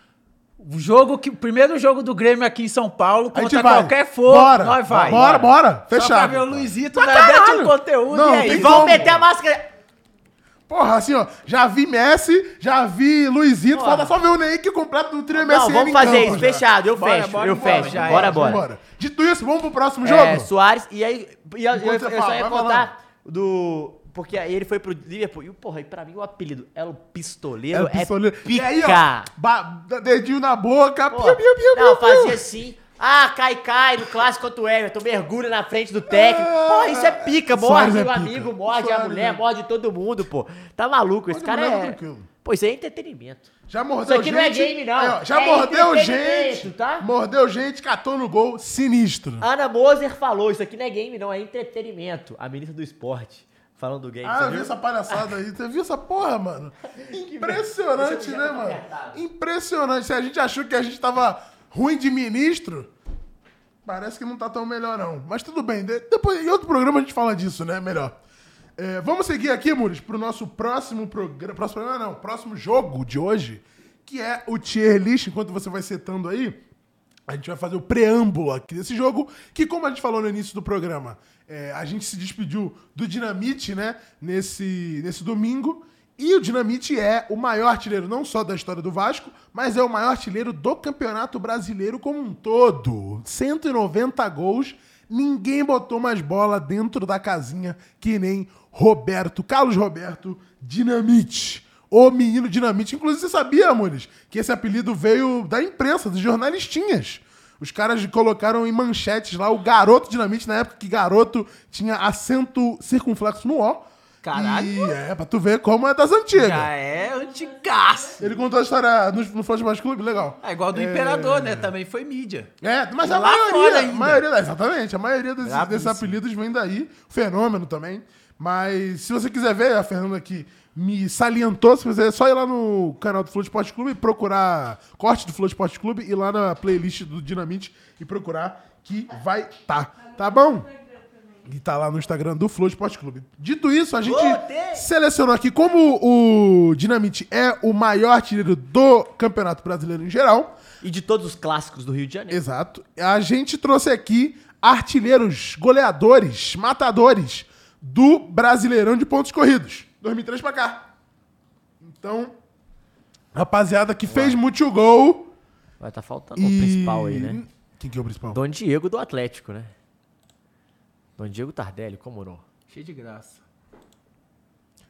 Speaker 4: O jogo que, o primeiro jogo do Grêmio aqui em São Paulo,
Speaker 1: a
Speaker 4: contra
Speaker 1: gente vai.
Speaker 4: qualquer for,
Speaker 1: bora,
Speaker 4: nós vai.
Speaker 1: Bora, bora.
Speaker 4: Só pra ver o
Speaker 1: Fechado.
Speaker 4: Luizito, nós mete o conteúdo
Speaker 1: Não,
Speaker 4: e é
Speaker 1: tem
Speaker 4: isso.
Speaker 1: como.
Speaker 2: Vão meter a máscara.
Speaker 1: Porra, assim, ó, já vi Messi, já vi Luizito, falta
Speaker 2: Porra.
Speaker 1: só ver o Ney que completa do trio MSN
Speaker 2: Não, vamos
Speaker 1: em
Speaker 2: fazer
Speaker 1: campo,
Speaker 2: isso,
Speaker 1: já.
Speaker 2: fechado, eu
Speaker 4: Bora,
Speaker 2: fecho,
Speaker 4: bora,
Speaker 2: eu
Speaker 4: bora,
Speaker 2: fecho.
Speaker 4: já
Speaker 2: bora,
Speaker 4: era,
Speaker 2: bora.
Speaker 1: então, Vambora. Dito isso, vamos pro próximo
Speaker 2: É,
Speaker 1: jogo?
Speaker 2: Soares, e aí, e eu,
Speaker 1: Enquanto
Speaker 2: eu-
Speaker 1: você
Speaker 2: eu
Speaker 1: fala,
Speaker 2: só
Speaker 1: vai
Speaker 2: ia contar do... Porque aí ele foi pro Liverpool, e porra, e pra mim o apelido era o
Speaker 1: É
Speaker 2: Pistoleiro,
Speaker 1: o
Speaker 2: é,
Speaker 1: pistoleiro.
Speaker 2: Pica.
Speaker 1: E aí, ó, ba- dedinho na boca,
Speaker 2: Pô,
Speaker 1: piu, piu, piu,
Speaker 2: não,
Speaker 1: piu,
Speaker 2: fazia
Speaker 1: piu.
Speaker 2: assim. Ah, cai, cai no clássico contra o Everton, mergulha na frente do técnico. Pô, isso é pica,
Speaker 1: Soares
Speaker 2: morde
Speaker 1: Ah, é
Speaker 2: o
Speaker 1: pica.
Speaker 2: amigo, morde a
Speaker 1: Soares
Speaker 2: mulher,
Speaker 1: é-
Speaker 2: morde todo mundo, pô. Tá maluco, esse
Speaker 1: Morde
Speaker 2: cara
Speaker 1: mulher,
Speaker 2: é...
Speaker 1: tranquilo.
Speaker 2: Pô, isso aí é entretenimento.
Speaker 1: Já mordeu
Speaker 2: Isso aqui
Speaker 1: gente.
Speaker 2: não é game, não.
Speaker 1: Aí, ó, já
Speaker 2: É
Speaker 1: mordeu
Speaker 2: entretenimento,
Speaker 1: gente.
Speaker 2: tá?
Speaker 1: Mordeu gente, catou no gol, sinistro.
Speaker 2: A Ana Moser falou, isso aqui não é game, não, é entretenimento. A ministra do esporte, falando do game,
Speaker 1: Ah,
Speaker 2: você
Speaker 1: eu vi
Speaker 2: viu?
Speaker 1: essa palhaçada aí. Você viu essa porra, mano? Impressionante,
Speaker 2: Esse
Speaker 1: né,
Speaker 2: aqui já tá
Speaker 1: mano?
Speaker 2: apertado.
Speaker 1: Impressionante. Se a gente achou que a gente tava ruim de ministro, parece que não tá tão melhor, não. Mas tudo bem. de- depois, em outro programa a gente fala disso, né? Melhor. É, vamos seguir aqui, Muris, pro nosso próximo programa. Próximo programa não, próximo jogo de hoje, que é o tier list, enquanto você vai setando aí. A gente vai fazer o preâmbulo aqui desse jogo, que como a gente falou no início do programa, é, a gente se despediu do Dinamite, né, nesse, nesse domingo. E o Dinamite é o maior artilheiro, não só da história do Vasco, mas é o maior artilheiro do Campeonato Brasileiro como um todo. 190 gols, ninguém botou mais bola dentro da casinha que nem Roberto, Carlos Roberto Dinamite. O menino dinamite. Inclusive, você sabia, Amores, que esse apelido veio da imprensa, dos jornalistinhas. Os caras colocaram em manchetes lá o garoto dinamite, na época que garoto tinha acento circunflexo no O.
Speaker 4: Caralho.
Speaker 1: E é, pra tu ver como é das antigas.
Speaker 4: Já é antigaço.
Speaker 1: Ele contou a história no, no Flash Mais Clube, legal.
Speaker 4: É igual do Imperador, né? Também foi mídia.
Speaker 1: É, mas a
Speaker 4: Tá Lá fora
Speaker 1: maioria, a
Speaker 4: ainda.
Speaker 1: maioria, da- exatamente, a maioria desses,
Speaker 4: Brabíssimo.
Speaker 1: desses apelidos vem daí, fenômeno também. Mas se você quiser ver, a Fernanda aqui me salientou, se você é só ir lá no canal do Flow Esporte Clube e procurar corte do Flow Esporte Clube e lá na playlist do Dinamite e procurar que vai tá, tá bom? E tá lá no Instagram do Flow Esporte Clube. Dito isso, a gente
Speaker 2: Voltei!
Speaker 1: selecionou aqui como o Dinamite é o maior artilheiro do Campeonato Brasileiro em geral.
Speaker 2: E de todos os clássicos do Rio de Janeiro.
Speaker 1: Exato. A gente trouxe aqui artilheiros, goleadores, matadores do Brasileirão de pontos corridos. 2003 pra cá. Então, rapaziada que fez muito gol.
Speaker 2: Vai tá faltando
Speaker 1: e-
Speaker 2: o principal aí, né?
Speaker 1: Quem que é o principal?
Speaker 2: Dom Diego do Atlético, né? Dom Diego Tardelli, como não?
Speaker 4: Cheio de graça.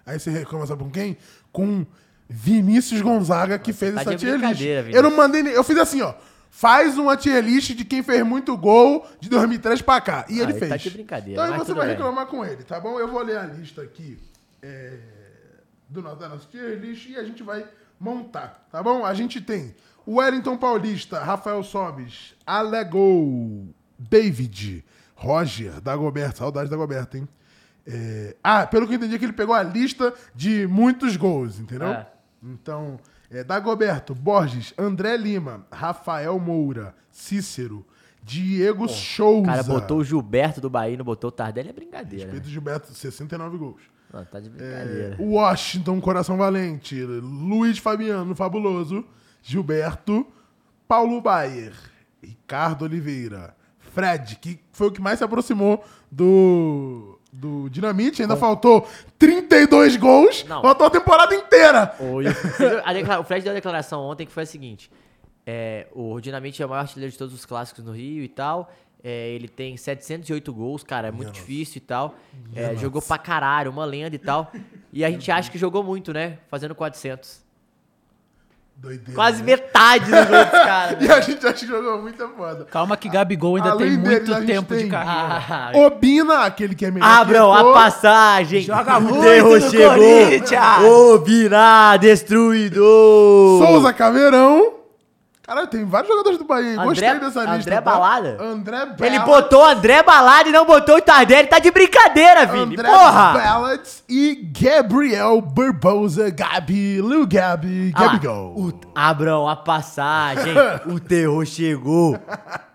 Speaker 1: Aí você reclama, sabe com quem? Com Vinícius Gonzaga, que fez
Speaker 2: tá
Speaker 1: essa
Speaker 2: de
Speaker 1: tier list.
Speaker 2: brincadeira,
Speaker 1: Eu não
Speaker 2: Vinícius.
Speaker 1: mandei. nem- Eu fiz assim, ó. Faz uma tier list de quem fez muito gol de 2003 pra cá. E
Speaker 2: Ah,
Speaker 1: ele
Speaker 2: ele
Speaker 1: fez.
Speaker 2: tá de brincadeira,
Speaker 1: Então aí
Speaker 2: mas
Speaker 1: você
Speaker 2: tudo
Speaker 1: vai
Speaker 2: bem.
Speaker 1: reclamar com ele, tá bom? Eu vou ler a lista aqui é, do nosso, da nossa tier list e a gente vai montar, tá bom? A gente tem o Wellington Paulista, Rafael Sobes, Alegol, David, Roger, Dagoberto. Saudade da Dagoberto, hein? É, ah, pelo que eu entendi é que ele pegou a lista de muitos gols, entendeu?
Speaker 2: É.
Speaker 1: Então, é, Dagoberto, Borges, André Lima, Rafael Moura, Cícero, Diego Souza.
Speaker 2: O cara botou o Gilberto do Bahia e não botou o Tardelli, é brincadeira. né?
Speaker 1: Pedro Gilberto, 69 gols.
Speaker 2: Não, tá
Speaker 4: É.
Speaker 2: de brincadeira.
Speaker 1: É, Washington, Coração Valente, Luiz Fabiano, Fabuloso, Gilberto, Paulo Baier, Ricardo Oliveira, Fred, que foi o que mais se aproximou do, do Dinamite, ainda faltou 32 gols,
Speaker 2: Não.
Speaker 1: faltou a temporada inteira.
Speaker 2: Ou eu- Vocês viram? A declara- o Fred deu a declaração ontem que foi a seguinte: é, o Dinamite é o maior artilheiro de todos os clássicos no Rio e tal. É, ele tem 708 gols, cara, é muito difícil e tal. É, jogou pra caralho, uma lenda e tal. E a gente acha que jogou muito, né? Fazendo 400.
Speaker 4: É.
Speaker 1: Doideira.
Speaker 2: Quase
Speaker 1: né?
Speaker 2: metade dos outros, cara. né?
Speaker 1: E a gente acha que jogou muita foda.
Speaker 4: Calma que Gabigol ainda
Speaker 1: Além
Speaker 4: tem
Speaker 1: dele,
Speaker 4: muito
Speaker 1: a gente
Speaker 4: tempo
Speaker 1: tem-
Speaker 4: de carreira.
Speaker 2: Ah,
Speaker 1: Obina, aquele que é melhor.
Speaker 2: Abram
Speaker 1: que eu
Speaker 2: a
Speaker 1: tô.
Speaker 2: passagem.
Speaker 4: Joga muito
Speaker 2: o terror
Speaker 4: no Corinthians.
Speaker 2: chegou. O Virá, destruidor.
Speaker 1: Souza Caveirão. Caralho, tem vários jogadores do Bahia. hein?
Speaker 2: André-
Speaker 1: Gostei dessa lista.
Speaker 2: André
Speaker 1: tá?
Speaker 2: Balada?
Speaker 1: André Balada.
Speaker 2: Ele botou André Balada e não botou o Tardelli. Tá de brincadeira, Vini.
Speaker 1: André
Speaker 2: Porra.
Speaker 1: Ballads e Gabriel Barbosa, Gabi, Lil Gabi,
Speaker 2: Ah lá.
Speaker 1: Gabigol.
Speaker 2: O- Abram a passagem. o terror chegou.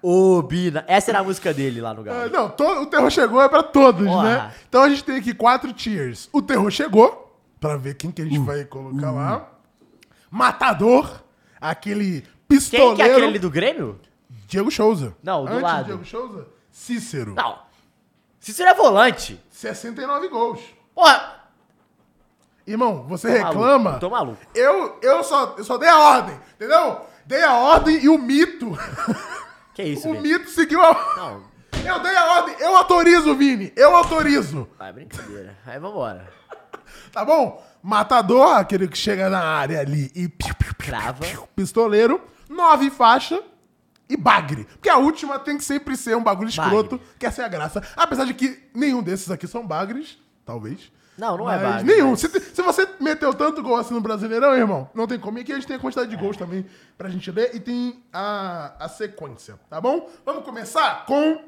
Speaker 2: Ô, Bina. Essa era a música dele lá no
Speaker 1: Ah,
Speaker 2: Galo.
Speaker 1: Não, to- o terror chegou é pra todos,
Speaker 2: Porra.
Speaker 1: né? Então a gente tem aqui quatro tiers. O terror chegou, pra ver quem que a gente
Speaker 2: Uh,
Speaker 1: vai colocar lá. Matador, aquele
Speaker 2: Quem
Speaker 1: pistoleiro.
Speaker 2: que é aquele ali do Grêmio?
Speaker 1: Diego Souza.
Speaker 2: Não, do
Speaker 1: Antes
Speaker 2: lado.
Speaker 1: Diego Souza, Cícero.
Speaker 2: Não. Cícero é volante.
Speaker 1: 69 gols.
Speaker 2: Porra.
Speaker 1: Irmão, você
Speaker 2: Tô Tá maluco,
Speaker 1: reclama?
Speaker 2: Tô maluco.
Speaker 1: Eu, eu, só, eu só dei a ordem, entendeu? Dei a ordem e o mito.
Speaker 2: Que isso,
Speaker 1: o
Speaker 2: Vini.
Speaker 1: mito seguiu a.
Speaker 2: Não.
Speaker 1: Eu dei a ordem, eu autorizo, Vini. Eu autorizo.
Speaker 2: Ah, é brincadeira. Aí vambora.
Speaker 1: Tá bom? Matador, aquele que chega na área ali e piu, piu, piu,
Speaker 2: Crava.
Speaker 1: piu, pistoleiro, nove faixa e bagre. Porque a última tem que sempre ser um bagulho
Speaker 2: Bagre.
Speaker 1: escroto, que essa é a graça. Apesar de que nenhum desses aqui são bagres, talvez.
Speaker 2: Não, não
Speaker 1: Mas
Speaker 2: é bagre.
Speaker 1: Nenhum. Se, te- se você meteu tanto gol assim no Brasileirão, irmão, não tem como. E aqui a gente tem a quantidade de gols também pra gente ler e tem a, a sequência, tá bom? Vamos começar com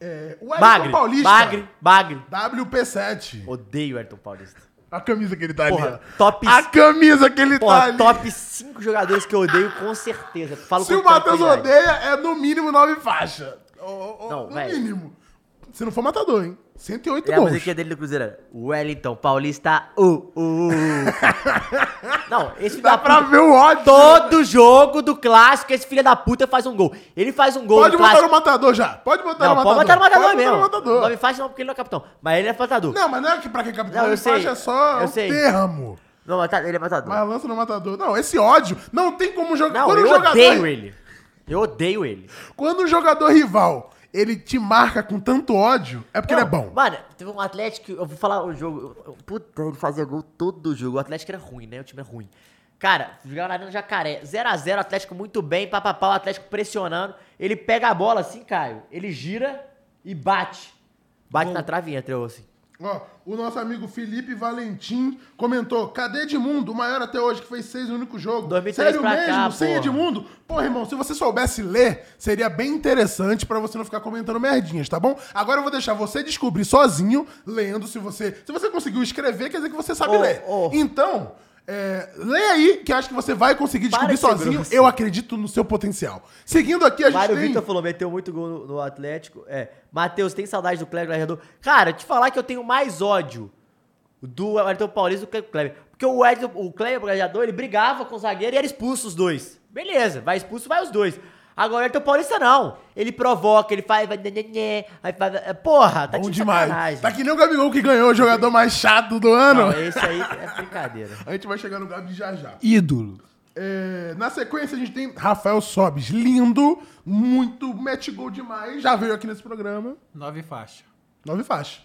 Speaker 1: é, o Wellington
Speaker 2: Bagre,
Speaker 1: Paulista.
Speaker 2: bagre, bagre.
Speaker 1: WP7.
Speaker 2: Odeio o Ayrton Paulista.
Speaker 1: A camisa que ele tá ali.
Speaker 2: Porra,
Speaker 1: ó.
Speaker 2: top-
Speaker 1: A camisa que ele tá
Speaker 2: Porra,
Speaker 1: ali.
Speaker 2: top tá 5 jogadores que eu odeio com certeza. Falo
Speaker 1: Se
Speaker 2: com
Speaker 1: o Matheus
Speaker 2: tranquilidade.
Speaker 1: odeia, é no mínimo nove faixas. Ô, ô, ô,
Speaker 2: Não,
Speaker 1: no
Speaker 2: velho.
Speaker 1: mínimo. Se não for matador, hein? 108
Speaker 2: É a
Speaker 1: gols.
Speaker 2: musiquinha dele do Cruzeiro. era, Wellington Paulista, uh, uh, uh. Não, esse filho
Speaker 1: Dá
Speaker 2: da
Speaker 1: pra
Speaker 2: puta.
Speaker 1: ver o ódio.
Speaker 2: Todo jogo do clássico, esse filho da puta faz um gol. Ele faz um gol
Speaker 1: Pode
Speaker 2: no
Speaker 1: botar
Speaker 2: clássico.
Speaker 1: no matador já. Pode botar
Speaker 2: não,
Speaker 1: no matador.
Speaker 2: pode botar no matador
Speaker 1: Pode
Speaker 2: mesmo.
Speaker 1: botar no
Speaker 2: Nome
Speaker 1: matador.
Speaker 2: fácil não, porque ele não é capitão. Mas ele é matador. Não,
Speaker 1: Não, mas não é que pra quem capitão
Speaker 2: Não, eu
Speaker 1: nove
Speaker 2: sei.
Speaker 1: faixas é só
Speaker 2: Eu
Speaker 1: um
Speaker 2: sei.
Speaker 1: termo.
Speaker 2: mata- ele é matador.
Speaker 1: Mas lança no matador. Não, esse ódio não tem como jogar.
Speaker 2: Não,
Speaker 1: Quando um
Speaker 2: eu
Speaker 1: jogador.
Speaker 2: odeio ele. Eu odeio ele.
Speaker 1: Quando um jogador rival ele te marca com tanto ódio, é porque
Speaker 2: Não,
Speaker 1: ele é bom.
Speaker 2: Mano, teve um Atlético, eu vou falar o jogo. eu- eu- Puta, ele fazia gol todo jogo. O Atlético era ruim, né? O time é ruim. Cara, jogava na Arena Jacaré. 0x0, o Atlético muito bem, papapá, o Atlético pressionando. Ele pega a bola assim, Caio. Ele gira e bate. Bate na trave e entra, eu assim.
Speaker 1: Ó, o nosso amigo Felipe Valentim comentou: cadê Edmundo, o maior até hoje, que fez seis no único jogo?
Speaker 2: 2003
Speaker 1: Sério
Speaker 2: pra
Speaker 1: mesmo?
Speaker 2: cá,
Speaker 1: sem
Speaker 2: porra.
Speaker 1: Edmundo? Porra, irmão, se você soubesse ler, seria bem interessante pra você não ficar comentando merdinhas, tá bom? Agora eu vou deixar você descobrir sozinho, lendo, se você. Se você conseguiu escrever, quer dizer que você sabe
Speaker 2: Ô,
Speaker 1: ler.
Speaker 2: ô.
Speaker 1: Então. É, lê aí, que eu acho que você vai conseguir
Speaker 2: Para
Speaker 1: descobrir
Speaker 2: de ser
Speaker 1: sozinho.
Speaker 2: grosso.
Speaker 1: Eu acredito no seu potencial. Seguindo aqui, a gente
Speaker 2: Mário
Speaker 1: tem...
Speaker 2: Vitor falou, meteu muito gol no, no Atlético. É. Matheus, tem saudade do Kleber Larredor? Cara, te falar que eu tenho mais ódio do Wellington Paulista do que o Kleber. Porque o, Wellington, o Kleber Larredor, ele brigava com o zagueiro e era expulso os dois. Beleza, vai expulso, vai os dois. Agora o Wellington Paulista não. Ele provoca, ele faz. vai nhenhenhé, Aí faz é, porra, tá
Speaker 1: Bom
Speaker 2: de
Speaker 1: demais.
Speaker 2: sacanagem.
Speaker 1: Tá que nem o Gabigol que ganhou o jogador mais chato do ano.
Speaker 2: Não, esse aí é brincadeira.
Speaker 1: A gente vai chegar no Gabi já já.
Speaker 4: Ídolo.
Speaker 1: É, na sequência, a gente tem Rafael Sobes, lindo, muito, mete gol demais. Já veio aqui nesse programa.
Speaker 4: Nove faixas.
Speaker 1: Nove faixas.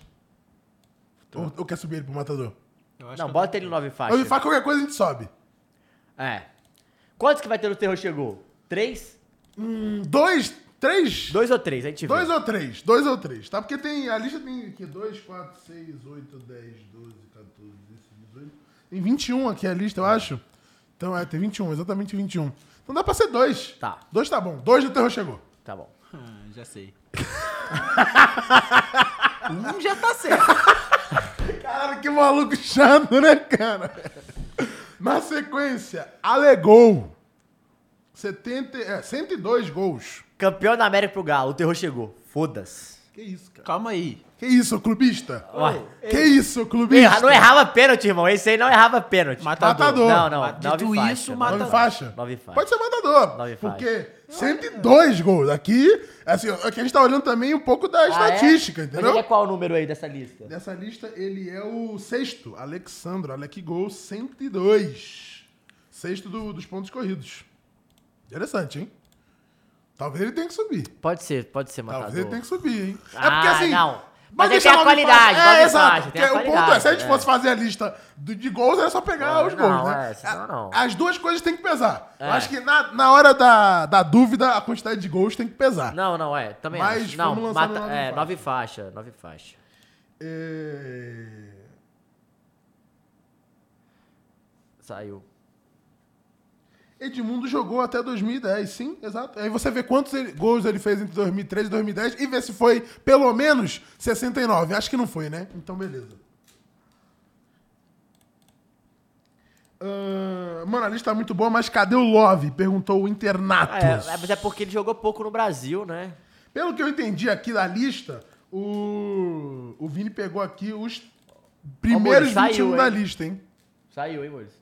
Speaker 1: Ou, ou quer subir ele pro matador?
Speaker 4: Eu acho
Speaker 2: Não,
Speaker 4: que-
Speaker 2: bota ele no 9 faixa.
Speaker 1: Nove faixas, qualquer coisa a gente sobe.
Speaker 2: É. Quantos que vai ter no Terror Chegou? Três?
Speaker 1: Hum, dois, três?
Speaker 2: Dois ou três? A gente vê.
Speaker 1: Dois ou três? Dois ou três, tá? Porque tem, a lista tem aqui: dois, quatro, seis, oito, dez, doze, 14, 18. Tem 21 aqui a lista, eu acho. Então é, tem 21, exatamente 21. Então dá pra ser dois.
Speaker 2: Tá.
Speaker 1: Dois tá bom. Dois do terror chegou.
Speaker 2: Tá bom.
Speaker 4: Ah, já sei. um já tá certo.
Speaker 1: Caralho, que maluco chato, né, cara? Na sequência, alegou 70, é, 102 gols.
Speaker 2: Campeão da América pro Galo, o terror chegou. Foda-se.
Speaker 1: Que isso, cara?
Speaker 4: Calma aí.
Speaker 1: Que isso, clubista?
Speaker 2: Ué.
Speaker 1: Que isso, clubista?
Speaker 2: Erra- não errava pênalti, irmão. Esse aí não errava pênalti.
Speaker 4: Matador.
Speaker 1: Matador.
Speaker 2: Não, não.
Speaker 4: Mas
Speaker 2: nove
Speaker 4: dito
Speaker 2: faixa,
Speaker 4: isso,
Speaker 2: nove
Speaker 1: Nove
Speaker 4: matador.
Speaker 1: faixa?
Speaker 2: Nove faixa.
Speaker 1: Pode ser matador.
Speaker 2: Nove faixa.
Speaker 1: porque 102 gols. Aqui, assim, aqui a gente tá olhando também um pouco da
Speaker 2: Ah, é?
Speaker 1: estatística,
Speaker 2: Mas
Speaker 1: entendeu?
Speaker 2: ele é qual o número aí dessa lista?
Speaker 1: Dessa lista, ele é o sexto. Alexandro, Alec Gol, 102. Sexto do- dos pontos corridos. Interessante, hein? Talvez ele tenha que subir.
Speaker 2: Pode ser, pode ser matador.
Speaker 1: Talvez ele tenha que subir, hein? É assim,
Speaker 2: Ah, não. Mas aí
Speaker 1: deixa
Speaker 2: tem a
Speaker 1: logo em
Speaker 2: qualidade,
Speaker 1: fase. É,
Speaker 2: logo em
Speaker 1: exato.
Speaker 2: fase, tem
Speaker 1: Porque o
Speaker 2: a
Speaker 1: ponto
Speaker 2: qualidade,
Speaker 1: é, se a gente
Speaker 2: é.
Speaker 1: fosse fazer a lista do- de gols, era só pegar
Speaker 2: É,
Speaker 1: os gols,
Speaker 2: não,
Speaker 1: né?
Speaker 2: é, senão
Speaker 1: A-
Speaker 2: não.
Speaker 1: As duas coisas têm que pesar. Eu
Speaker 2: É.
Speaker 1: acho que na, na hora da, da dúvida, a quantidade de gols tem que pesar.
Speaker 2: Não, não, é. Também
Speaker 1: Mas
Speaker 2: acho. Não,
Speaker 1: vamos lançar
Speaker 2: mata,
Speaker 1: no nove
Speaker 2: é,
Speaker 1: faixas.
Speaker 2: nove faixas, nove faixas.
Speaker 1: É,
Speaker 2: Saiu.
Speaker 1: Edmundo jogou até 2010, sim, exato. Aí você vê quantos ele- gols ele fez entre 2003 e 2010 e vê se foi pelo menos 69. Acho que não foi, né? Então, beleza. Ah, mano, a lista tá muito boa, mas cadê o Love? Perguntou o
Speaker 2: Ah,
Speaker 1: Internatos.
Speaker 2: é, é, mas é porque ele jogou pouco no Brasil, né?
Speaker 1: Pelo que eu entendi aqui da lista, o, o Vini pegou aqui os primeiros
Speaker 2: Ó, Mori,
Speaker 1: 21
Speaker 2: saiu,
Speaker 1: da
Speaker 2: hein?
Speaker 1: lista, hein?
Speaker 2: Saiu, hein, Maurício?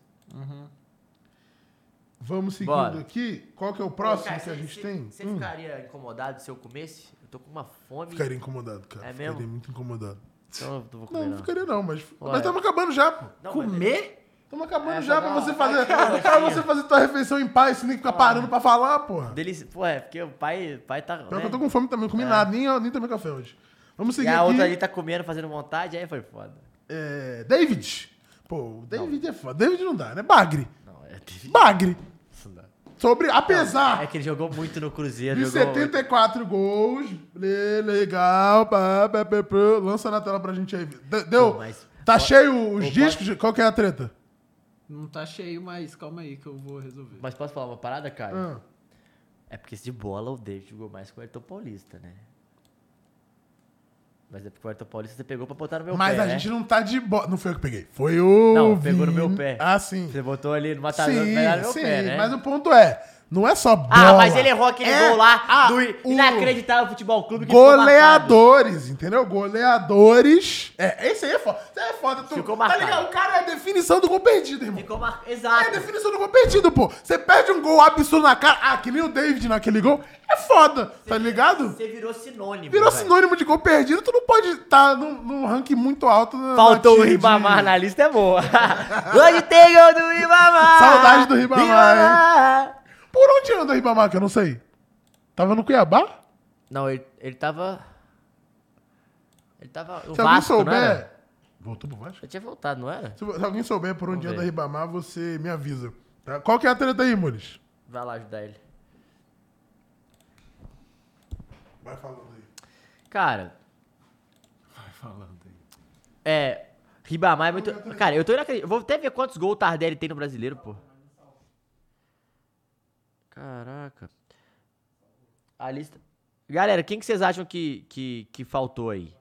Speaker 1: Vamos seguindo
Speaker 2: Bora.
Speaker 1: aqui. Qual que é o
Speaker 2: Ô,
Speaker 1: próximo
Speaker 2: cara,
Speaker 1: que a
Speaker 2: cê-
Speaker 1: gente
Speaker 2: cê-
Speaker 1: tem?
Speaker 2: Você
Speaker 1: Hum.
Speaker 2: ficaria incomodado se eu comesse? Eu tô com uma fome.
Speaker 1: Ficaria incomodado, cara.
Speaker 2: É
Speaker 1: ficaria
Speaker 2: mesmo?
Speaker 1: muito incomodado.
Speaker 2: Então eu não vou comer,
Speaker 1: Não,
Speaker 2: não.
Speaker 1: não ficaria não, mas. Mas
Speaker 2: Ué.
Speaker 1: estamos acabando já, pô.
Speaker 2: Não, mas-
Speaker 4: Comer?
Speaker 1: Estamos acabando
Speaker 2: É,
Speaker 1: já
Speaker 2: tá
Speaker 1: pra
Speaker 2: bom.
Speaker 1: você
Speaker 2: Vai
Speaker 1: fazer.
Speaker 2: que é uma
Speaker 1: pra você
Speaker 2: coxinha.
Speaker 1: fazer tua refeição em paz, sem nem ficar parando pra falar, porra.
Speaker 2: Delícia. Pô, é porque o pai, pai tá. Né?
Speaker 1: Pior que eu tô com fome também, não comi nada, nem, nem tomei café hoje. Vamos
Speaker 2: e
Speaker 1: seguir
Speaker 2: a outra ali
Speaker 1: aqui.
Speaker 2: tá comendo, fazendo vontade, aí foi foda.
Speaker 1: É, David. Pô, o David é foda. David não dá, né? Bagre.
Speaker 2: Não, é
Speaker 1: Bagre.
Speaker 2: isso não.
Speaker 1: Sobre, apesar
Speaker 2: É que ele jogou muito no Cruzeiro.
Speaker 1: Ah! de
Speaker 2: jogou
Speaker 1: 74 gols, le- legal, pá, pá, pá, pá. lança na tela pra gente aí. De- Deu?
Speaker 2: Pô, mas-
Speaker 1: tá
Speaker 2: Ó,
Speaker 1: cheio os
Speaker 2: ó,
Speaker 1: discos? Qual que é a treta?
Speaker 4: Não tá cheio, mas calma aí que eu vou resolver.
Speaker 2: Mas posso falar uma parada, Caio?
Speaker 1: Ah.
Speaker 2: É porque se de bola o David jogou mais que o Ayrton Paulista, né? Mas é porque o Ayrton Paulista você pegou pra botar no meu
Speaker 1: Mas
Speaker 2: pé,
Speaker 1: a
Speaker 2: né?
Speaker 1: gente não tá de bola. Não foi eu que peguei. Foi o.
Speaker 2: Não, pegou no
Speaker 1: Vini.
Speaker 2: meu pé.
Speaker 1: Ah, sim.
Speaker 2: Você botou ali no matador,
Speaker 1: Sim,
Speaker 2: pegaram no meu
Speaker 1: sim.
Speaker 2: pé, né?
Speaker 1: Mas o ponto é: não é só bola.
Speaker 2: Ah, mas ele errou aquele
Speaker 1: É
Speaker 2: gol lá
Speaker 1: a-
Speaker 2: do
Speaker 1: o
Speaker 2: inacreditável futebol clube que ficou marcado.
Speaker 1: Goleadores, entendeu? Goleadores. É, esse aí é foda. Isso aí é foda. Tu,
Speaker 2: Ficou
Speaker 1: tá
Speaker 2: marcado.
Speaker 1: ligado? O cara é a definição do gol perdido, irmão.
Speaker 2: Ficou marcado.
Speaker 1: É a
Speaker 2: Exato.
Speaker 1: definição do gol perdido, pô. Você perde um gol absurdo na cara. Ah, que nem o David naquele gol. É foda, tá ligado?
Speaker 2: Você virou sinônimo.
Speaker 1: Virou
Speaker 2: velho.
Speaker 1: sinônimo de gol perdido, tu não pode estar num, num ranking muito alto. na- na
Speaker 2: Faltou o
Speaker 1: tier de-
Speaker 2: Ribamar na lista, é boa. Hoje tem gol do Ribamar.
Speaker 1: Saudade do Ribamar,
Speaker 2: Ribamar.
Speaker 1: Por onde anda o Ribamar, que eu não sei? Tava no Cuiabá?
Speaker 2: Não, ele, ele tava... Ele tava... O
Speaker 1: Se alguém
Speaker 2: Vasco, não
Speaker 1: souber.
Speaker 2: era?
Speaker 1: Voltou pro Vasco?
Speaker 2: Eu tinha voltado, não era?
Speaker 1: Se, se alguém souber por onde
Speaker 2: Vamos
Speaker 1: anda
Speaker 2: ver.
Speaker 1: Ribamar, você me avisa. tá? Qual que é a treta aí, Mores?
Speaker 2: Vai lá ajudar ele.
Speaker 1: Vai falando aí.
Speaker 2: Cara,
Speaker 4: Vai falando aí.
Speaker 2: é... Ribamar é muito... Cara, eu tô inacreditável. Vou até ver quantos gols o Tardelli tem no Brasileiro, pô. Caraca. A lista... Galera, quem que vocês acham que, que, que faltou aí?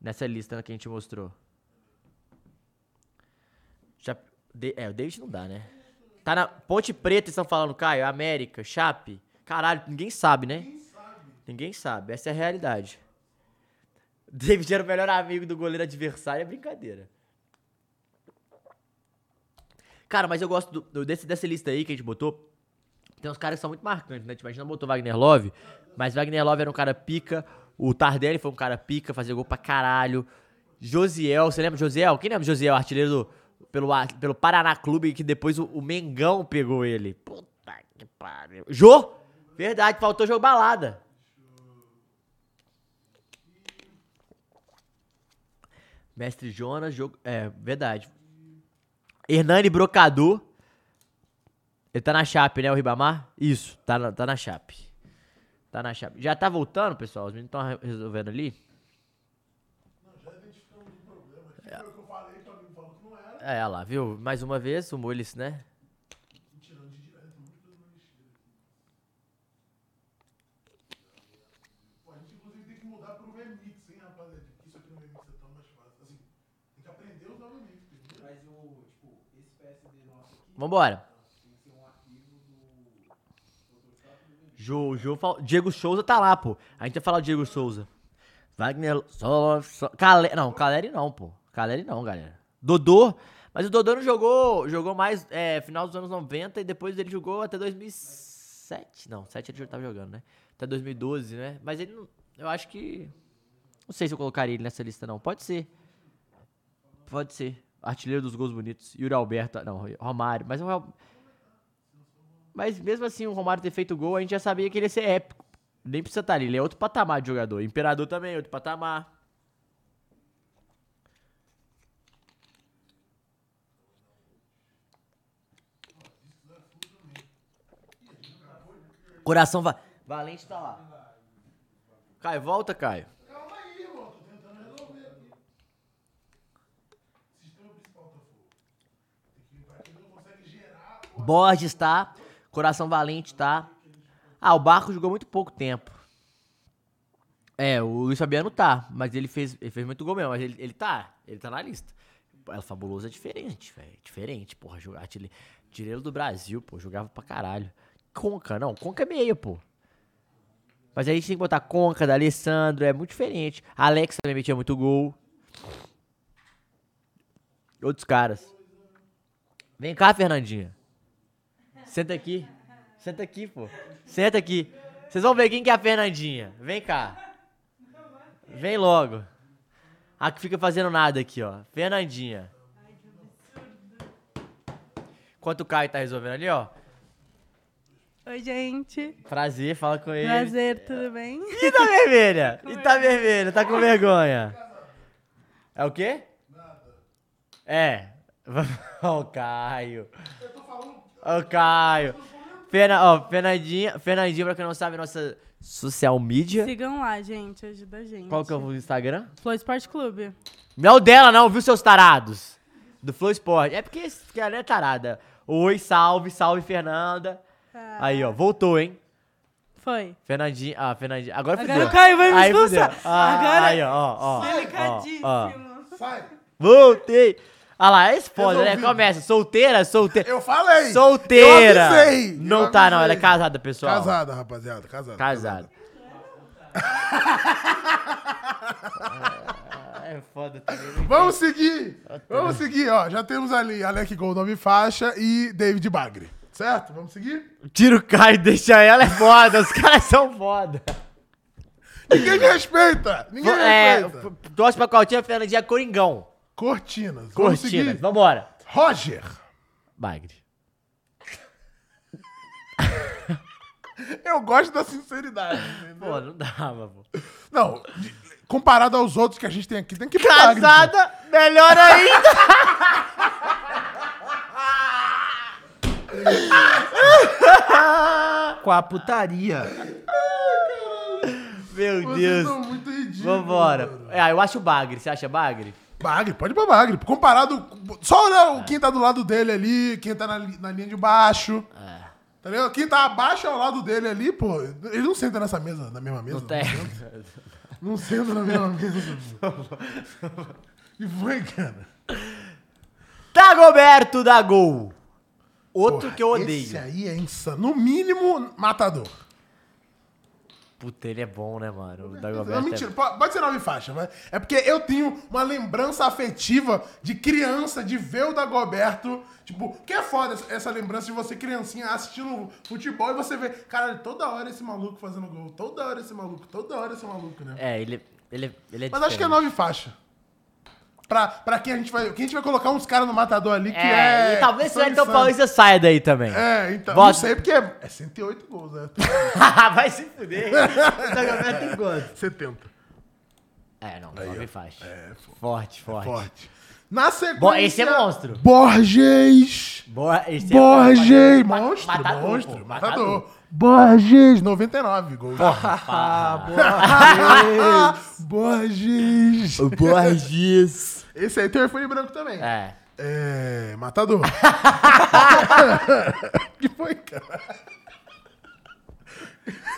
Speaker 2: Nessa lista que a gente mostrou. Já... De- É, o David não dá, né? Tá na Ponte Preta, estão falando, Caio, América, Chape. Caralho, ninguém sabe, né? Ninguém sabe. Essa é a realidade. David era o melhor amigo do goleiro adversário, é brincadeira. Cara, mas eu gosto do- do- desse, dessa lista aí que a gente botou. Tem uns caras que são muito marcantes, né? Tipo, a gente não botou Wagner Love, mas Wagner Love era um cara pica. O Tardelli foi um cara pica, fazia gol pra caralho. Josiel, você lembra Josiel? Quem lembra Josiel, artilheiro do- pelo, Ar- pelo Paraná Clube, que depois o, o Mengão pegou ele? Puta que pariu. Jô? Verdade, faltou jogo balada. Mestre Jonas, jogo. É, verdade. Hernani Brocador. Ele tá na Chape, né, o Ribamar? Isso, tá na, tá na Chape. Tá na Chape. Já tá voltando, pessoal? Os meninos estão resolvendo ali? É, olha lá, viu? Mais uma vez, o Mules, né?
Speaker 1: Pô, a gente inclusive tem que mudar pro remix, hein, rapaziada? Isso aqui no remix é tão mais fácil. Assim, tem que aprender a usar o remix.
Speaker 2: Vambora. Jô, Jô, fal- Diego Souza tá lá, pô. A gente vai falar o Diego Souza. Wagner, só, só Cale- não, Caleri não, pô. Caleri não, galera. Dodô, mas o Dodô não jogou, jogou mais é, final dos anos 90 e depois ele jogou até 2007. Não, 7 ele já tava jogando, né? Até 2012, né? Mas ele não, eu acho que não sei se eu colocaria ele nessa lista não. Pode ser. Pode ser. Artilheiro dos gols bonitos. Yuri Alberto. Não, Romário. Mas o Real... Mas mesmo assim, o Romário ter feito gol, a gente já sabia que ele ia ser épico. Nem precisa estar ali, ele é outro patamar de jogador. Imperador também, é outro patamar. Coração va Valente tá lá. Caio, volta, Caio. Borges tá. Coração Valente tá. Ah, o Barco jogou muito pouco tempo. É, o Luiz Fabiano tá, mas ele fez, ele fez muito gol mesmo, mas ele, ele tá, ele tá na lista. Pô, É, o Fabuloso é diferente, velho, é diferente, porra, jogar artilheiro do Brasil, pô, jogava pra caralho. Conca, não, Conca é meia, pô. Mas aí a gente tem que botar Conca, da Alessandro, é muito diferente. Alex também metia muito gol. Outros caras. Vem cá, Fernandinha. Senta aqui. Senta aqui, pô. Senta aqui. Vocês vão ver quem que é a Fernandinha. Vem cá. Vem logo. A que fica fazendo nada aqui, ó. Fernandinha. Enquanto o Caio tá resolvendo ali, ó.
Speaker 5: Oi, gente.
Speaker 2: Prazer, fala com ele.
Speaker 5: Prazer, tudo bem?
Speaker 2: Ih, tá vermelha. Ih, tá vermelha. Tá com vergonha. É o quê? É. Ó, o Caio. Ó, o Caio. Fena, ó, Fernandinha, Fernandinha, pra quem não sabe, nossa social media.
Speaker 5: Sigam lá, gente. Ajuda a gente.
Speaker 2: Qual que é o Instagram?
Speaker 5: Flow Esporte Clube.
Speaker 2: Não é o dela, não, viu, seus tarados? Do Flow Sport. É porque esse cara é tarada. Oi, salve, salve, Fernanda.
Speaker 5: Ah,
Speaker 2: Aí, ó, voltou, hein?
Speaker 5: Foi.
Speaker 2: Fernandinha, ah, Fernandinha. Agora fudeu.
Speaker 5: Agora o Caio vai me
Speaker 2: Aí fudeu.
Speaker 5: expulsar.
Speaker 2: Ah,
Speaker 5: Agora-
Speaker 2: Aí, ó, ó, ó.
Speaker 5: Delicadíssimo.
Speaker 2: ó, ó.
Speaker 1: Sai.
Speaker 2: Voltei. Ah lá, esse foda, né?
Speaker 1: Resolvido.
Speaker 2: Começa. Solteira, solteira.
Speaker 1: Eu falei.
Speaker 2: Solteira.
Speaker 1: Eu avisei.
Speaker 2: Não
Speaker 1: Eu
Speaker 2: tá, não. Ela
Speaker 1: avisei.
Speaker 2: é casada, pessoal.
Speaker 1: Casada, rapaziada. Casada.
Speaker 2: Casada. Ah, é foda também.
Speaker 1: Vamos seguir.
Speaker 2: Tá
Speaker 1: Vamos seguir, ó. Já temos ali Alec Gol, nome faixa e David Bagre. Certo? Vamos seguir?
Speaker 2: Tira o Caio e deixa ela, é foda. Os caras são foda.
Speaker 1: Ninguém me respeita. Ninguém me
Speaker 2: É,
Speaker 1: respeita.
Speaker 2: f- torce pra Cortina, Fernandinha Coringão.
Speaker 1: Cortinas. Vamos
Speaker 2: Cortinas,
Speaker 1: seguir?
Speaker 2: vambora.
Speaker 1: Roger.
Speaker 2: Bagre.
Speaker 1: Eu gosto da sinceridade. entendeu?
Speaker 2: Pô, não dá, mano.
Speaker 1: Não, de- comparado aos outros que a gente tem aqui, tem que pro Bagre, pô.
Speaker 2: Casada, melhor ainda.
Speaker 4: Com a putaria.
Speaker 2: Meu
Speaker 1: Vocês
Speaker 2: Deus.
Speaker 1: são muito ridículos.
Speaker 2: Vambora.
Speaker 1: mano.
Speaker 2: É, eu acho o Bagre. Você acha Bagre?
Speaker 1: Bagre, pode ir pra Bagre. Comparado. Só olhar
Speaker 2: É.
Speaker 1: o- quem tá do lado dele ali, quem tá na, li- na linha de baixo.
Speaker 2: É.
Speaker 1: Tá ligado? Quem tá abaixo ao lado dele ali, pô. Eles não sentam nessa mesa, na mesma mesa. Não,
Speaker 2: Tá.
Speaker 1: não sentam na mesma mesa. e foi, cara.
Speaker 2: Dagoberto da Gol. Outro
Speaker 1: Porra,
Speaker 2: que eu odeio.
Speaker 1: Esse aí é insano. No mínimo, matador.
Speaker 2: Puta, ele é bom, né, mano? O
Speaker 1: Não,
Speaker 2: Dagoberto.
Speaker 1: mentira, po- pode ser nove faixas, mas é porque eu tenho uma lembrança afetiva de criança, de ver o Dagoberto. Tipo, que é foda essa- essa lembrança de você, criancinha, assistindo futebol e você vê, caralho, toda hora esse maluco fazendo gol, toda hora esse maluco, toda hora esse maluco, né?
Speaker 2: É, é ele, ele, ele é
Speaker 1: mas acho que é
Speaker 2: diferente.
Speaker 1: nove faixas. Pra, pra quem a gente vai. Quem a gente vai colocar uns caras no matador ali que
Speaker 2: É,
Speaker 1: é.
Speaker 2: e talvez se
Speaker 1: sangue
Speaker 2: o Elton
Speaker 1: santo.
Speaker 2: Paulista saia daí também.
Speaker 1: É, então.
Speaker 2: Bota.
Speaker 1: Não sei porque é, é 108 gols, né?
Speaker 2: Vai se fuder. O Dagoberto tem quanto?
Speaker 1: 70.
Speaker 2: É, não, nove faixa.
Speaker 1: É,
Speaker 2: Forte, forte.
Speaker 1: forte. Na sequência.
Speaker 2: Bo- esse é monstro.
Speaker 1: Borges.
Speaker 2: Bo esse é
Speaker 1: Borges,
Speaker 2: Ma-
Speaker 1: monstro,
Speaker 2: matador,
Speaker 1: monstro,
Speaker 2: pô,
Speaker 1: matador.
Speaker 2: matador.
Speaker 1: Borges, 99 gols. Ah, Borges.
Speaker 2: Borges.
Speaker 1: Esse aí tem o iPhone branco também. É,
Speaker 2: É.
Speaker 1: matador. que foi, cara?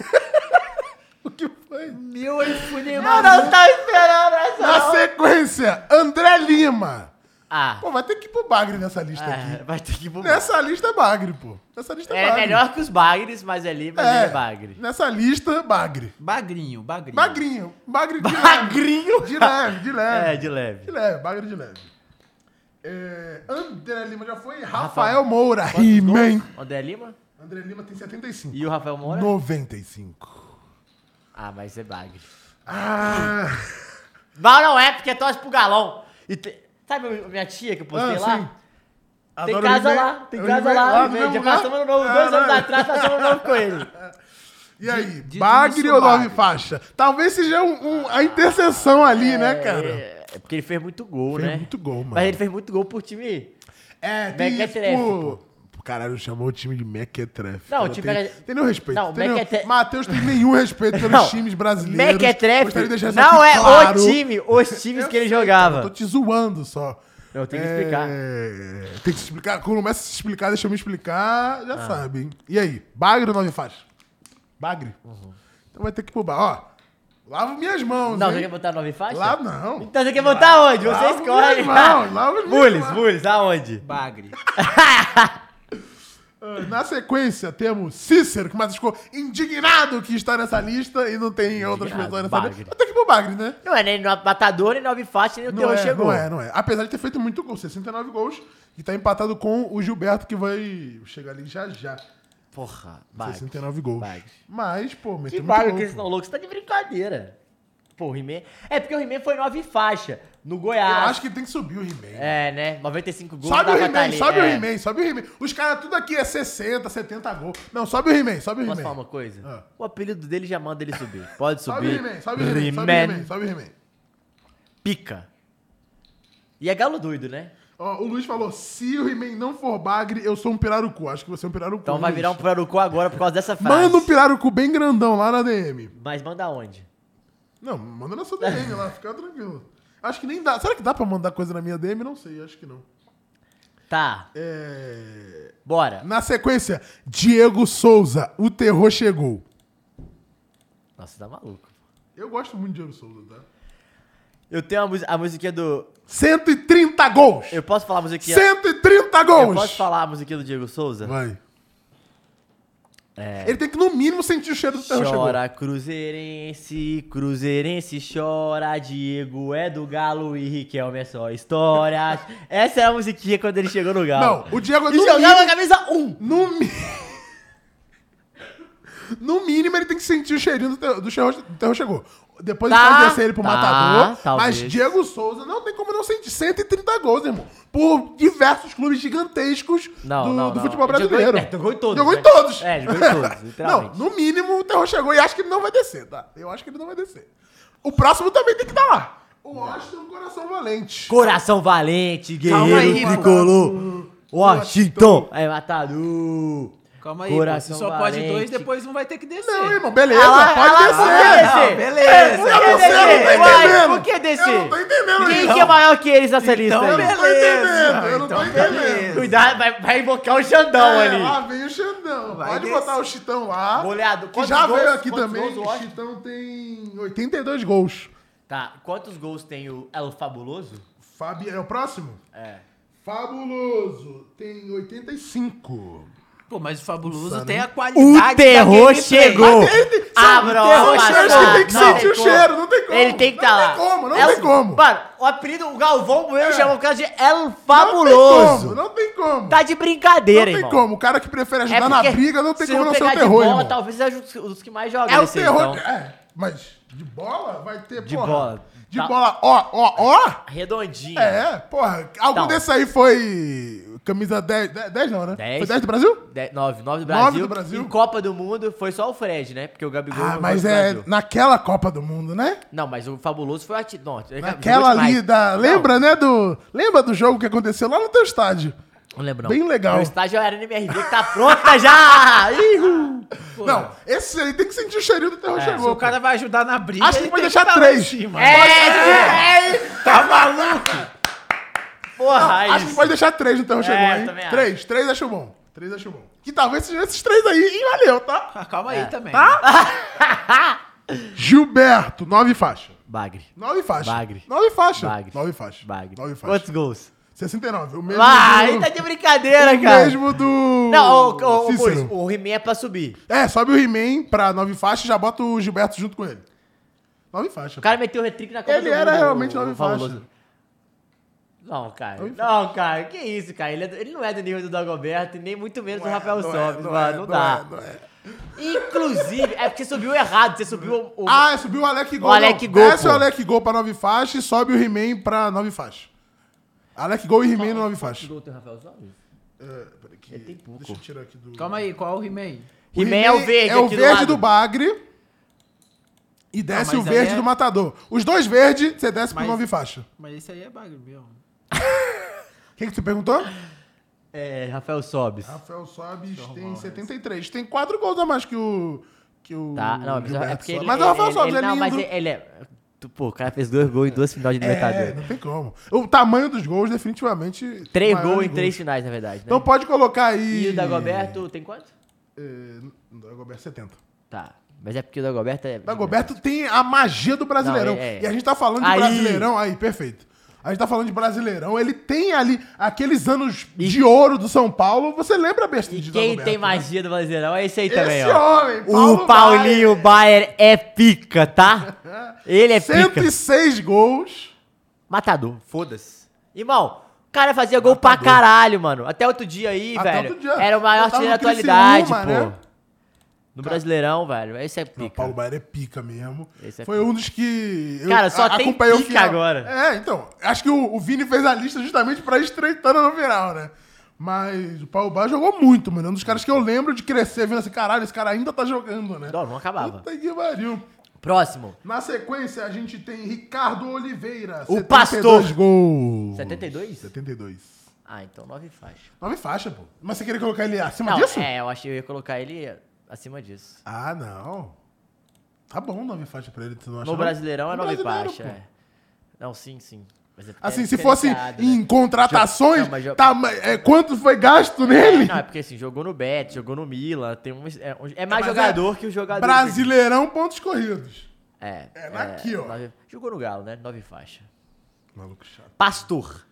Speaker 1: o que foi?
Speaker 2: Meu iPhone, mano. Eu não tava esperando essa.
Speaker 1: Na sequência, André Lima.
Speaker 2: Ah,
Speaker 1: Pô, vai ter que ir pro Bagre nessa lista
Speaker 2: é,
Speaker 1: aqui.
Speaker 2: vai ter que ir pro
Speaker 1: Nessa lista é Bagre, pô. Nessa lista é,
Speaker 2: É
Speaker 1: Bagre.
Speaker 2: melhor que os bagres, mas ali, mas ele é bagre.
Speaker 1: Nessa lista, Bagre.
Speaker 4: Bagrinho, bagrinho.
Speaker 1: Magrinho. Bagre de
Speaker 2: Bagrinho?
Speaker 1: leve. De leve, de leve.
Speaker 2: É, de leve.
Speaker 1: De leve, bagre de leve. É, André Lima já foi. Rafael Moura. He-Man.
Speaker 2: André Lima?
Speaker 1: André Lima tem 75.
Speaker 2: E o Rafael Moura?
Speaker 1: 95.
Speaker 2: Ah, mas é bagre.
Speaker 1: Ah,
Speaker 2: Não, não é, porque é torce pro galão. E te- Sabe a minha tia que eu postei
Speaker 1: Ah,
Speaker 2: lá?
Speaker 1: sim.
Speaker 2: Tem
Speaker 1: Adoro
Speaker 2: casa
Speaker 1: viver-
Speaker 2: lá, tem
Speaker 1: eu
Speaker 2: casa
Speaker 1: viver
Speaker 2: lá.
Speaker 1: no
Speaker 2: velho,
Speaker 1: mesmo
Speaker 2: Já
Speaker 1: lugar?
Speaker 2: passamos no novo, dois né? anos
Speaker 1: Caralho.
Speaker 2: atrás, passamos no novo com ele.
Speaker 1: Ah, E aí,
Speaker 4: Dito
Speaker 1: bagre
Speaker 4: isso,
Speaker 1: ou nove
Speaker 4: bagre.
Speaker 1: faixa? Talvez seja um- um- a interseção ali, né, cara?
Speaker 2: É, é porque ele fez muito gol,
Speaker 1: Fez
Speaker 2: né?
Speaker 1: muito gol, mano.
Speaker 2: Mas ele fez muito gol por time.
Speaker 1: É,
Speaker 2: Mequetrefe,
Speaker 1: Pô, Caralho, chamou o time de Mequetrefe.
Speaker 2: Não,
Speaker 1: Cara,
Speaker 2: o time
Speaker 1: tem,
Speaker 2: era-
Speaker 1: tem nenhum respeito.
Speaker 2: Não,
Speaker 1: tem
Speaker 2: Mequetre-
Speaker 1: nenhum... Matheus tem nenhum respeito pelos
Speaker 2: Não, é
Speaker 1: times brasileiros.
Speaker 2: Mequetrefe
Speaker 1: Gostaria de deixar isso
Speaker 2: não
Speaker 1: aqui
Speaker 2: é
Speaker 1: claro.
Speaker 2: o time, os times
Speaker 1: Eu
Speaker 2: que ele
Speaker 1: sei,
Speaker 2: jogava.
Speaker 1: eu Tô te zoando só.
Speaker 2: Eu tenho que explicar.
Speaker 1: É, Tem que se explicar. Quando começa a se explicar, deixa eu me explicar,
Speaker 2: Ah.
Speaker 1: já sabe, hein? E aí, bagre ou nove faixa? Bagre? Então vai ter que pubar. Ó, lavo minhas mãos,
Speaker 2: Uhum. Não, você quer
Speaker 1: hein?
Speaker 2: botar nove faixas?
Speaker 1: Lá não.
Speaker 2: Então você quer botar onde? Você
Speaker 1: Lá
Speaker 2: escolhe.
Speaker 1: os meus irmãos, lá os meus
Speaker 2: Mules,
Speaker 1: irmãos.
Speaker 2: Mules, aonde?
Speaker 4: Bagre.
Speaker 1: Ah, Na sequência, temos Cícero, que mais ficou indignado que está nessa lista e não tem outras
Speaker 2: Indignado,
Speaker 1: pessoas nessa
Speaker 2: Bagre.
Speaker 1: lista. Até que pro Bagre, né?
Speaker 2: Não é nem no matador, nem nove faixas, nem o
Speaker 1: Não
Speaker 2: terror
Speaker 1: é,
Speaker 2: chegou.
Speaker 1: não é, não é. Apesar de ter feito muito gol, 69 gols, e tá empatado com o Gilberto, que vai chegar ali já já.
Speaker 2: Porra, bagre.
Speaker 1: 69 gols.
Speaker 2: Bagre.
Speaker 1: Mas, pô,
Speaker 2: Que
Speaker 1: meteu muito
Speaker 2: bagre
Speaker 1: gol,
Speaker 2: que vocês estão
Speaker 1: pô.
Speaker 2: loucos? Você tá de brincadeira. Pô, o He-Man... É porque o He-Man foi nove faixas no
Speaker 1: Eu
Speaker 2: Goiás.
Speaker 1: acho que tem que subir o He-Man.
Speaker 2: É, né? 95 gols.
Speaker 1: Sobe o
Speaker 2: dá pra tá
Speaker 1: He-Man,
Speaker 2: ali,
Speaker 1: sobe o
Speaker 2: é.
Speaker 1: He-Man, sobe o He-Man. Os caras tudo aqui é 60, 70 gols. Não, sobe o He-Man, sobe o
Speaker 2: Posso falar
Speaker 1: He-Man.
Speaker 2: uma coisa?
Speaker 1: Ah.
Speaker 2: O apelido dele já manda ele subir. Pode
Speaker 1: Sobe o
Speaker 2: subir.
Speaker 1: He-Man, sobe o He-Man, sobe o
Speaker 2: He-Man
Speaker 1: He-Man, sobe o He-Man.
Speaker 2: pica. E é galo doido, né?
Speaker 1: Ó, o Luiz falou: se o He-Man não for bagre, eu sou um pirarucu. Acho que você é um pirarucu.
Speaker 2: Então vai
Speaker 1: Luiz.
Speaker 2: virar um pirarucu agora por causa dessa frase.
Speaker 1: Manda um pirarucu bem grandão lá na DM.
Speaker 2: Mas manda onde?
Speaker 1: Não, manda na sua DM lá, fica tranquilo. Acho que nem dá. Será que dá pra mandar coisa na minha DM? Não sei, acho que não.
Speaker 2: Tá,
Speaker 1: É...
Speaker 2: bora.
Speaker 1: Na sequência, Diego Souza, o terror chegou.
Speaker 2: Nossa, tá maluco.
Speaker 1: Eu gosto muito de Diego Souza, tá?
Speaker 2: Eu tenho a, mus- a musiquinha do...
Speaker 1: 130 gols!
Speaker 2: Eu posso falar a musiquinha...
Speaker 1: 130
Speaker 2: Eu
Speaker 1: gols!
Speaker 2: posso falar a musiquinha do Diego Souza?
Speaker 1: Vai.
Speaker 2: É.
Speaker 1: Ele tem que, no mínimo, sentir o cheiro do terror
Speaker 2: Chora Cruzeirense, Cruzeirense chora, Diego é do Galo e Riquelme é só história. Essa é a musiquinha quando ele chegou no Galo.
Speaker 1: chegou. Não, o Diego é
Speaker 2: E
Speaker 1: no
Speaker 2: jogava a
Speaker 1: mínimo,
Speaker 2: camisa 1.
Speaker 1: no mi- No mínimo, ele tem que sentir o cheirinho do terror, do cheiro- do terror chegou. Depois
Speaker 2: Tá,
Speaker 1: ele pode descer ele pro
Speaker 2: tá,
Speaker 1: Matador.
Speaker 2: talvez.
Speaker 1: Mas Diego Souza não tem como não sentir 130 gols, irmão. Por diversos clubes gigantescos
Speaker 2: Não,
Speaker 1: do,
Speaker 2: não,
Speaker 1: do
Speaker 2: não.
Speaker 1: futebol
Speaker 2: Ele jogou em-
Speaker 1: brasileiro.
Speaker 2: é, jogou em todos,
Speaker 1: Jogou
Speaker 2: né?
Speaker 1: em todos.
Speaker 2: É, jogou em todos, literalmente.
Speaker 1: Não, no mínimo, o terror chegou. E acho que ele não vai descer, tá? Eu acho que ele não vai descer. O próximo também tem que estar lá. O Washington Coração Valente.
Speaker 2: Coração valente,
Speaker 4: Calma aí,
Speaker 2: guerreiro tricolor. Washington é matador.
Speaker 4: Calma aí,
Speaker 2: Coração
Speaker 4: pô. Se só pode dois,
Speaker 2: valente.
Speaker 4: depois um vai ter que descer.
Speaker 1: Não, irmão, beleza,
Speaker 2: Ah lá,
Speaker 1: pode
Speaker 2: ah lá,
Speaker 1: descer.
Speaker 2: pode descer.
Speaker 4: beleza.
Speaker 2: Por que
Speaker 1: Você não tá
Speaker 2: descer?
Speaker 1: entendendo.
Speaker 2: Vai, Por que
Speaker 1: Eu não tô
Speaker 2: descer?
Speaker 1: entendendo
Speaker 2: Quem
Speaker 1: isso.
Speaker 2: que é maior que eles nessa lista
Speaker 4: Então,
Speaker 2: aí?
Speaker 1: Eu não tô entendendo, eu não tô entendendo.
Speaker 2: Cuidado, vai, vai invocar o Xandão
Speaker 1: É,
Speaker 2: ali.
Speaker 1: Lá vem o Xandão.
Speaker 4: Vai
Speaker 1: Pode
Speaker 4: descer.
Speaker 1: botar o Chitão lá.
Speaker 2: Goleado,
Speaker 1: que
Speaker 2: quantos
Speaker 1: já
Speaker 2: gols-
Speaker 1: veio aqui
Speaker 2: quantos
Speaker 1: também.
Speaker 2: gols o
Speaker 1: O
Speaker 2: Washington?
Speaker 1: Chitão tem 82 gols.
Speaker 2: Tá, quantos gols tem o El Fabuloso?
Speaker 1: Fabi... É o próximo?
Speaker 2: É.
Speaker 1: Fabuloso tem 85.
Speaker 4: Pô, mas né? o Fabuloso
Speaker 1: Insano.
Speaker 4: tem a
Speaker 2: O
Speaker 4: qualidade.
Speaker 2: terror
Speaker 4: daquele
Speaker 2: chegou.
Speaker 1: Mas ele tem- sabe,
Speaker 2: Abra
Speaker 1: tem-
Speaker 2: o
Speaker 1: eu acho
Speaker 2: tá,
Speaker 1: que tem que sentir o cheiro, não tem como.
Speaker 2: Ele tem que
Speaker 1: Não
Speaker 2: estar lá. É um
Speaker 1: tem como, não
Speaker 2: El-
Speaker 1: tem como.
Speaker 2: Mano, o apelido, o Galvão Bueno chamou o cara de El
Speaker 1: Não tem
Speaker 2: Fabuloso.
Speaker 1: como, não tem como.
Speaker 2: Tá de brincadeira,
Speaker 1: não tem
Speaker 2: irmão.
Speaker 1: como. O cara que prefere
Speaker 2: É
Speaker 1: ajudar na
Speaker 2: porque
Speaker 1: briga não tem
Speaker 2: se
Speaker 1: como não ser o
Speaker 2: pegar de
Speaker 1: terror,
Speaker 2: bola,
Speaker 1: irmão.
Speaker 2: Talvez seja os, os que mais jogam.
Speaker 1: É o
Speaker 2: esse,
Speaker 1: terror.
Speaker 2: então.
Speaker 1: É, mas de bola vai ter,
Speaker 2: De
Speaker 1: porra.
Speaker 2: bola.
Speaker 1: De
Speaker 2: Tá.
Speaker 1: bola, ó, ó, ó.
Speaker 2: Redondinho.
Speaker 1: É, porra. Algum
Speaker 2: Então.
Speaker 1: desse aí foi camisa 10, 10, 10 não, né?
Speaker 2: Dez.
Speaker 1: Foi 10 do Brasil?
Speaker 2: 9, 9 do Brasil.
Speaker 1: Nove do Brasil.
Speaker 2: Em Copa do Mundo foi só o Fred, né? Porque o Gabigol.
Speaker 1: Ah,
Speaker 2: não
Speaker 1: mas
Speaker 2: foi pro
Speaker 1: é
Speaker 2: Brasil.
Speaker 1: naquela Copa do Mundo, né?
Speaker 2: Não, mas o Fabuloso foi ati... Não, ele
Speaker 1: Naquela
Speaker 2: jogou demais.
Speaker 1: ali da...
Speaker 2: Não,
Speaker 1: Lembra, né, do... Lembra do jogo que aconteceu lá no teu estádio?
Speaker 2: Não, lembro, não.
Speaker 1: Bem legal.
Speaker 2: O estágio era no MRV que tá pronta já! Ihu!
Speaker 4: Pô,
Speaker 1: Não, esse aí tem que sentir o cheirinho do terror
Speaker 4: Se o
Speaker 1: chegou.
Speaker 4: cara vai ajudar na briga.
Speaker 1: Acho que
Speaker 4: ele
Speaker 1: pode
Speaker 4: tem
Speaker 1: deixar
Speaker 4: tá lá
Speaker 1: três.
Speaker 4: em cima.
Speaker 2: É! é.
Speaker 4: Tá maluco?
Speaker 2: Porra, aí.
Speaker 1: Acho que pode deixar três no terror chegou,
Speaker 2: Tá também
Speaker 1: hein?
Speaker 2: acho.
Speaker 1: Três, três acho bom. Três acho bom. Que talvez sejam esses três aí e valeu, tá?
Speaker 4: Ah, Calma aí também.
Speaker 1: Gilberto, nove faixas.
Speaker 2: Bagre.
Speaker 1: Nove faixas.
Speaker 2: Bagre.
Speaker 1: Nove faixas.
Speaker 2: Bagre.
Speaker 1: Nove faixas.
Speaker 2: Bagre.
Speaker 1: Nove
Speaker 2: Quantos
Speaker 1: faixas.
Speaker 2: gols?
Speaker 1: 69. O mesmo
Speaker 2: Ah,
Speaker 1: do...
Speaker 2: aí tá de brincadeira,
Speaker 1: o
Speaker 2: cara.
Speaker 1: mesmo do...
Speaker 2: Não, o, o, o,
Speaker 1: Um Cícero.
Speaker 2: Muris, o He-Man é pra subir.
Speaker 1: É, sobe o He-Man pra nove faixas e já bota o Gilberto junto com ele. Nove faixas.
Speaker 2: O cara meteu o hat-trick na Copa
Speaker 1: Ele
Speaker 2: do
Speaker 1: era
Speaker 2: Mundo,
Speaker 1: realmente
Speaker 2: o-
Speaker 1: nove
Speaker 2: o Fabuloso.
Speaker 1: faixas.
Speaker 2: Não, cara.
Speaker 1: Nove
Speaker 2: Não, cara. Que isso, cara. Ele, é do- ele não é do nível do Dagoberto e nem muito menos do
Speaker 1: Não é,
Speaker 2: Rafael
Speaker 1: não é,
Speaker 2: Sobis,
Speaker 1: não
Speaker 2: mano.
Speaker 1: é,
Speaker 2: não,
Speaker 1: não
Speaker 2: dá.
Speaker 1: é, não é.
Speaker 2: Inclusive, é porque você subiu errado. Você subiu o... o-
Speaker 1: Ah, subiu o Alec Gol.
Speaker 2: O Alec
Speaker 1: não.
Speaker 2: Gol,
Speaker 1: Desce
Speaker 2: pô.
Speaker 1: o Alec Gol pra nove faixas e sobe o He-Man pra nove faixas. Alec Gol e He-Man no nove faixas.
Speaker 2: Gol tem o Rafael Sobis?
Speaker 1: É, peraí que-
Speaker 2: tem pouco.
Speaker 1: Deixa eu tirar aqui do.
Speaker 4: Calma aí, qual é o He-Man?
Speaker 1: O
Speaker 2: He-Man é o verde
Speaker 1: É o
Speaker 2: aqui
Speaker 1: verde do,
Speaker 2: do lado.
Speaker 1: Bagre. E desce
Speaker 4: mas
Speaker 1: o verde
Speaker 4: aí é-
Speaker 1: do Matador. Os dois verdes, você desce pro
Speaker 4: Mas-
Speaker 1: nove faixa.
Speaker 4: Mas esse aí é bagulho mesmo.
Speaker 1: O que, que tu perguntou?
Speaker 2: É, Rafael Sobes.
Speaker 1: Rafael Sobis tem 73. Tem quatro gols a mais que o. Que o
Speaker 2: Tá, não, mas é
Speaker 1: Gilberto
Speaker 2: porque
Speaker 1: Soares.
Speaker 2: ele,
Speaker 1: Mas é o Ah, Rafael
Speaker 2: ele-
Speaker 1: Sobis, é
Speaker 2: ele- Não, mas
Speaker 1: lindo.
Speaker 2: ele- ele é... Tu, Pô, o cara fez dois gols em duas finais de
Speaker 1: É,
Speaker 2: Libertadores.
Speaker 1: não tem como. O tamanho dos gols, definitivamente.
Speaker 2: Três
Speaker 1: maior
Speaker 2: gols em
Speaker 1: dos
Speaker 2: três finais, na verdade, né?
Speaker 1: Então pode colocar aí.
Speaker 2: E o Dagoberto tem quanto?
Speaker 1: É, Dagoberto 70.
Speaker 2: Tá. Mas é porque o Dagoberto é...
Speaker 1: Dagoberto tem a magia do Brasileirão.
Speaker 2: Não, é- é.
Speaker 1: E a gente tá falando de
Speaker 2: Aí.
Speaker 1: Brasileirão. Aí, perfeito. A gente tá falando de Brasileirão. Ele tem ali aqueles anos de ouro do São Paulo. Você lembra a besta
Speaker 2: E
Speaker 1: de
Speaker 2: quem
Speaker 1: Dagoberto,
Speaker 2: tem
Speaker 1: né?
Speaker 2: magia do Brasileirão é esse aí
Speaker 1: Esse
Speaker 2: também, ó.
Speaker 1: homem,
Speaker 2: O
Speaker 1: Paulo
Speaker 2: Paulinho Bayer é pica, tá? Ele é pica.
Speaker 1: 106 gols.
Speaker 2: Matador, foda-se. Irmão, o cara fazia gol pra caralho, mano. Até outro dia aí,
Speaker 1: Até
Speaker 2: velho.
Speaker 1: outro dia.
Speaker 2: Era o maior
Speaker 1: Eu tava
Speaker 2: time da
Speaker 1: no
Speaker 2: atualidade, pô.
Speaker 1: Criciúma, né?
Speaker 2: No Brasileirão, velho. Esse é
Speaker 1: Não,
Speaker 2: pica.
Speaker 1: Paulo Baier é pica mesmo.
Speaker 2: Esse é
Speaker 1: Foi um dos que. eu
Speaker 2: Cara, só
Speaker 1: a-
Speaker 2: tem
Speaker 1: acompanhei o
Speaker 2: pica
Speaker 1: final.
Speaker 2: agora.
Speaker 1: É, então. Acho que o, o Vini fez a lista justamente pra ir estreitando no final, né? Mas o Paulo Baier jogou muito, mano. É um dos caras que eu lembro de crescer, vendo assim, caralho, esse cara ainda tá jogando, né?
Speaker 2: Não, não acabava.
Speaker 1: Puta que pariu.
Speaker 2: Próximo.
Speaker 1: Na sequência, a gente tem Ricardo Oliveira.
Speaker 2: O pastor.
Speaker 1: gols.
Speaker 2: 72?
Speaker 1: 72.
Speaker 2: Ah, então nove faixas.
Speaker 1: Nove faixa, pô. Mas você queria colocar ele acima
Speaker 2: Não,
Speaker 1: disso?
Speaker 2: é, eu acho que eu ia colocar ele acima disso.
Speaker 1: Ah, não. Tá bom nove faixa pra ele, tu não acha?
Speaker 2: No
Speaker 1: não?
Speaker 2: Brasileirão é
Speaker 1: No
Speaker 2: nove
Speaker 1: Brasileiro,
Speaker 2: faixas.
Speaker 1: pô.
Speaker 2: é. Não, sim, sim. Mas é porque
Speaker 1: Assim,
Speaker 2: é
Speaker 1: se fosse
Speaker 2: diferenciado, né?
Speaker 1: em contratações,
Speaker 2: Jo- não, mas jo-
Speaker 1: tama- é, quanto foi gasto nele?
Speaker 2: Não, é porque assim, jogou no Bet, jogou no Milan, tem um, é, um- é mais
Speaker 1: Mas é
Speaker 2: jogador que o jogador.
Speaker 1: Brasileirão, pontos corridos.
Speaker 2: É.
Speaker 1: É, aqui, ó.
Speaker 2: nove- jogou no Galo, né? Nove faixas.
Speaker 1: Maluco chato.
Speaker 2: Pastor.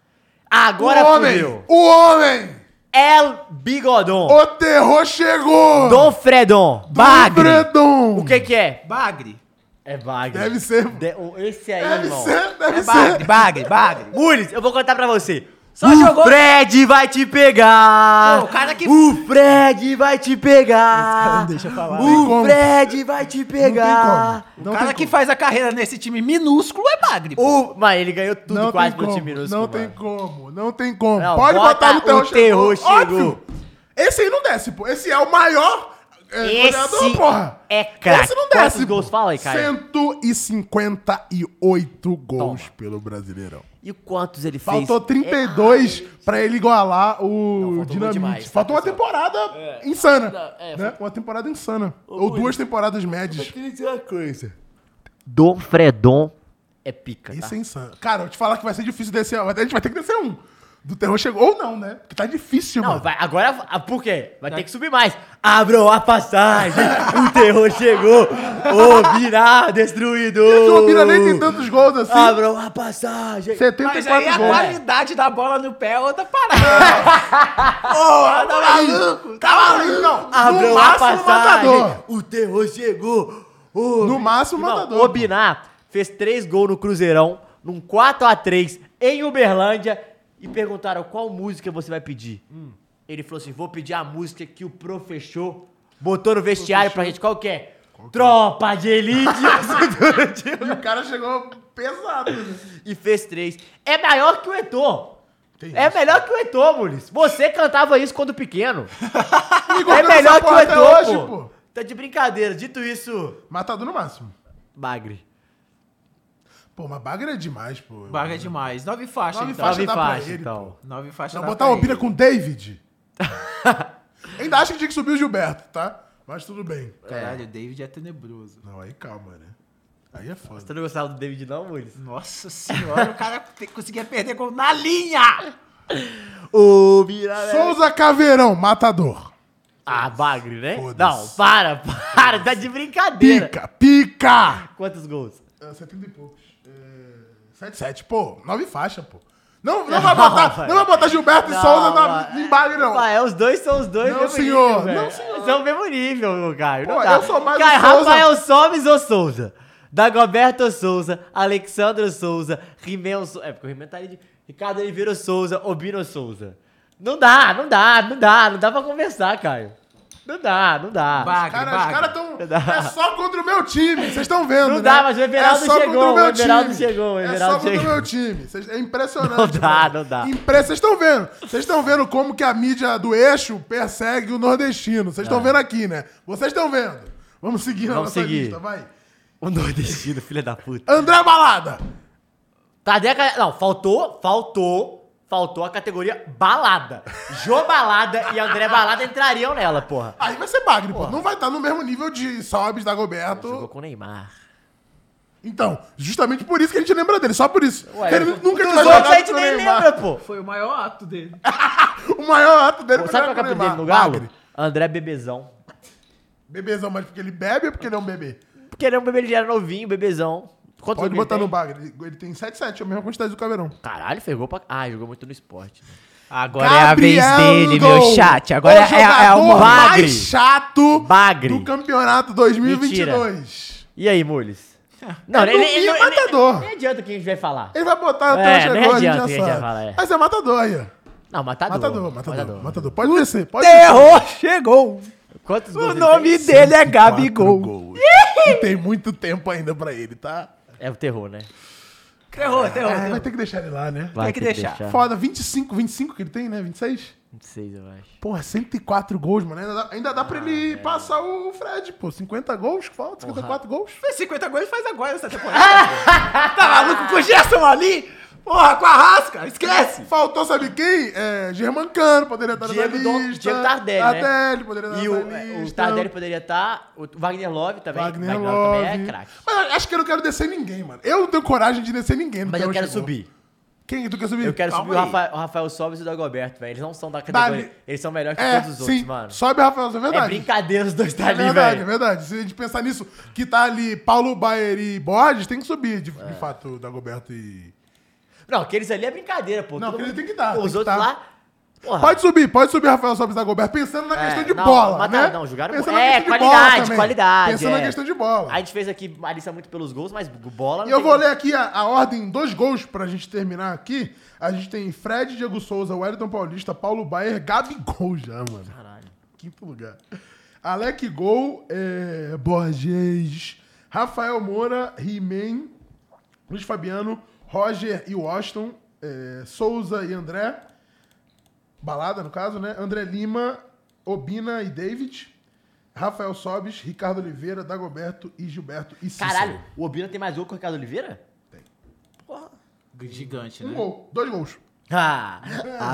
Speaker 2: Agora
Speaker 1: o homem,
Speaker 2: fudeu.
Speaker 1: o homem,
Speaker 2: El Bigodon.
Speaker 1: o terror chegou.
Speaker 2: Dom Fredon. Bagre.
Speaker 1: Bredon.
Speaker 2: O que que é?
Speaker 4: Bagre.
Speaker 2: É Bagre.
Speaker 1: Deve ser.
Speaker 2: De- o- esse aí,
Speaker 1: Deve
Speaker 2: irmão.
Speaker 1: ser, deve
Speaker 4: É
Speaker 1: ser.
Speaker 4: bagre, bagre, bagre.
Speaker 2: Mules, eu vou contar pra você. Só
Speaker 4: O
Speaker 2: jogou... Fred vai te pegar.
Speaker 4: Pô, o cara que-
Speaker 2: O Fred vai te pegar.
Speaker 3: deixa eu falar.
Speaker 1: Não tem como.
Speaker 2: O Fred vai te pegar.
Speaker 1: Não tem como.
Speaker 4: O
Speaker 1: Não
Speaker 4: cara
Speaker 1: tem
Speaker 4: que
Speaker 1: como.
Speaker 4: faz a carreira nesse time minúsculo é bagre. pô.
Speaker 2: O... Mas ele ganhou tudo
Speaker 1: não
Speaker 2: quase
Speaker 1: tem
Speaker 2: pro
Speaker 1: como,
Speaker 2: time minúsculo,
Speaker 1: Não tem
Speaker 2: mano.
Speaker 1: como, não tem como.
Speaker 2: Não,
Speaker 1: Pode
Speaker 2: bota
Speaker 1: botar no terror,
Speaker 2: o terror
Speaker 1: chegou.
Speaker 2: chegou.
Speaker 1: Óbvio. Esse aí não desce, pô. Esse é o maior é, goleador,
Speaker 2: Esse
Speaker 1: porra.
Speaker 2: é craque.
Speaker 1: Esse não
Speaker 2: Quantos
Speaker 1: desce, é pô.
Speaker 2: gols? Fala aí, Caio.
Speaker 1: 158 gols pelo Brasileirão.
Speaker 2: E quantos ele fez?
Speaker 1: Faltou 32 pra ele igualar o
Speaker 2: É, Não, faltou
Speaker 1: Dinamite.
Speaker 2: demais, tá,
Speaker 1: faltou uma
Speaker 2: pessoal?
Speaker 1: temporada insana.
Speaker 2: Não, é,
Speaker 1: né? Uma temporada insana. Ou duas temporadas médias.
Speaker 2: Dom Fredon é pica, tá?
Speaker 1: Isso é insano. Cara, eu te falar que vai ser difícil descer. A gente vai ter que descer um. Do terror chegou ou não, né? Porque tá difícil,
Speaker 2: Não,
Speaker 1: mano.
Speaker 2: vai, agora, ah, por quê? Vai ter que subir mais. Abram a passagem, o terror chegou, o virá
Speaker 1: Gente, O
Speaker 2: destruidor.
Speaker 1: Obina nem tem tantos gols assim.
Speaker 2: Abram a passagem.
Speaker 1: 74
Speaker 4: Mas aí é a
Speaker 1: gols.
Speaker 4: qualidade da bola no pé é outra parada.
Speaker 1: Tá maluco? Tá maluco? Não. No
Speaker 2: Abram a
Speaker 1: máximo, matador.
Speaker 2: passagem, o terror chegou. o-
Speaker 1: No máximo,
Speaker 2: Irmão,
Speaker 1: matador.
Speaker 2: O Biná fez três gols no Cruzeirão, num 4x3 em Uberlândia, e perguntaram qual música você vai pedir.
Speaker 1: Hum.
Speaker 2: Ele falou assim: vou pedir a música que o professor botou no vestiário pra gente. Qual que é? Tropa de elite!
Speaker 1: E o cara chegou pesado. né?
Speaker 2: e fez três. É maior que o Etor.
Speaker 1: Que
Speaker 2: É melhor que o Etor, Mules. Você cantava isso quando pequeno.
Speaker 1: E
Speaker 2: é
Speaker 1: gostando dessa
Speaker 2: melhor que o
Speaker 1: porra até
Speaker 2: Etor,
Speaker 1: hoje,
Speaker 2: pô. Tá de brincadeira. Dito isso,
Speaker 1: Matador no máximo.
Speaker 2: Bagre.
Speaker 1: Pô, mas Bagre é demais, pô.
Speaker 4: Bagre é demais. tá Nove faixas,
Speaker 1: Nove
Speaker 4: então.
Speaker 1: faixas.
Speaker 2: Salve
Speaker 1: dá pra
Speaker 2: faixa,
Speaker 1: ele,
Speaker 2: então.
Speaker 4: Nove faixas.
Speaker 1: Não,
Speaker 4: dá
Speaker 1: botar
Speaker 4: pra
Speaker 1: o Obina
Speaker 4: ele.
Speaker 1: com o David. Ainda acho que tinha que subir o Gilberto, tá? Mas tudo bem.
Speaker 4: Caralho, o David é tenebroso.
Speaker 1: Não, aí calma, né? Aí é foda.
Speaker 2: Você não gostava do David, não, Mules?
Speaker 4: Nossa senhora, o cara te- conseguia perder gol na linha!
Speaker 2: Ô, Miranda.
Speaker 1: Souza Caveirão, matador.
Speaker 2: Ah, Bagre, né?
Speaker 1: Foda-se.
Speaker 2: Não, para, para, tá de brincadeira.
Speaker 1: Pica, pica!
Speaker 2: Quantos gols?
Speaker 1: É, 70 e poucos. É, 7, 7, pô. 9 faixa, pô. Não, não, vai botar,
Speaker 2: vai.
Speaker 1: não vai botar Gilberto e
Speaker 2: Não,
Speaker 1: Souza na,
Speaker 2: vai.
Speaker 1: em bagre, não.
Speaker 2: Ah, é, os dois são os dois
Speaker 1: Não,
Speaker 2: mesmo
Speaker 1: senhor,
Speaker 2: nível,
Speaker 1: não,
Speaker 2: velho.
Speaker 1: senhor.
Speaker 2: São o mesmo nível, meu cara. Não
Speaker 1: Pô,
Speaker 2: dá.
Speaker 1: eu sou mais o
Speaker 2: cara,
Speaker 1: Souza.
Speaker 2: Rafael Sobes ou Souza? Dagoberto Souza, Alexandre Souza, Rimeu Souza. É, porque o Rimeu tá ali de... Ricardo Oliveira Souza, Obino Souza. Não dá, não dá, não dá. Não dá pra conversar, Caio. Não dá, não dá.
Speaker 4: Vai.
Speaker 1: Os caras
Speaker 4: Bagre,
Speaker 1: estão. É só contra o meu time, vocês estão vendo.
Speaker 2: Não
Speaker 1: né?
Speaker 2: dá, mas o Everaldo
Speaker 1: é só
Speaker 2: chegou,
Speaker 1: contra
Speaker 2: o
Speaker 1: meu time.
Speaker 2: Everaldo chegou, o Everaldo
Speaker 1: é só
Speaker 2: chegou.
Speaker 1: contra o meu time. Vocês- É impressionante.
Speaker 2: Não dá,
Speaker 1: mano.
Speaker 2: não dá.
Speaker 1: Impre- Vocês estão vendo. Vocês estão vendo como que a mídia do eixo persegue o nordestino. Vocês estão vendo aqui, né? Vocês estão vendo. Vamos seguir na
Speaker 2: É. Vamos
Speaker 1: nossa
Speaker 2: seguir.
Speaker 1: lista, vai.
Speaker 2: O nordestino, filha da puta.
Speaker 1: André Balada.
Speaker 2: Tadeu, Ca- não, faltou, faltou, faltou a categoria balada. Jô Balada e André Balada entrariam nela, porra.
Speaker 1: Aí vai ser Bagre, pô. Não vai estar no mesmo nível de Sobes,
Speaker 2: Jogou
Speaker 1: Dagoberto.
Speaker 2: com o Neymar.
Speaker 1: Então, justamente por isso que a gente lembra dele. Só por isso.
Speaker 2: Ué,
Speaker 1: Porque ele
Speaker 2: eu-
Speaker 1: nunca
Speaker 2: Os
Speaker 1: tinha
Speaker 2: outros
Speaker 1: jogado
Speaker 2: a gente
Speaker 1: com o
Speaker 2: nem
Speaker 1: Neymar. é
Speaker 2: lembra, pô.
Speaker 4: Foi o maior ato dele.
Speaker 1: O maior ato dele
Speaker 2: Pô,
Speaker 1: foi jogar
Speaker 2: Sabe qual é o
Speaker 1: com o
Speaker 2: apelido dele no
Speaker 1: Neymar.
Speaker 2: Galo?
Speaker 1: Bagre.
Speaker 2: André Bebezão.
Speaker 1: Bebezão, mas porque ele bebe ou porque ele é um bebê?
Speaker 2: Porque ele é um bebê, ele era novinho, bebezão. Quantos anos
Speaker 1: Pode
Speaker 2: ele
Speaker 1: botar
Speaker 2: tem?
Speaker 1: no Bagre. Ele- Ele tem 7,7, a mesma quantidade do Caveirão.
Speaker 2: Caralho, ferrou pra... Ah, jogou muito no esporte.
Speaker 4: Agora é a vez
Speaker 1: Gabriel
Speaker 4: dele,
Speaker 1: Gol,
Speaker 4: meu chat. Agora
Speaker 1: o
Speaker 4: é, é, é o
Speaker 1: jogador
Speaker 4: momento.
Speaker 2: Bagre.
Speaker 1: mais chato
Speaker 2: Bagre.
Speaker 1: do campeonato 2022.
Speaker 2: E aí, Mules? Não,
Speaker 1: no mínimo É. matador.
Speaker 2: Nem, nem adianta o que a gente vai falar.
Speaker 1: Ele vai botar até
Speaker 2: É,
Speaker 1: onde
Speaker 2: nem
Speaker 1: chegou, a gente
Speaker 2: adianta
Speaker 1: já
Speaker 2: que a gente
Speaker 1: sabe.
Speaker 2: vai falar, é.
Speaker 1: Mas é matador aí. ó.
Speaker 2: Não, matador.
Speaker 1: Matador, matador, matador. Pode descer, pode
Speaker 3: Terror chegou.
Speaker 2: Quantos gols
Speaker 3: O
Speaker 2: ele
Speaker 3: nome
Speaker 2: fez?
Speaker 3: dele é
Speaker 1: descer.
Speaker 3: Gabigol.
Speaker 1: Gols. E tem muito tempo ainda pra ele, tá?
Speaker 2: É o terror, né?
Speaker 4: Terror, terror,
Speaker 1: É, vai
Speaker 4: terror.
Speaker 1: ter que deixar ele lá, né?
Speaker 2: Vai
Speaker 4: que
Speaker 2: ter
Speaker 4: deixar.
Speaker 1: Foda, 25, 25 que ele tem, né? 26?
Speaker 2: 26, eu acho.
Speaker 1: Porra, 104 gols, mano. Ainda dá, ainda dá pra
Speaker 2: Ah,
Speaker 1: ele passar o Fred, pô. 50 gols, que falta, 54 gols.
Speaker 4: Fez 50 gols faz agora essa temporada. tá maluco com o Gerson ali? Porra, com a rasca, esquece.
Speaker 1: Faltou, sabe quem? É, Germancano poderia estar
Speaker 2: Diego,
Speaker 1: nessa
Speaker 2: Don,
Speaker 1: lista.
Speaker 2: Diego Tardelli, né?
Speaker 1: Tardelli poderia estar
Speaker 2: E
Speaker 1: nessa
Speaker 2: o, é, o
Speaker 1: lista.
Speaker 2: Tardelli poderia estar. O Wagner Love também.
Speaker 1: Wagner
Speaker 2: Love
Speaker 1: Love. Então,
Speaker 2: também é craque.
Speaker 1: Mas eu acho que eu não quero descer ninguém, mano. Eu não tenho coragem de descer ninguém. no
Speaker 2: Mas
Speaker 1: que
Speaker 2: eu
Speaker 1: ela
Speaker 2: quero
Speaker 1: chegou.
Speaker 2: subir.
Speaker 1: Quem tu quer subir?
Speaker 2: Eu quero
Speaker 1: Calma
Speaker 2: subir o
Speaker 1: aí.
Speaker 2: Rafael, o Rafael Sobis e o Dagoberto, velho. Eles não são da categoria.
Speaker 1: Dali.
Speaker 2: Eles são melhores que
Speaker 1: É,
Speaker 2: todos os
Speaker 1: sim.
Speaker 2: outros, mano.
Speaker 1: Sobe, Rafael, é
Speaker 2: É
Speaker 1: verdade.
Speaker 2: brincadeira os dois tá
Speaker 1: É
Speaker 2: ali,
Speaker 1: verdade, é
Speaker 2: velho.
Speaker 1: verdade. Se a gente pensar nisso, que tá ali Paulo Baier e Borges, tem que subir, de,
Speaker 2: É.
Speaker 1: de fato, o Dagoberto e...
Speaker 2: Não, aqueles ali é brincadeira, pô.
Speaker 1: Não,
Speaker 2: Todo
Speaker 1: aquele
Speaker 2: mundo-
Speaker 1: tem que dar,
Speaker 2: Pô,
Speaker 1: tem
Speaker 2: Os
Speaker 1: que
Speaker 2: outros
Speaker 1: dar.
Speaker 2: lá. Porra,
Speaker 1: Pode subir, pode subir, Rafael Sobis Dagoberto, pensando na
Speaker 2: Ah. É,
Speaker 1: questão de
Speaker 2: não,
Speaker 1: bola,
Speaker 2: mataram,
Speaker 1: né?
Speaker 2: não, jogaram
Speaker 1: Pensando
Speaker 2: bo-
Speaker 1: na
Speaker 2: é,
Speaker 1: questão de
Speaker 2: qualidade,
Speaker 1: bola também.
Speaker 2: qualidade,
Speaker 1: Pensando
Speaker 2: é.
Speaker 1: na questão de bola.
Speaker 2: a gente fez aqui a lista muito pelos gols, mas bola.
Speaker 1: E
Speaker 2: não
Speaker 1: eu
Speaker 2: tem
Speaker 1: vou
Speaker 2: como-
Speaker 1: ler aqui a, a ordem dos gols pra gente terminar aqui. A gente tem Fred, Diego Souza, Wellington Paulista, Paulo Baier, Gabigol já, mano.
Speaker 2: Caralho.
Speaker 1: Quinto lugar. Alec Gol, é, Borges, Rafael Moura, He-Man, Luiz Fabiano, Roger e Washington, é, Souza e André, Balada no caso, né? André Lima, Obina e David, Rafael Sobis, Ricardo Oliveira, Dagoberto e Gilberto e Cícero.
Speaker 2: Caralho, o Obina tem mais gol que o Ricardo Oliveira?
Speaker 4: Gigante,
Speaker 1: Um gol, dois gols.
Speaker 2: Ah,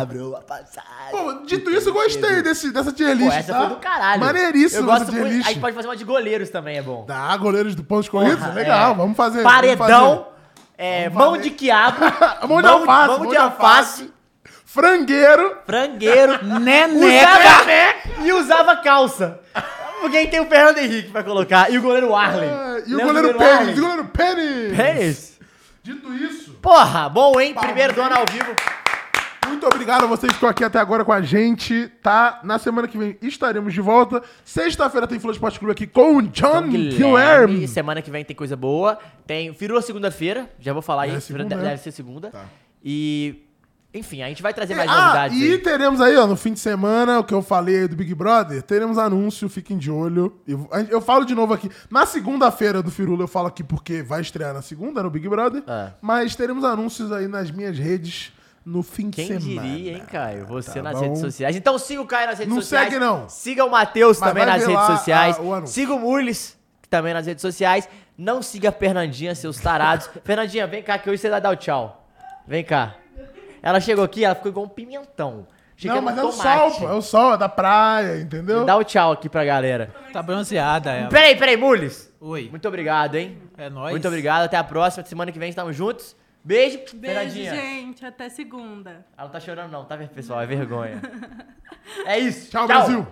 Speaker 2: abriu a passagem.
Speaker 1: Pô, dito isso, eu gostei desse, dessa tier
Speaker 2: Pô,
Speaker 1: list,
Speaker 2: essa
Speaker 1: tá?
Speaker 2: foi do caralho.
Speaker 1: Maneiríssimo
Speaker 2: Eu gosto
Speaker 1: essa tier
Speaker 2: muito.
Speaker 1: list.
Speaker 2: A gente pode fazer uma de goleiros também, é bom.
Speaker 1: Dá, goleiros do pontos corridos,
Speaker 2: Porra,
Speaker 1: legal,
Speaker 2: é.
Speaker 1: vamos fazer. vamos
Speaker 2: Paredão, é,
Speaker 1: Vamos
Speaker 2: mão
Speaker 1: fazer.
Speaker 2: de quiabo,
Speaker 1: fazer. Mão de alface.
Speaker 2: mão de alface,
Speaker 1: alface, Frangueiro.
Speaker 2: frangueiro,
Speaker 4: né?
Speaker 3: Neneca.
Speaker 2: usava e usava calça. Porque aí tem o Fernando Henrique pra colocar, e o goleiro Arlen.
Speaker 1: ah, E o
Speaker 2: Lembra do
Speaker 1: goleiro Pênis. E o
Speaker 2: Arlen?
Speaker 1: goleiro Pênis.
Speaker 2: Pênis?
Speaker 1: Dito isso,
Speaker 2: Porra, bom, hein? Primeiro dono ao vivo.
Speaker 1: muito obrigado a vocês que estão aqui até agora com a gente, tá? Na semana que vem estaremos de volta. Sexta-feira tem Flow Esporte Clube aqui com Hum, o John
Speaker 2: Então,
Speaker 1: Guilherme.
Speaker 2: Semana que vem tem coisa boa. Tem Firula segunda-feira, já vou falar aí.
Speaker 1: É, segunda,
Speaker 2: Deve
Speaker 1: é.
Speaker 2: deve ser segunda. E. Enfim, a gente vai trazer mais
Speaker 1: ah,
Speaker 2: novidades.
Speaker 1: e
Speaker 2: aí.
Speaker 1: teremos aí, ó, no fim de semana, o que eu falei aí do Big Brother, teremos anúncio, fiquem de olho. Eu, eu falo de novo aqui. Na segunda-feira do Firula eu falo aqui porque vai estrear na segunda, no Big Brother.
Speaker 2: É.
Speaker 1: Mas teremos anúncios aí nas minhas redes no fim
Speaker 2: Quem
Speaker 1: de semana. Tá
Speaker 2: diria, hein, Caio? Você nas
Speaker 1: bom.
Speaker 2: redes sociais. Então siga o Caio nas redes
Speaker 1: Não
Speaker 2: sociais.
Speaker 1: segue, não.
Speaker 2: Siga o Matheus
Speaker 1: Mas
Speaker 2: também
Speaker 1: vai
Speaker 2: nas
Speaker 1: ver
Speaker 2: redes
Speaker 1: lá,
Speaker 2: sociais.
Speaker 1: ah, o anúncio.
Speaker 2: siga o Murlis também nas redes sociais. Não siga a Fernandinha, seus tarados. Fernandinha, vem cá que hoje você vai dar o tchau. Vem cá. Ela chegou aqui, ela ficou igual um pimentão. Chega
Speaker 1: Não, mas é o sol,
Speaker 2: um tomate.
Speaker 1: pô. É o sol, é da praia, entendeu?
Speaker 2: Dá o tchau aqui pra galera.
Speaker 4: Tá bronzeada ela.
Speaker 2: Peraí, peraí, Mules.
Speaker 4: Oi.
Speaker 2: Muito obrigado, hein?
Speaker 4: É nóis.
Speaker 2: Muito obrigado, até a próxima. Semana que vem estamos juntos. Beijo,
Speaker 5: Beijo,
Speaker 2: Fernandinha.
Speaker 5: gente. Até segunda.
Speaker 2: Ela não tá chorando, não, tá, pessoal? É vergonha. É isso.
Speaker 1: Tchau, Brasil.